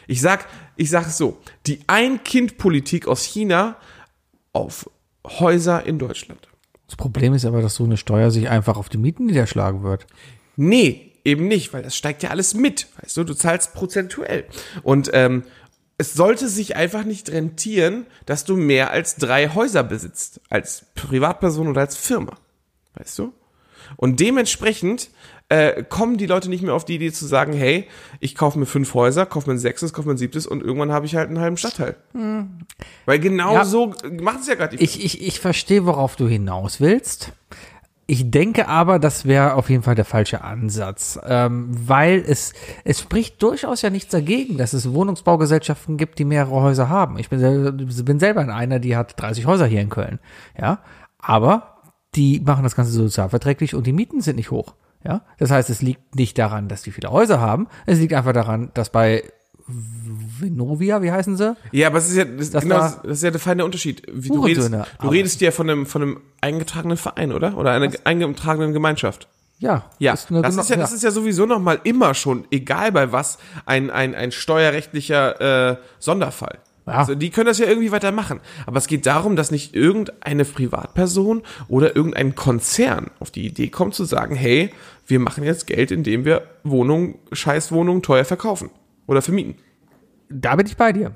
Speaker 2: Ich sag, ich sag es so, die Ein-Kind-Politik aus China auf Häuser in Deutschland.
Speaker 4: Das Problem ist aber, dass so eine Steuer sich einfach auf die Mieten niederschlagen wird.
Speaker 2: Nee, eben nicht, weil das steigt ja alles mit, weißt du, du zahlst prozentuell. Und ähm, es sollte sich einfach nicht rentieren, dass du mehr als drei Häuser besitzt, als Privatperson oder als Firma, weißt du? Und dementsprechend äh, kommen die Leute nicht mehr auf die Idee zu sagen, hey, ich kaufe mir fünf Häuser, kaufe mir ein sechstes, kaufe mir ein siebtes und irgendwann habe ich halt einen halben Stadtteil. Weil genau
Speaker 4: Ja.
Speaker 2: so machen es ja gerade die
Speaker 4: Ich, ich, ich verstehe, worauf du hinaus willst. Ich denke aber, das wäre auf jeden Fall der falsche Ansatz, ähm, weil es, es spricht durchaus ja nichts dagegen, dass es Wohnungsbaugesellschaften gibt, die mehrere Häuser haben. Ich bin, sel bin selber in einer, die hat 30 Häuser hier in Köln. Ja, aber die machen das Ganze sozialverträglich und die Mieten sind nicht hoch. Ja, das heißt, es liegt nicht daran, dass die viele Häuser haben. Es liegt einfach daran, dass bei Venovia, wie heißen sie?
Speaker 2: Ja, aber es ist ja, das,
Speaker 4: Das
Speaker 2: genau,
Speaker 4: war-
Speaker 2: das ist ja der feine Unterschied. Wie du redest,
Speaker 4: Hurensöhne,
Speaker 2: du
Speaker 4: aber-
Speaker 2: redest ja von einem, von einem eingetragenen Verein, oder? Oder einer eingetragenen Gemeinschaft.
Speaker 4: Ja, genau-
Speaker 2: Ja,
Speaker 4: eine
Speaker 2: das,
Speaker 4: gena-
Speaker 2: ist ja, das ist ja sowieso nochmal immer schon, egal bei was, ein, ein, ein steuerrechtlicher äh, Sonderfall.
Speaker 4: Ja.
Speaker 2: Also die können das ja irgendwie weitermachen. Aber es geht darum, dass nicht irgendeine Privatperson oder irgendein Konzern auf die Idee kommt zu sagen, hey, wir machen jetzt Geld, indem wir Wohnungen, Scheißwohnungen teuer verkaufen oder vermieten.
Speaker 4: da bin ich bei dir.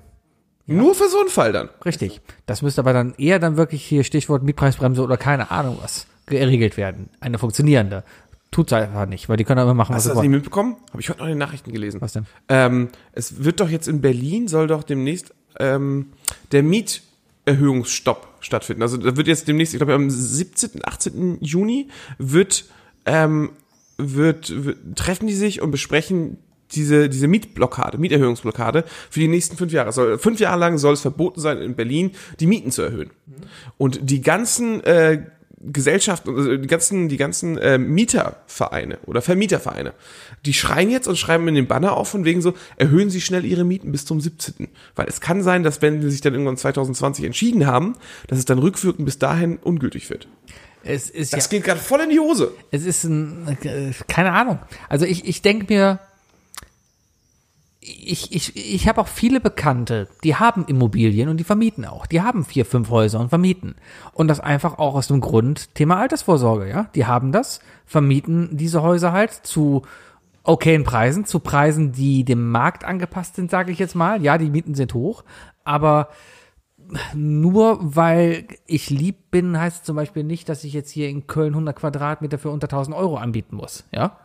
Speaker 2: Nur für so einen Fall dann.
Speaker 4: Richtig. Das müsste aber dann eher dann wirklich hier Stichwort Mietpreisbremse oder keine Ahnung was geregelt werden. Eine funktionierende. Tut's einfach nicht, weil die können aber machen, was
Speaker 2: Hast du
Speaker 4: sie
Speaker 2: das nicht
Speaker 4: wollen.
Speaker 2: mitbekommen? Habe ich heute noch in den Nachrichten gelesen.
Speaker 4: Was denn?
Speaker 2: Ähm, es wird doch jetzt in Berlin, soll doch demnächst ähm, der Mieterhöhungsstopp stattfinden. Also da wird jetzt demnächst, ich glaube am 17., 18. Juni wird, ähm, wird, wird treffen die sich und besprechen diese, diese Mietblockade, Mieterhöhungsblockade für die nächsten fünf Jahre. Es Soll, fünf Jahre lang soll es verboten sein, in Berlin die Mieten zu erhöhen. Und die ganzen äh, Gesellschaften, also die ganzen, die ganzen äh, Mietervereine oder Vermietervereine, die schreien jetzt und schreiben in den Banner auf von wegen so, erhöhen Sie schnell Ihre Mieten bis zum 17. Weil es kann sein, dass wenn Sie sich dann irgendwann 2020 entschieden haben, dass es dann rückwirkend bis dahin ungültig wird.
Speaker 4: Es ist
Speaker 2: Das geht gerade voll in die Hose.
Speaker 4: Es ist ein, äh, keine Ahnung. Also ich, ich denke mir, ich, ich, ich habe auch viele Bekannte, die haben Immobilien und die vermieten auch. Die haben vier, fünf Häuser und vermieten. Und das einfach auch aus dem Grund Thema Altersvorsorge, ja. Die haben das, vermieten diese Häuser halt zu okayen Preisen, zu Preisen, die dem Markt angepasst sind, sage ich jetzt mal. Ja, die Mieten sind hoch, aber nur weil ich lieb bin, heißt es zum Beispiel nicht, dass ich jetzt hier in Köln 100 Quadratmeter für unter 1000 Euro anbieten muss, ja?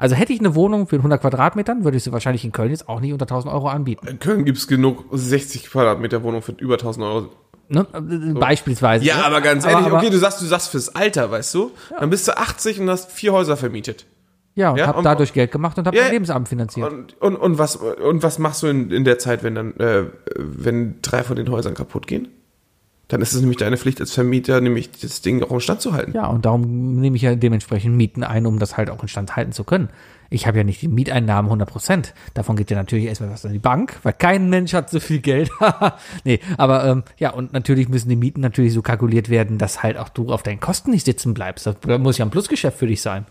Speaker 4: Also hätte ich eine Wohnung für 100 Quadratmetern, würde ich sie wahrscheinlich in Köln jetzt auch nicht unter 1000 Euro anbieten.
Speaker 2: In Köln gibt's genug 60 Quadratmeter Wohnung für über 1000 Euro.
Speaker 4: Ne? Beispielsweise.
Speaker 2: Ja,
Speaker 4: ne?
Speaker 2: aber ganz ehrlich,
Speaker 4: aber,
Speaker 2: okay, du sagst, du sagst fürs Alter, weißt du? Dann bist du 80 und hast vier Häuser vermietet.
Speaker 4: ja, und
Speaker 2: ja,
Speaker 4: hab
Speaker 2: und-
Speaker 4: dadurch Geld gemacht und hab
Speaker 2: Ja,
Speaker 4: mein
Speaker 2: ja.
Speaker 4: Lebensamt finanziert.
Speaker 2: Und, und, und, was, und was machst du in, in der Zeit, wenn dann, äh, wenn drei von den Häusern kaputt gehen? Dann ist es nämlich deine Pflicht als Vermieter, nämlich das Ding auch instand zu halten.
Speaker 4: Ja, und darum nehme ich ja dementsprechend Mieten ein, um das halt auch instand halten zu können. Ich habe ja nicht die Mieteinnahmen 100 Prozent. Davon geht ja natürlich erstmal was an die Bank, weil kein Mensch hat so viel Geld. nee, aber ähm, ja, und natürlich müssen die Mieten natürlich so kalkuliert werden, dass halt auch du auf deinen Kosten nicht sitzen bleibst. Das muss ja ein Plusgeschäft für dich sein.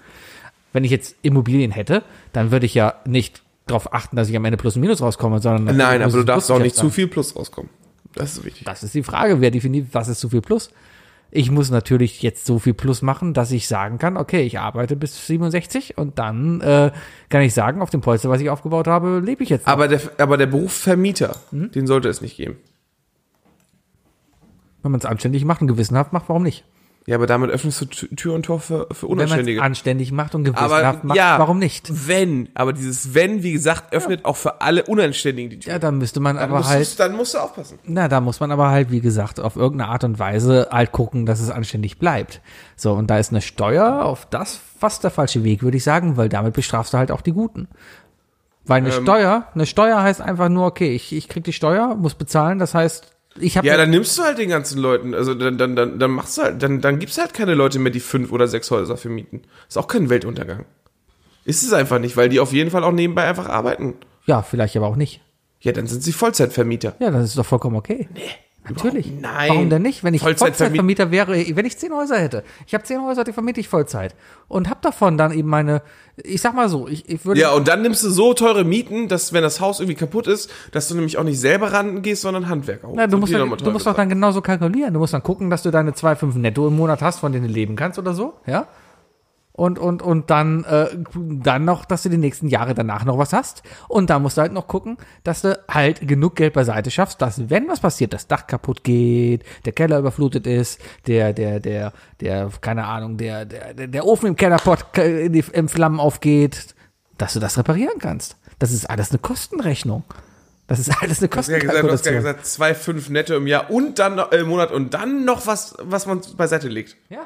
Speaker 4: Wenn ich jetzt Immobilien hätte, dann würde ich ja nicht darauf achten, dass ich am Ende Plus und Minus rauskomme, sondern
Speaker 2: Nein,
Speaker 4: natürlich
Speaker 2: aber
Speaker 4: muss
Speaker 2: du
Speaker 4: es ein
Speaker 2: darfst auch nicht
Speaker 4: Plusgeschäft sein.
Speaker 2: zu viel Plus rauskommen. Das ist wichtig.
Speaker 4: Das ist die Frage, wer definiert, was ist zu viel Plus? Ich muss natürlich jetzt so viel Plus machen, dass ich sagen kann, okay, ich arbeite bis 67 und dann äh, kann ich sagen, auf dem Polster, was ich aufgebaut habe, lebe ich jetzt. noch.
Speaker 2: Aber der, aber der Beruf Vermieter,
Speaker 4: Mhm.
Speaker 2: den sollte es nicht geben.
Speaker 4: Wenn man es anständig macht und gewissenhaft macht, warum nicht?
Speaker 2: Ja, aber damit öffnest du Tü- Tür und Tor für, für
Speaker 4: Wenn man es
Speaker 2: Unanständige.
Speaker 4: anständig macht und gewissenhaft
Speaker 2: Aber
Speaker 4: macht,
Speaker 2: ja,
Speaker 4: warum nicht?
Speaker 2: Wenn, aber dieses Wenn, wie gesagt, öffnet auch für alle Unanständigen die Tür.
Speaker 4: Ja, dann müsste man aber
Speaker 2: musst
Speaker 4: halt,
Speaker 2: du, dann musst du aufpassen.
Speaker 4: na, da muss man aber halt, wie gesagt, auf irgendeine Art und Weise halt gucken, dass es anständig bleibt. So, und da ist eine Steuer auf das fast der falsche Weg, würde ich sagen, weil damit bestrafst du halt auch die Guten. Weil
Speaker 2: Ähm.
Speaker 4: eine Steuer, eine Steuer heißt einfach nur, okay, ich, ich krieg die Steuer, muss bezahlen, das heißt, ich habe
Speaker 2: Ja, dann nimmst du halt den ganzen Leuten, also dann, dann, dann, dann machst du halt, dann, dann gibt's halt keine Leute mehr, die fünf oder sechs Häuser vermieten. Ist auch kein Weltuntergang. Ist es einfach nicht, weil die auf jeden Fall auch nebenbei einfach arbeiten.
Speaker 4: ja, vielleicht aber auch nicht.
Speaker 2: Ja, dann sind sie Vollzeitvermieter.
Speaker 4: Ja, das ist doch vollkommen okay. Nee. Natürlich.
Speaker 2: überhaupt- nein.
Speaker 4: Warum denn nicht? Wenn ich
Speaker 2: Vollzeitvermiet-
Speaker 4: Vollzeitvermieter wäre, wenn ich zehn Häuser hätte. Ich habe zehn Häuser, die vermiete ich Vollzeit. Und habe davon dann eben meine, ich sag mal so, ich, ich würde
Speaker 2: Ja, und dann nimmst du so teure Mieten, dass wenn das Haus irgendwie kaputt ist, dass du nämlich auch nicht selber ran gehst, sondern Handwerker.
Speaker 4: Na, du musst,
Speaker 2: ja,
Speaker 4: dann, du musst doch dann genauso kalkulieren. Du musst dann gucken, dass du deine 2,5 netto im Monat hast, von denen du leben kannst oder so, ja? Und, und, und dann, äh, dann noch, dass du die nächsten Jahre danach noch was hast. Und da musst du halt noch gucken, dass du halt genug Geld beiseite schaffst, dass, wenn was passiert, das Dach kaputt geht, der Keller überflutet ist, der, der, der, der, keine Ahnung, der, der, der- der Ofen im Kellerpott äh, in, die, in Flammen aufgeht, dass du das reparieren kannst. Das ist alles eine Kostenrechnung. Das ist alles eine
Speaker 2: Ja, gesagt, du hast ja
Speaker 4: Kostenkalkulation.
Speaker 2: gesagt, zwei, fünf netto im Jahr und dann noch- äh, im Monat und dann noch was, was man beiseite legt.
Speaker 4: Ja.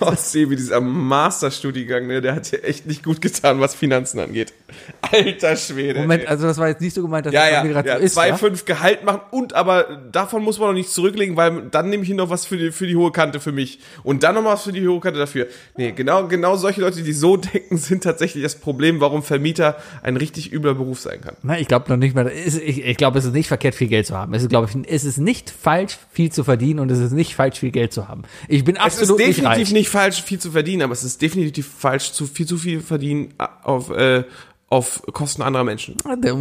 Speaker 2: Oh, Sebi, dieser Masterstudiengang, ne, der hat dir echt nicht gut getan, was Finanzen angeht. Alter Schwede.
Speaker 4: Moment,
Speaker 2: ey.
Speaker 4: also das war jetzt nicht so gemeint, dass
Speaker 2: Äh, ja,
Speaker 4: das bei
Speaker 2: ja,
Speaker 4: mir gerade
Speaker 2: ja.
Speaker 4: so ist. ja?
Speaker 2: 2,5 Gehalt machen und aber davon muss man noch nichts zurücklegen, weil dann nehme ich noch was für die, für die hohe Kante für mich. Und dann noch was für die hohe Kante dafür. Nee, genau, genau solche Leute, die so denken, sind tatsächlich das Problem, warum Vermieter ein richtig übler Beruf sein kann.
Speaker 4: Na, ich glaube noch nicht mal, es- ich, ich glaube, es ist nicht verkehrt, viel Geld zu haben. Es ist, glaube ich, es ist nicht falsch, viel zu verdienen und es ist nicht falsch, viel Geld zu haben. Ich bin
Speaker 2: Es ist
Speaker 4: absolut nicht
Speaker 2: definitiv
Speaker 4: reich.
Speaker 2: nicht, falsch, viel zu verdienen, aber es ist definitiv falsch, zu viel zu viel verdienen äh, auf, äh, auf Kosten anderer Menschen.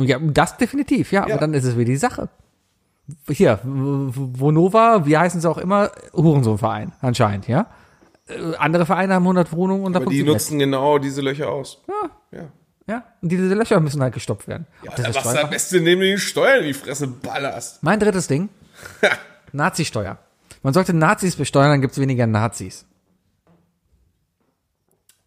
Speaker 4: Ja, das definitiv, ja,
Speaker 2: Ja.
Speaker 4: aber dann ist es wieder die Sache. Hier, W- W- Vonova, wie heißen sie auch immer, Hurensohnverein anscheinend, ja. Äh, Andere Vereine haben 100 Wohnungen und da
Speaker 2: Aber die
Speaker 4: funktioniert es.
Speaker 2: nutzen genau diese Löcher aus. Ja.
Speaker 4: Ja, und diese Löcher müssen halt gestopft werden. Ob das
Speaker 2: Da
Speaker 4: jetzt
Speaker 2: machst
Speaker 4: Steuern-
Speaker 2: du am besten, indem du die Steuern in die Fresse ballerst.
Speaker 4: Mein drittes Ding. Nazi-Steuer. Man sollte Nazis besteuern, dann gibt es weniger Nazis.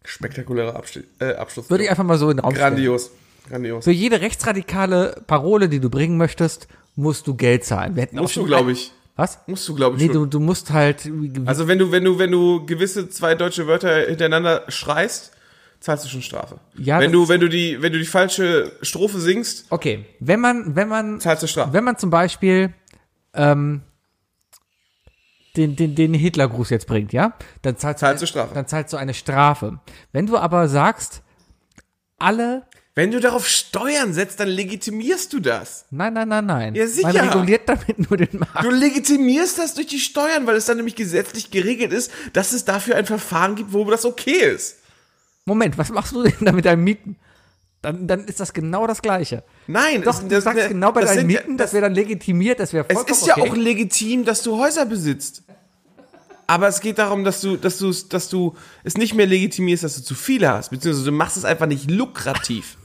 Speaker 2: Spektakulärer Abschli äh, Abschluss.
Speaker 4: Würde ich einfach mal so in den Raum stellen.
Speaker 2: Grandios. Grandios.
Speaker 4: Für jede rechtsradikale Parole, die du bringen möchtest, musst du Geld zahlen. Wir hätten auch
Speaker 2: Musst du,
Speaker 4: schon-
Speaker 2: glaube ich.
Speaker 4: Was?
Speaker 2: Musst du, glaube ich,
Speaker 4: Nee,
Speaker 2: schon.
Speaker 4: du, du musst halt.
Speaker 2: Also wenn du, wenn du, wenn du gewisse zwei deutsche Wörter hintereinander schreist, zahlst du schon Strafe.
Speaker 4: Ja,
Speaker 2: wenn
Speaker 4: das-
Speaker 2: du, wenn du die, wenn du die falsche Strophe singst,
Speaker 4: Okay, wenn man, wenn man,
Speaker 2: zahlst du Strafe.
Speaker 4: wenn man zum Beispiel ähm, den, den, den Hitlergruß jetzt bringt, ja, dann zahlst,
Speaker 2: Zahlst
Speaker 4: eine-
Speaker 2: du Strafe.
Speaker 4: Dann zahlst du eine Strafe. Wenn du aber sagst, alle,
Speaker 2: Wenn du darauf Steuern setzt, dann legitimierst du das.
Speaker 4: nein, nein, nein, nein.
Speaker 2: Ja, sicher.
Speaker 4: Man reguliert damit nur den Markt.
Speaker 2: Du legitimierst das durch die Steuern, weil es dann nämlich gesetzlich geregelt ist, dass es dafür ein Verfahren gibt, wo das okay ist.
Speaker 4: Moment, was machst du denn da mit deinen Mieten? Dann, dann ist das genau das Gleiche.
Speaker 2: Nein,
Speaker 4: Doch,
Speaker 2: es-
Speaker 4: du sagst
Speaker 2: ne,
Speaker 4: genau bei
Speaker 2: das
Speaker 4: deinen
Speaker 2: sind ja-
Speaker 4: Mieten, das wäre dann legitimiert, das wäre
Speaker 2: Es
Speaker 4: vollkommen
Speaker 2: ist ja
Speaker 4: okay.
Speaker 2: auch legitim, dass du Häuser besitzt. Aber es geht darum, dass du, dass du, dass du es nicht mehr legitimierst, dass du zu viele hast, beziehungsweise du machst es einfach nicht lukrativ.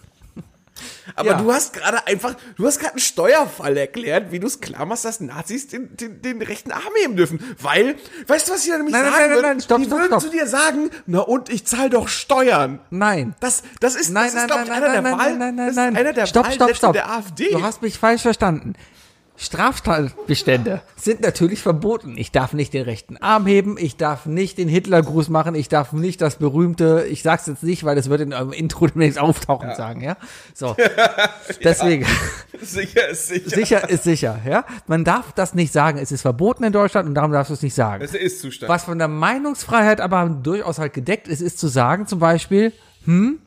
Speaker 2: Aber
Speaker 4: Ja.
Speaker 2: du hast gerade einfach, du hast gerade einen Steuerfall erklärt, wie du es klar machst, dass Nazis den, den, den rechten Arm heben dürfen. Weil, weißt du, was ich da nämlich
Speaker 4: Nein, nein,
Speaker 2: sagen
Speaker 4: nein, nein,
Speaker 2: würden?
Speaker 4: nein, stopp,
Speaker 2: Die
Speaker 4: stopp,
Speaker 2: würden
Speaker 4: stopp.
Speaker 2: zu dir sagen, na und ich zahle doch Steuern.
Speaker 4: Nein.
Speaker 2: Das, das ist,
Speaker 4: Nein,
Speaker 2: das
Speaker 4: nein,
Speaker 2: ist, glaub
Speaker 4: nein,
Speaker 2: ich,
Speaker 4: nein,
Speaker 2: einer der
Speaker 4: nein,
Speaker 2: Wahl,
Speaker 4: nein, nein,
Speaker 2: das
Speaker 4: nein,
Speaker 2: ist
Speaker 4: nein.
Speaker 2: einer der
Speaker 4: stopp,
Speaker 2: Wahlsätze
Speaker 4: stopp, stopp.
Speaker 2: der AfD.
Speaker 4: Du hast mich falsch verstanden. Straftatbestände sind natürlich verboten. Ich darf nicht den rechten Arm heben, ich darf nicht den Hitlergruß machen, ich darf nicht das berühmte, ich sag's jetzt nicht, weil das wird in eurem Intro demnächst auftauchen sagen, ja? So. Deswegen.
Speaker 2: sicher, ist sicher.
Speaker 4: Sicher ist sicher, ja? Man darf das nicht sagen. Es ist verboten in Deutschland und darum darfst du es nicht sagen.
Speaker 2: Das ist Zustand.
Speaker 4: Was von der Meinungsfreiheit aber durchaus halt gedeckt ist, ist zu sagen, zum Beispiel, hm,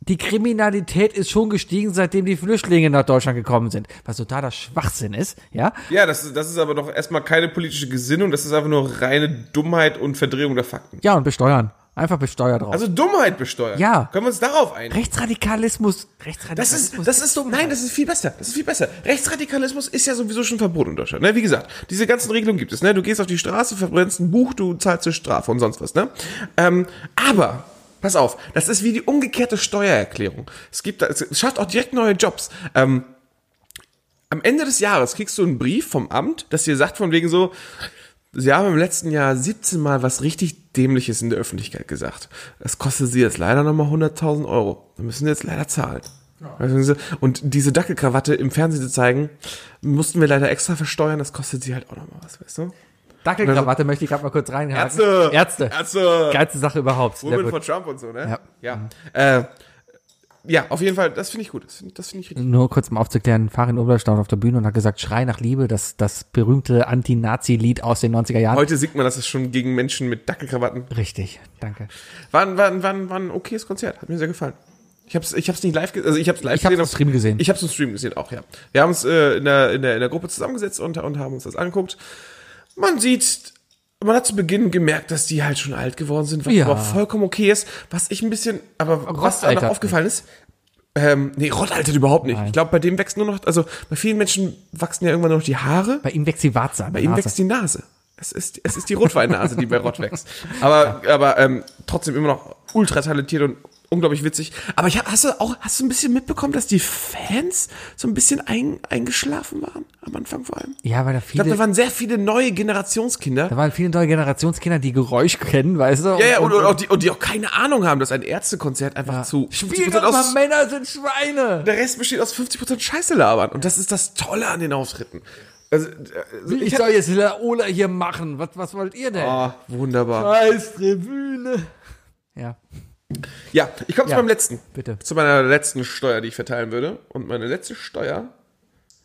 Speaker 4: die Kriminalität ist schon gestiegen, seitdem die Flüchtlinge nach Deutschland gekommen sind. Was totaler Schwachsinn ist, ja?
Speaker 2: Ja, das, ist- das ist aber doch erstmal keine politische Gesinnung, das ist einfach nur reine Dummheit und Verdrehung der Fakten.
Speaker 4: Ja, und besteuern. Einfach besteuert drauf.
Speaker 2: Also Dummheit besteuern.
Speaker 4: Ja.
Speaker 2: Können wir uns darauf einigen?
Speaker 4: Rechtsradikalismus, Rechtsradikalismus.
Speaker 2: Das ist, das ist, nein, das ist viel besser. Das ist viel besser. Rechtsradikalismus ist ja sowieso schon verboten in Deutschland. Ne? Wie gesagt, diese ganzen Regelungen gibt es. Ne? Du gehst auf die Straße, verbrennst ein Buch, du zahlst eine Strafe und sonst was. Ne? Ähm, aber, pass auf, das ist wie die umgekehrte Steuererklärung. Es gibt, da- es schafft auch direkt neue Jobs. Ähm, am Ende des Jahres kriegst du einen Brief vom Amt, das dir sagt von wegen so, Sie haben im letzten Jahr 17 Mal was richtig Dämliches in der Öffentlichkeit gesagt. Das kostet Sie jetzt leider nochmal 100.000 Euro. Da müssen Sie jetzt leider zahlen. Also, Und diese Dackelkrawatte im Fernsehen zu zeigen, mussten wir leider extra versteuern. Das kostet Sie halt auch nochmal was, weißt du?
Speaker 4: Dackelkrawatte möchte ich gerade mal kurz reinhaken.
Speaker 2: Also Ärzte!
Speaker 4: Ärzte.
Speaker 2: Ärzte!
Speaker 4: Geilste Sache überhaupt. Sehr
Speaker 2: Women
Speaker 4: gut.
Speaker 2: for Trump und so, ne?
Speaker 4: Ja. Mhm.
Speaker 2: Ja. Ja, äh, ja auf jeden Fall, das finde ich gut. Das finde das find ich richtig.
Speaker 4: nur kurz um aufzuklären, Farin Urlaub stand auf der Bühne und hat gesagt, Schrei nach Liebe, das, das berühmte Anti-Nazi-Lied aus den 90er Jahren.
Speaker 2: Heute sieht man, dass es schon gegen Menschen mit Dackelkrawatten
Speaker 4: Richtig, danke.
Speaker 2: War, ein- war, ein- war, ein- war ein okayes Konzert, hat mir sehr gefallen. Ich hab's, ich hab's nicht live gesehen, also ich hab's live
Speaker 4: Ich hab's im
Speaker 2: auf-
Speaker 4: Stream gesehen.
Speaker 2: Ich hab's im Stream gesehen auch, ja. Wir haben uns äh, in, der, in, der, in der Gruppe zusammengesetzt und, und haben uns das angeguckt. Man sieht, man hat zu Beginn gemerkt, dass die halt schon alt geworden sind, was
Speaker 4: Ja.
Speaker 2: aber vollkommen okay ist. Was ich ein bisschen, aber was
Speaker 4: Rostalter.
Speaker 2: auch noch aufgefallen ist, ähm, nee, Rott altert überhaupt nicht.
Speaker 4: Nein.
Speaker 2: Ich glaube, bei dem wächst nur noch, also bei vielen Menschen wachsen ja irgendwann nur noch die Haare.
Speaker 4: Bei ihm wächst die Warze an
Speaker 2: Bei
Speaker 4: der
Speaker 2: ihm
Speaker 4: Nase.
Speaker 2: wächst die Nase. Es ist, es ist die Rotweinnase, die bei Rott wächst. Aber, aber ähm, trotzdem immer noch ultra talentiert und unglaublich witzig. Aber ich hab, hast du auch hast du ein bisschen mitbekommen, dass die Fans so ein bisschen ein, eingeschlafen waren am Anfang vor allem. Ich
Speaker 4: Ja, weil da viele,
Speaker 2: glaube, da
Speaker 4: da,
Speaker 2: waren sehr viele neue Generationskinder.
Speaker 4: waren viele neue Generationskinder, die Geräusch kennen, weißt du?
Speaker 2: Ja, ja, und, und, auch die, und die auch keine Ahnung haben, dass ein Ärztekonzert einfach zu 50%
Speaker 4: Spiel doch mal,
Speaker 2: aus
Speaker 4: Männer sind Schweine!
Speaker 2: der Rest besteht aus 50% Scheiße labern und das ist das Tolle an den Auftritten. Also, äh, also
Speaker 4: Ich soll jetzt Laola hier machen, was, was wollt ihr denn?
Speaker 2: ah, wunderbar.
Speaker 4: Scheiß Tribüne. Ja,
Speaker 2: Ja, ich komme
Speaker 4: Ja.
Speaker 2: zu meinem letzten.
Speaker 4: Bitte.
Speaker 2: Zu meiner letzten Steuer, die ich verteilen würde. Und meine letzte Steuer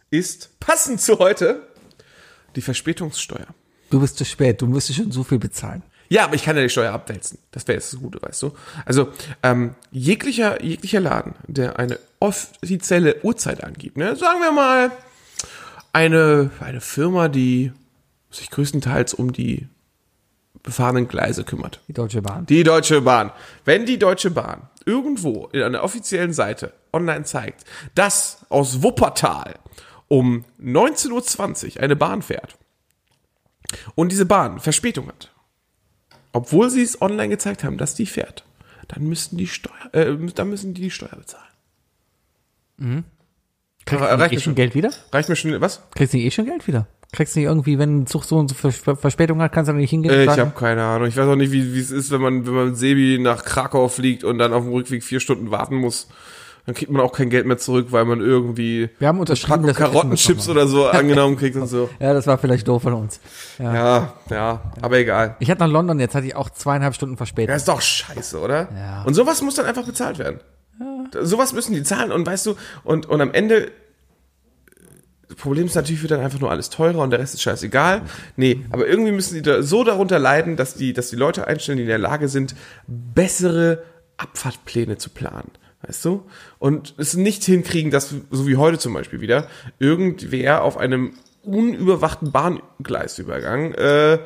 Speaker 2: ist, passend zu heute, die Verspätungssteuer.
Speaker 4: du bist zu spät, du müsstest schon so viel bezahlen.
Speaker 2: Ja, aber ich kann ja die Steuer abwälzen. Das wäre jetzt das Gute, weißt du. Also ähm, jeglicher, jeglicher Laden, der eine offizielle Uhrzeit angibt, ne? sagen wir mal eine, eine Firma, die sich größtenteils um die befahrenen Gleise kümmert.
Speaker 4: Die Deutsche Bahn.
Speaker 2: Die Deutsche Bahn. Wenn die Deutsche Bahn irgendwo in einer offiziellen Seite online zeigt, dass aus Wuppertal um 19.20 Uhr eine Bahn fährt und diese Bahn Verspätung hat, obwohl sie es online gezeigt haben, dass die fährt, dann müssen die Steuer, äh, dann müssen die, die Steuer bezahlen.
Speaker 4: Kriegst
Speaker 2: aber
Speaker 4: du nicht
Speaker 2: reicht
Speaker 4: eh
Speaker 2: mir
Speaker 4: schon
Speaker 2: schon.
Speaker 4: Geld wieder?
Speaker 2: Reicht mir schon was?
Speaker 4: Kriegst du nicht eh schon Geld wieder? Kriegst du nicht irgendwie, wenn ein Zug so und so Vers- Ver- Verspätung hat, kannst du da nicht hingehen? und
Speaker 2: Äh, Ich
Speaker 4: sagen,
Speaker 2: habe keine Ahnung. Ich weiß auch nicht, wie wie es ist, wenn man wenn man mit Sebi nach Krakau fliegt und dann auf dem Rückweg vier Stunden warten muss. Dann kriegt man auch kein Geld mehr zurück, weil man irgendwie
Speaker 4: Wir haben unterschrieben,
Speaker 2: Packung
Speaker 4: dass wir essen
Speaker 2: Karottenchips
Speaker 4: müssen.
Speaker 2: oder so angenommen kriegt und so.
Speaker 4: Ja, das war vielleicht doof von uns.
Speaker 2: Ja, ja, aber egal.
Speaker 4: Ich hatte nach London, jetzt hatte ich auch zweieinhalb Stunden
Speaker 2: Das
Speaker 4: Verspätung.
Speaker 2: ist doch scheiße, oder?
Speaker 4: Ja.
Speaker 2: Und sowas muss dann einfach bezahlt werden. Sowas müssen die zahlen und weißt du, und, und am Ende Problem ist natürlich, wird dann einfach nur alles teurer und der Rest ist scheißegal. Nee, aber irgendwie müssen die da so darunter leiden, dass die, dass die Leute einstellen, die in der Lage sind, bessere Abfahrtpläne zu planen. Weißt du? Und es nicht hinkriegen, dass, so wie heute zum Beispiel wieder, irgendwer auf einem unüberwachten Bahngleisübergang äh,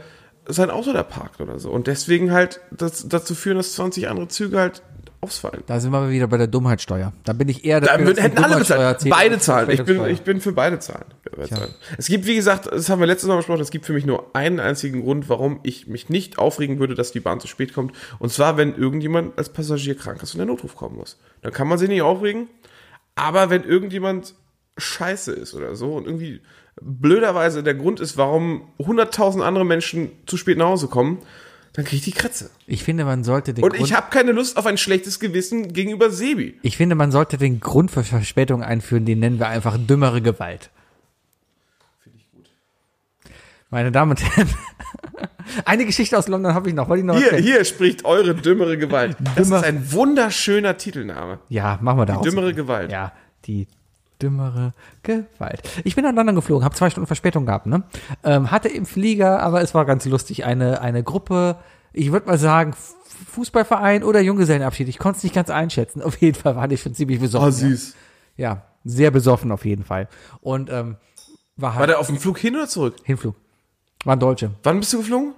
Speaker 2: sein Auto da parkt oder so. Und deswegen halt das, dazu führen, dass 20 andere Züge halt ausfallen.
Speaker 4: Da sind wir wieder bei der Dummheitssteuer. Da bin ich eher
Speaker 2: Da
Speaker 4: dafür,
Speaker 2: würden,
Speaker 4: dass die
Speaker 2: hätten alle
Speaker 4: Dummheitssteuer
Speaker 2: bezahlt.
Speaker 4: zählt
Speaker 2: Beide
Speaker 4: als
Speaker 2: zahlen. Ich bin,
Speaker 4: Verwaltungssteuer.
Speaker 2: ich bin für beide zahlen. Es gibt, wie gesagt, das haben wir letztes Mal besprochen, es gibt für mich nur einen einzigen Grund, warum ich mich nicht aufregen würde, dass die Bahn zu spät kommt. Und zwar, wenn irgendjemand als Passagier krank ist und der Notruf kommen muss. Dann kann man sich nicht aufregen. Aber wenn irgendjemand scheiße ist oder so und irgendwie blöderweise der Grund ist, warum 100.000 andere Menschen zu spät nach Hause kommen, dann kriege ich die Kratze.
Speaker 4: ich finde, man sollte den
Speaker 2: Und
Speaker 4: Grund,
Speaker 2: ich habe keine Lust auf ein schlechtes Gewissen gegenüber Sebi.
Speaker 4: ich finde, man sollte den Grund für Verspätung einführen, den nennen wir einfach dümmere Gewalt. Meine Damen und Herren, eine Geschichte aus London habe ich noch. Wollte ich noch
Speaker 2: Hier,
Speaker 4: erzählen?
Speaker 2: hier spricht eure dümmere Gewalt. Das
Speaker 4: Dümmer-
Speaker 2: ist ein wunderschöner Titelname.
Speaker 4: Ja, machen wir da
Speaker 2: Die dümmere Gewalt.
Speaker 4: Ja, die dümmere Gewalt. Ich bin nach London geflogen, habe zwei Stunden Verspätung gehabt, ne? Ähm, hatte im Flieger, aber es war ganz lustig, eine, eine Gruppe, ich würde mal sagen, F- Fußballverein oder Junggesellenabschied. Ich konnte es nicht ganz einschätzen. Auf jeden Fall waren die schon ziemlich besoffen.
Speaker 2: Oh, süß.
Speaker 4: Ja. ja, sehr besoffen auf jeden Fall. Und ähm, war
Speaker 2: War
Speaker 4: halt
Speaker 2: der auf dem Flug hin oder zurück?
Speaker 4: Hinflug. Waren Deutsche.
Speaker 2: Wann bist du geflogen?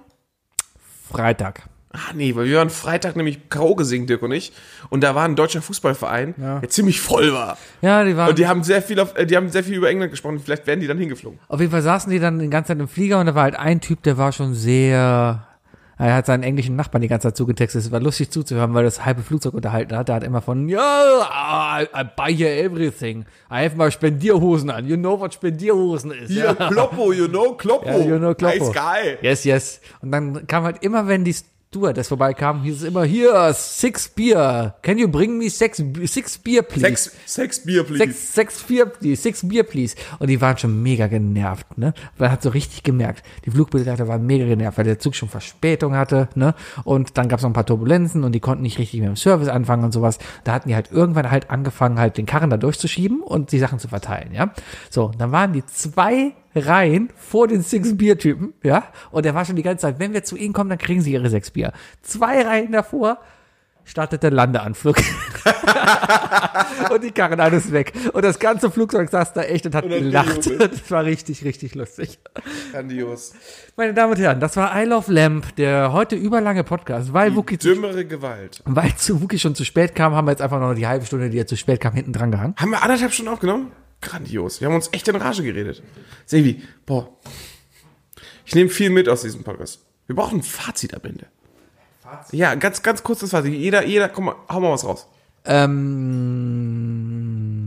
Speaker 4: Freitag.
Speaker 2: Ah, nee, weil wir waren Freitag nämlich Karaoke singen, Dirk und ich. Und da war ein deutscher Fußballverein, der ziemlich voll war.
Speaker 4: Ja, die waren.
Speaker 2: Und die haben sehr viel auf, äh, die haben sehr viel über England gesprochen. Vielleicht werden die dann hingeflogen.
Speaker 4: Auf jeden Fall saßen die dann die ganze Zeit im Flieger und da war halt ein Typ, der war schon sehr. Er hat seinen englischen Nachbarn die ganze Zeit zugetextet. Es war lustig zuzuhören, weil das halbe Flugzeug unterhalten hat. Der hat immer von, ja, I, I buy you everything. I have mal Spendierhosen an. You know what Spendierhosen is.
Speaker 2: Hier, Kloppo, you know, Kloppo.
Speaker 4: Ja, you know Kloppo.
Speaker 2: Nice guy.
Speaker 4: Yes, yes. Und dann kam halt immer, wenn die Stewardess vorbeikam, hieß es immer, hier, six beer. Can you bring me six, six beer, please?
Speaker 2: Sex, Sex, Bier, please.
Speaker 4: Sechs, sechs, vier, please, sechs Bier, please. Und die waren schon mega genervt, ne? Man hat so richtig gemerkt, die Flugbegleiter waren mega genervt, weil der Zug schon Verspätung hatte, ne? Und dann gab es noch ein paar Turbulenzen und die konnten nicht richtig mit dem Service anfangen und sowas. Da hatten die halt irgendwann halt angefangen, halt den Karren da durchzuschieben und die Sachen zu verteilen, ja? So, dann waren die zwei Reihen vor den sechs Bier-Typen, ja? Und der war schon die ganze Zeit, wenn wir zu ihnen kommen, dann kriegen sie ihre sechs Bier. Zwei Reihen davor startet der Landeanflug. und die Karren alles weg. Und das ganze Flugzeug saß da echt und hat
Speaker 2: dann
Speaker 4: gelacht.
Speaker 2: die Jubel.
Speaker 4: Das war richtig, richtig lustig.
Speaker 2: Grandios.
Speaker 4: Meine Damen und Herren, das war I Love Lamp, der heute überlange Podcast, weil Wookie zu,
Speaker 2: Dümmere Gewalt.
Speaker 4: weil zu Wookie schon zu spät kam, haben wir jetzt einfach noch die halbe Stunde, die er zu spät kam, hinten dran gehangen.
Speaker 2: Haben wir anderthalb Stunden aufgenommen? Grandios. Wir haben uns echt in Rage geredet. Sebi, boah. Ich nehme viel mit aus diesem Podcast. Wir brauchen ein Fazit am Ende. Fazit? Ja, ganz, ganz kurz das Fazit. Jeder, jeder, komm mal, hau mal was raus.
Speaker 4: Ähm,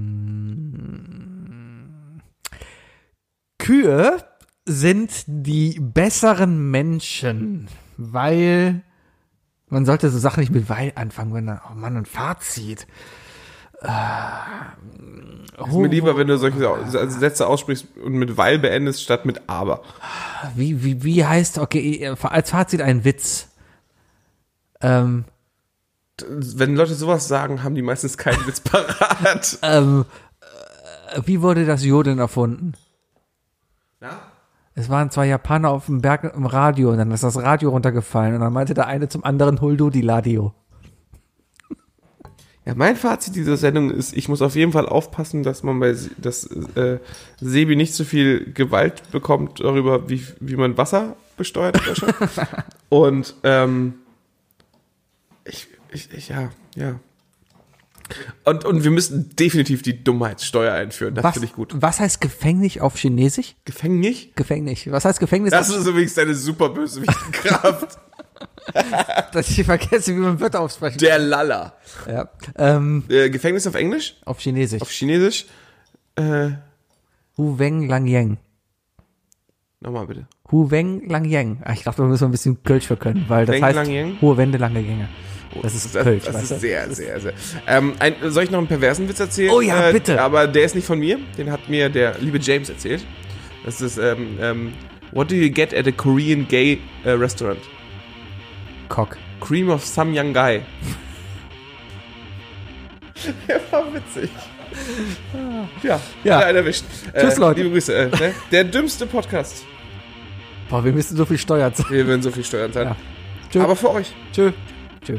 Speaker 4: Kühe sind die besseren Menschen, weil man sollte so Sachen nicht mit weil anfangen, wenn dann, oh Mann, ein Fazit. Äh,
Speaker 2: Ist mir
Speaker 4: oh,
Speaker 2: lieber, wenn du solche Sa- Sätze aussprichst und mit weil beendest statt mit aber.
Speaker 4: wie, wie, wie heißt, okay, äh, als Fazit ein Witz. Ähm,
Speaker 2: Wenn Leute sowas sagen, haben die meistens keinen Witz parat.
Speaker 4: ähm, äh, wie wurde das Jodeln erfunden?
Speaker 2: Na?
Speaker 4: Es waren zwei Japaner auf dem Berg im Radio und dann ist das Radio runtergefallen und dann meinte der eine zum anderen Huldu die Ladio.
Speaker 2: Ja, mein Fazit dieser Sendung ist, ich muss auf jeden Fall aufpassen, dass man bei Se- dass, äh, Sebi nicht so viel Gewalt bekommt darüber, wie, wie man Wasser besteuert. in Deutschland. Und ähm, ich, ich, ich, ja, ja. Und, und wir müssen definitiv die Dummheitssteuer einführen. Das finde ich gut.
Speaker 4: Was heißt Gefängnis auf Chinesisch?
Speaker 2: Gefängnis?
Speaker 4: Gefängnis. Was heißt Gefängnis?
Speaker 2: Das
Speaker 4: auf-
Speaker 2: ist übrigens deine super bösewichtige Kraft.
Speaker 4: dass ich vergesse, wie man Wörter aufsprechen
Speaker 2: Der Lala.
Speaker 4: kann. Ja. Ähm,
Speaker 2: Äh, Gefängnis auf Englisch?
Speaker 4: auf Chinesisch.
Speaker 2: Auf Chinesisch? Äh,
Speaker 4: Hu Weng Lang Yang.
Speaker 2: nochmal bitte.
Speaker 4: Hu Weng Lang Yang. Ah, ich dachte, da müssen wir ein bisschen Kölsch für können, weil das
Speaker 2: Weng
Speaker 4: heißt
Speaker 2: Lang Yang?
Speaker 4: hohe Wände, lange Gänge. Das ist
Speaker 2: Das,
Speaker 4: Kölsch,
Speaker 2: das
Speaker 4: weißt du?
Speaker 2: ist sehr, sehr, sehr. Ähm, ein, soll ich noch einen perversen Witz erzählen?
Speaker 4: Oh ja,
Speaker 2: Äh,
Speaker 4: bitte.
Speaker 2: Aber der ist nicht von mir. Den hat mir der liebe James erzählt. Das ist, ähm, ähm, what do you get at a Korean gay äh, restaurant?
Speaker 4: Cock.
Speaker 2: Cream of Samyang Gai. der war witzig. Ja,
Speaker 4: Ja.
Speaker 2: hat er einen erwischt.
Speaker 4: Tschüss, Leute.
Speaker 2: Liebe Grüße. Äh, ne? Der dümmste Podcast.
Speaker 4: Boah, wir müssen so viel Steuern zahlen.
Speaker 2: Wir würden so viel Steuern zahlen.
Speaker 4: Ja. Tschö.
Speaker 2: Aber für euch.
Speaker 4: Tschö. Tschö.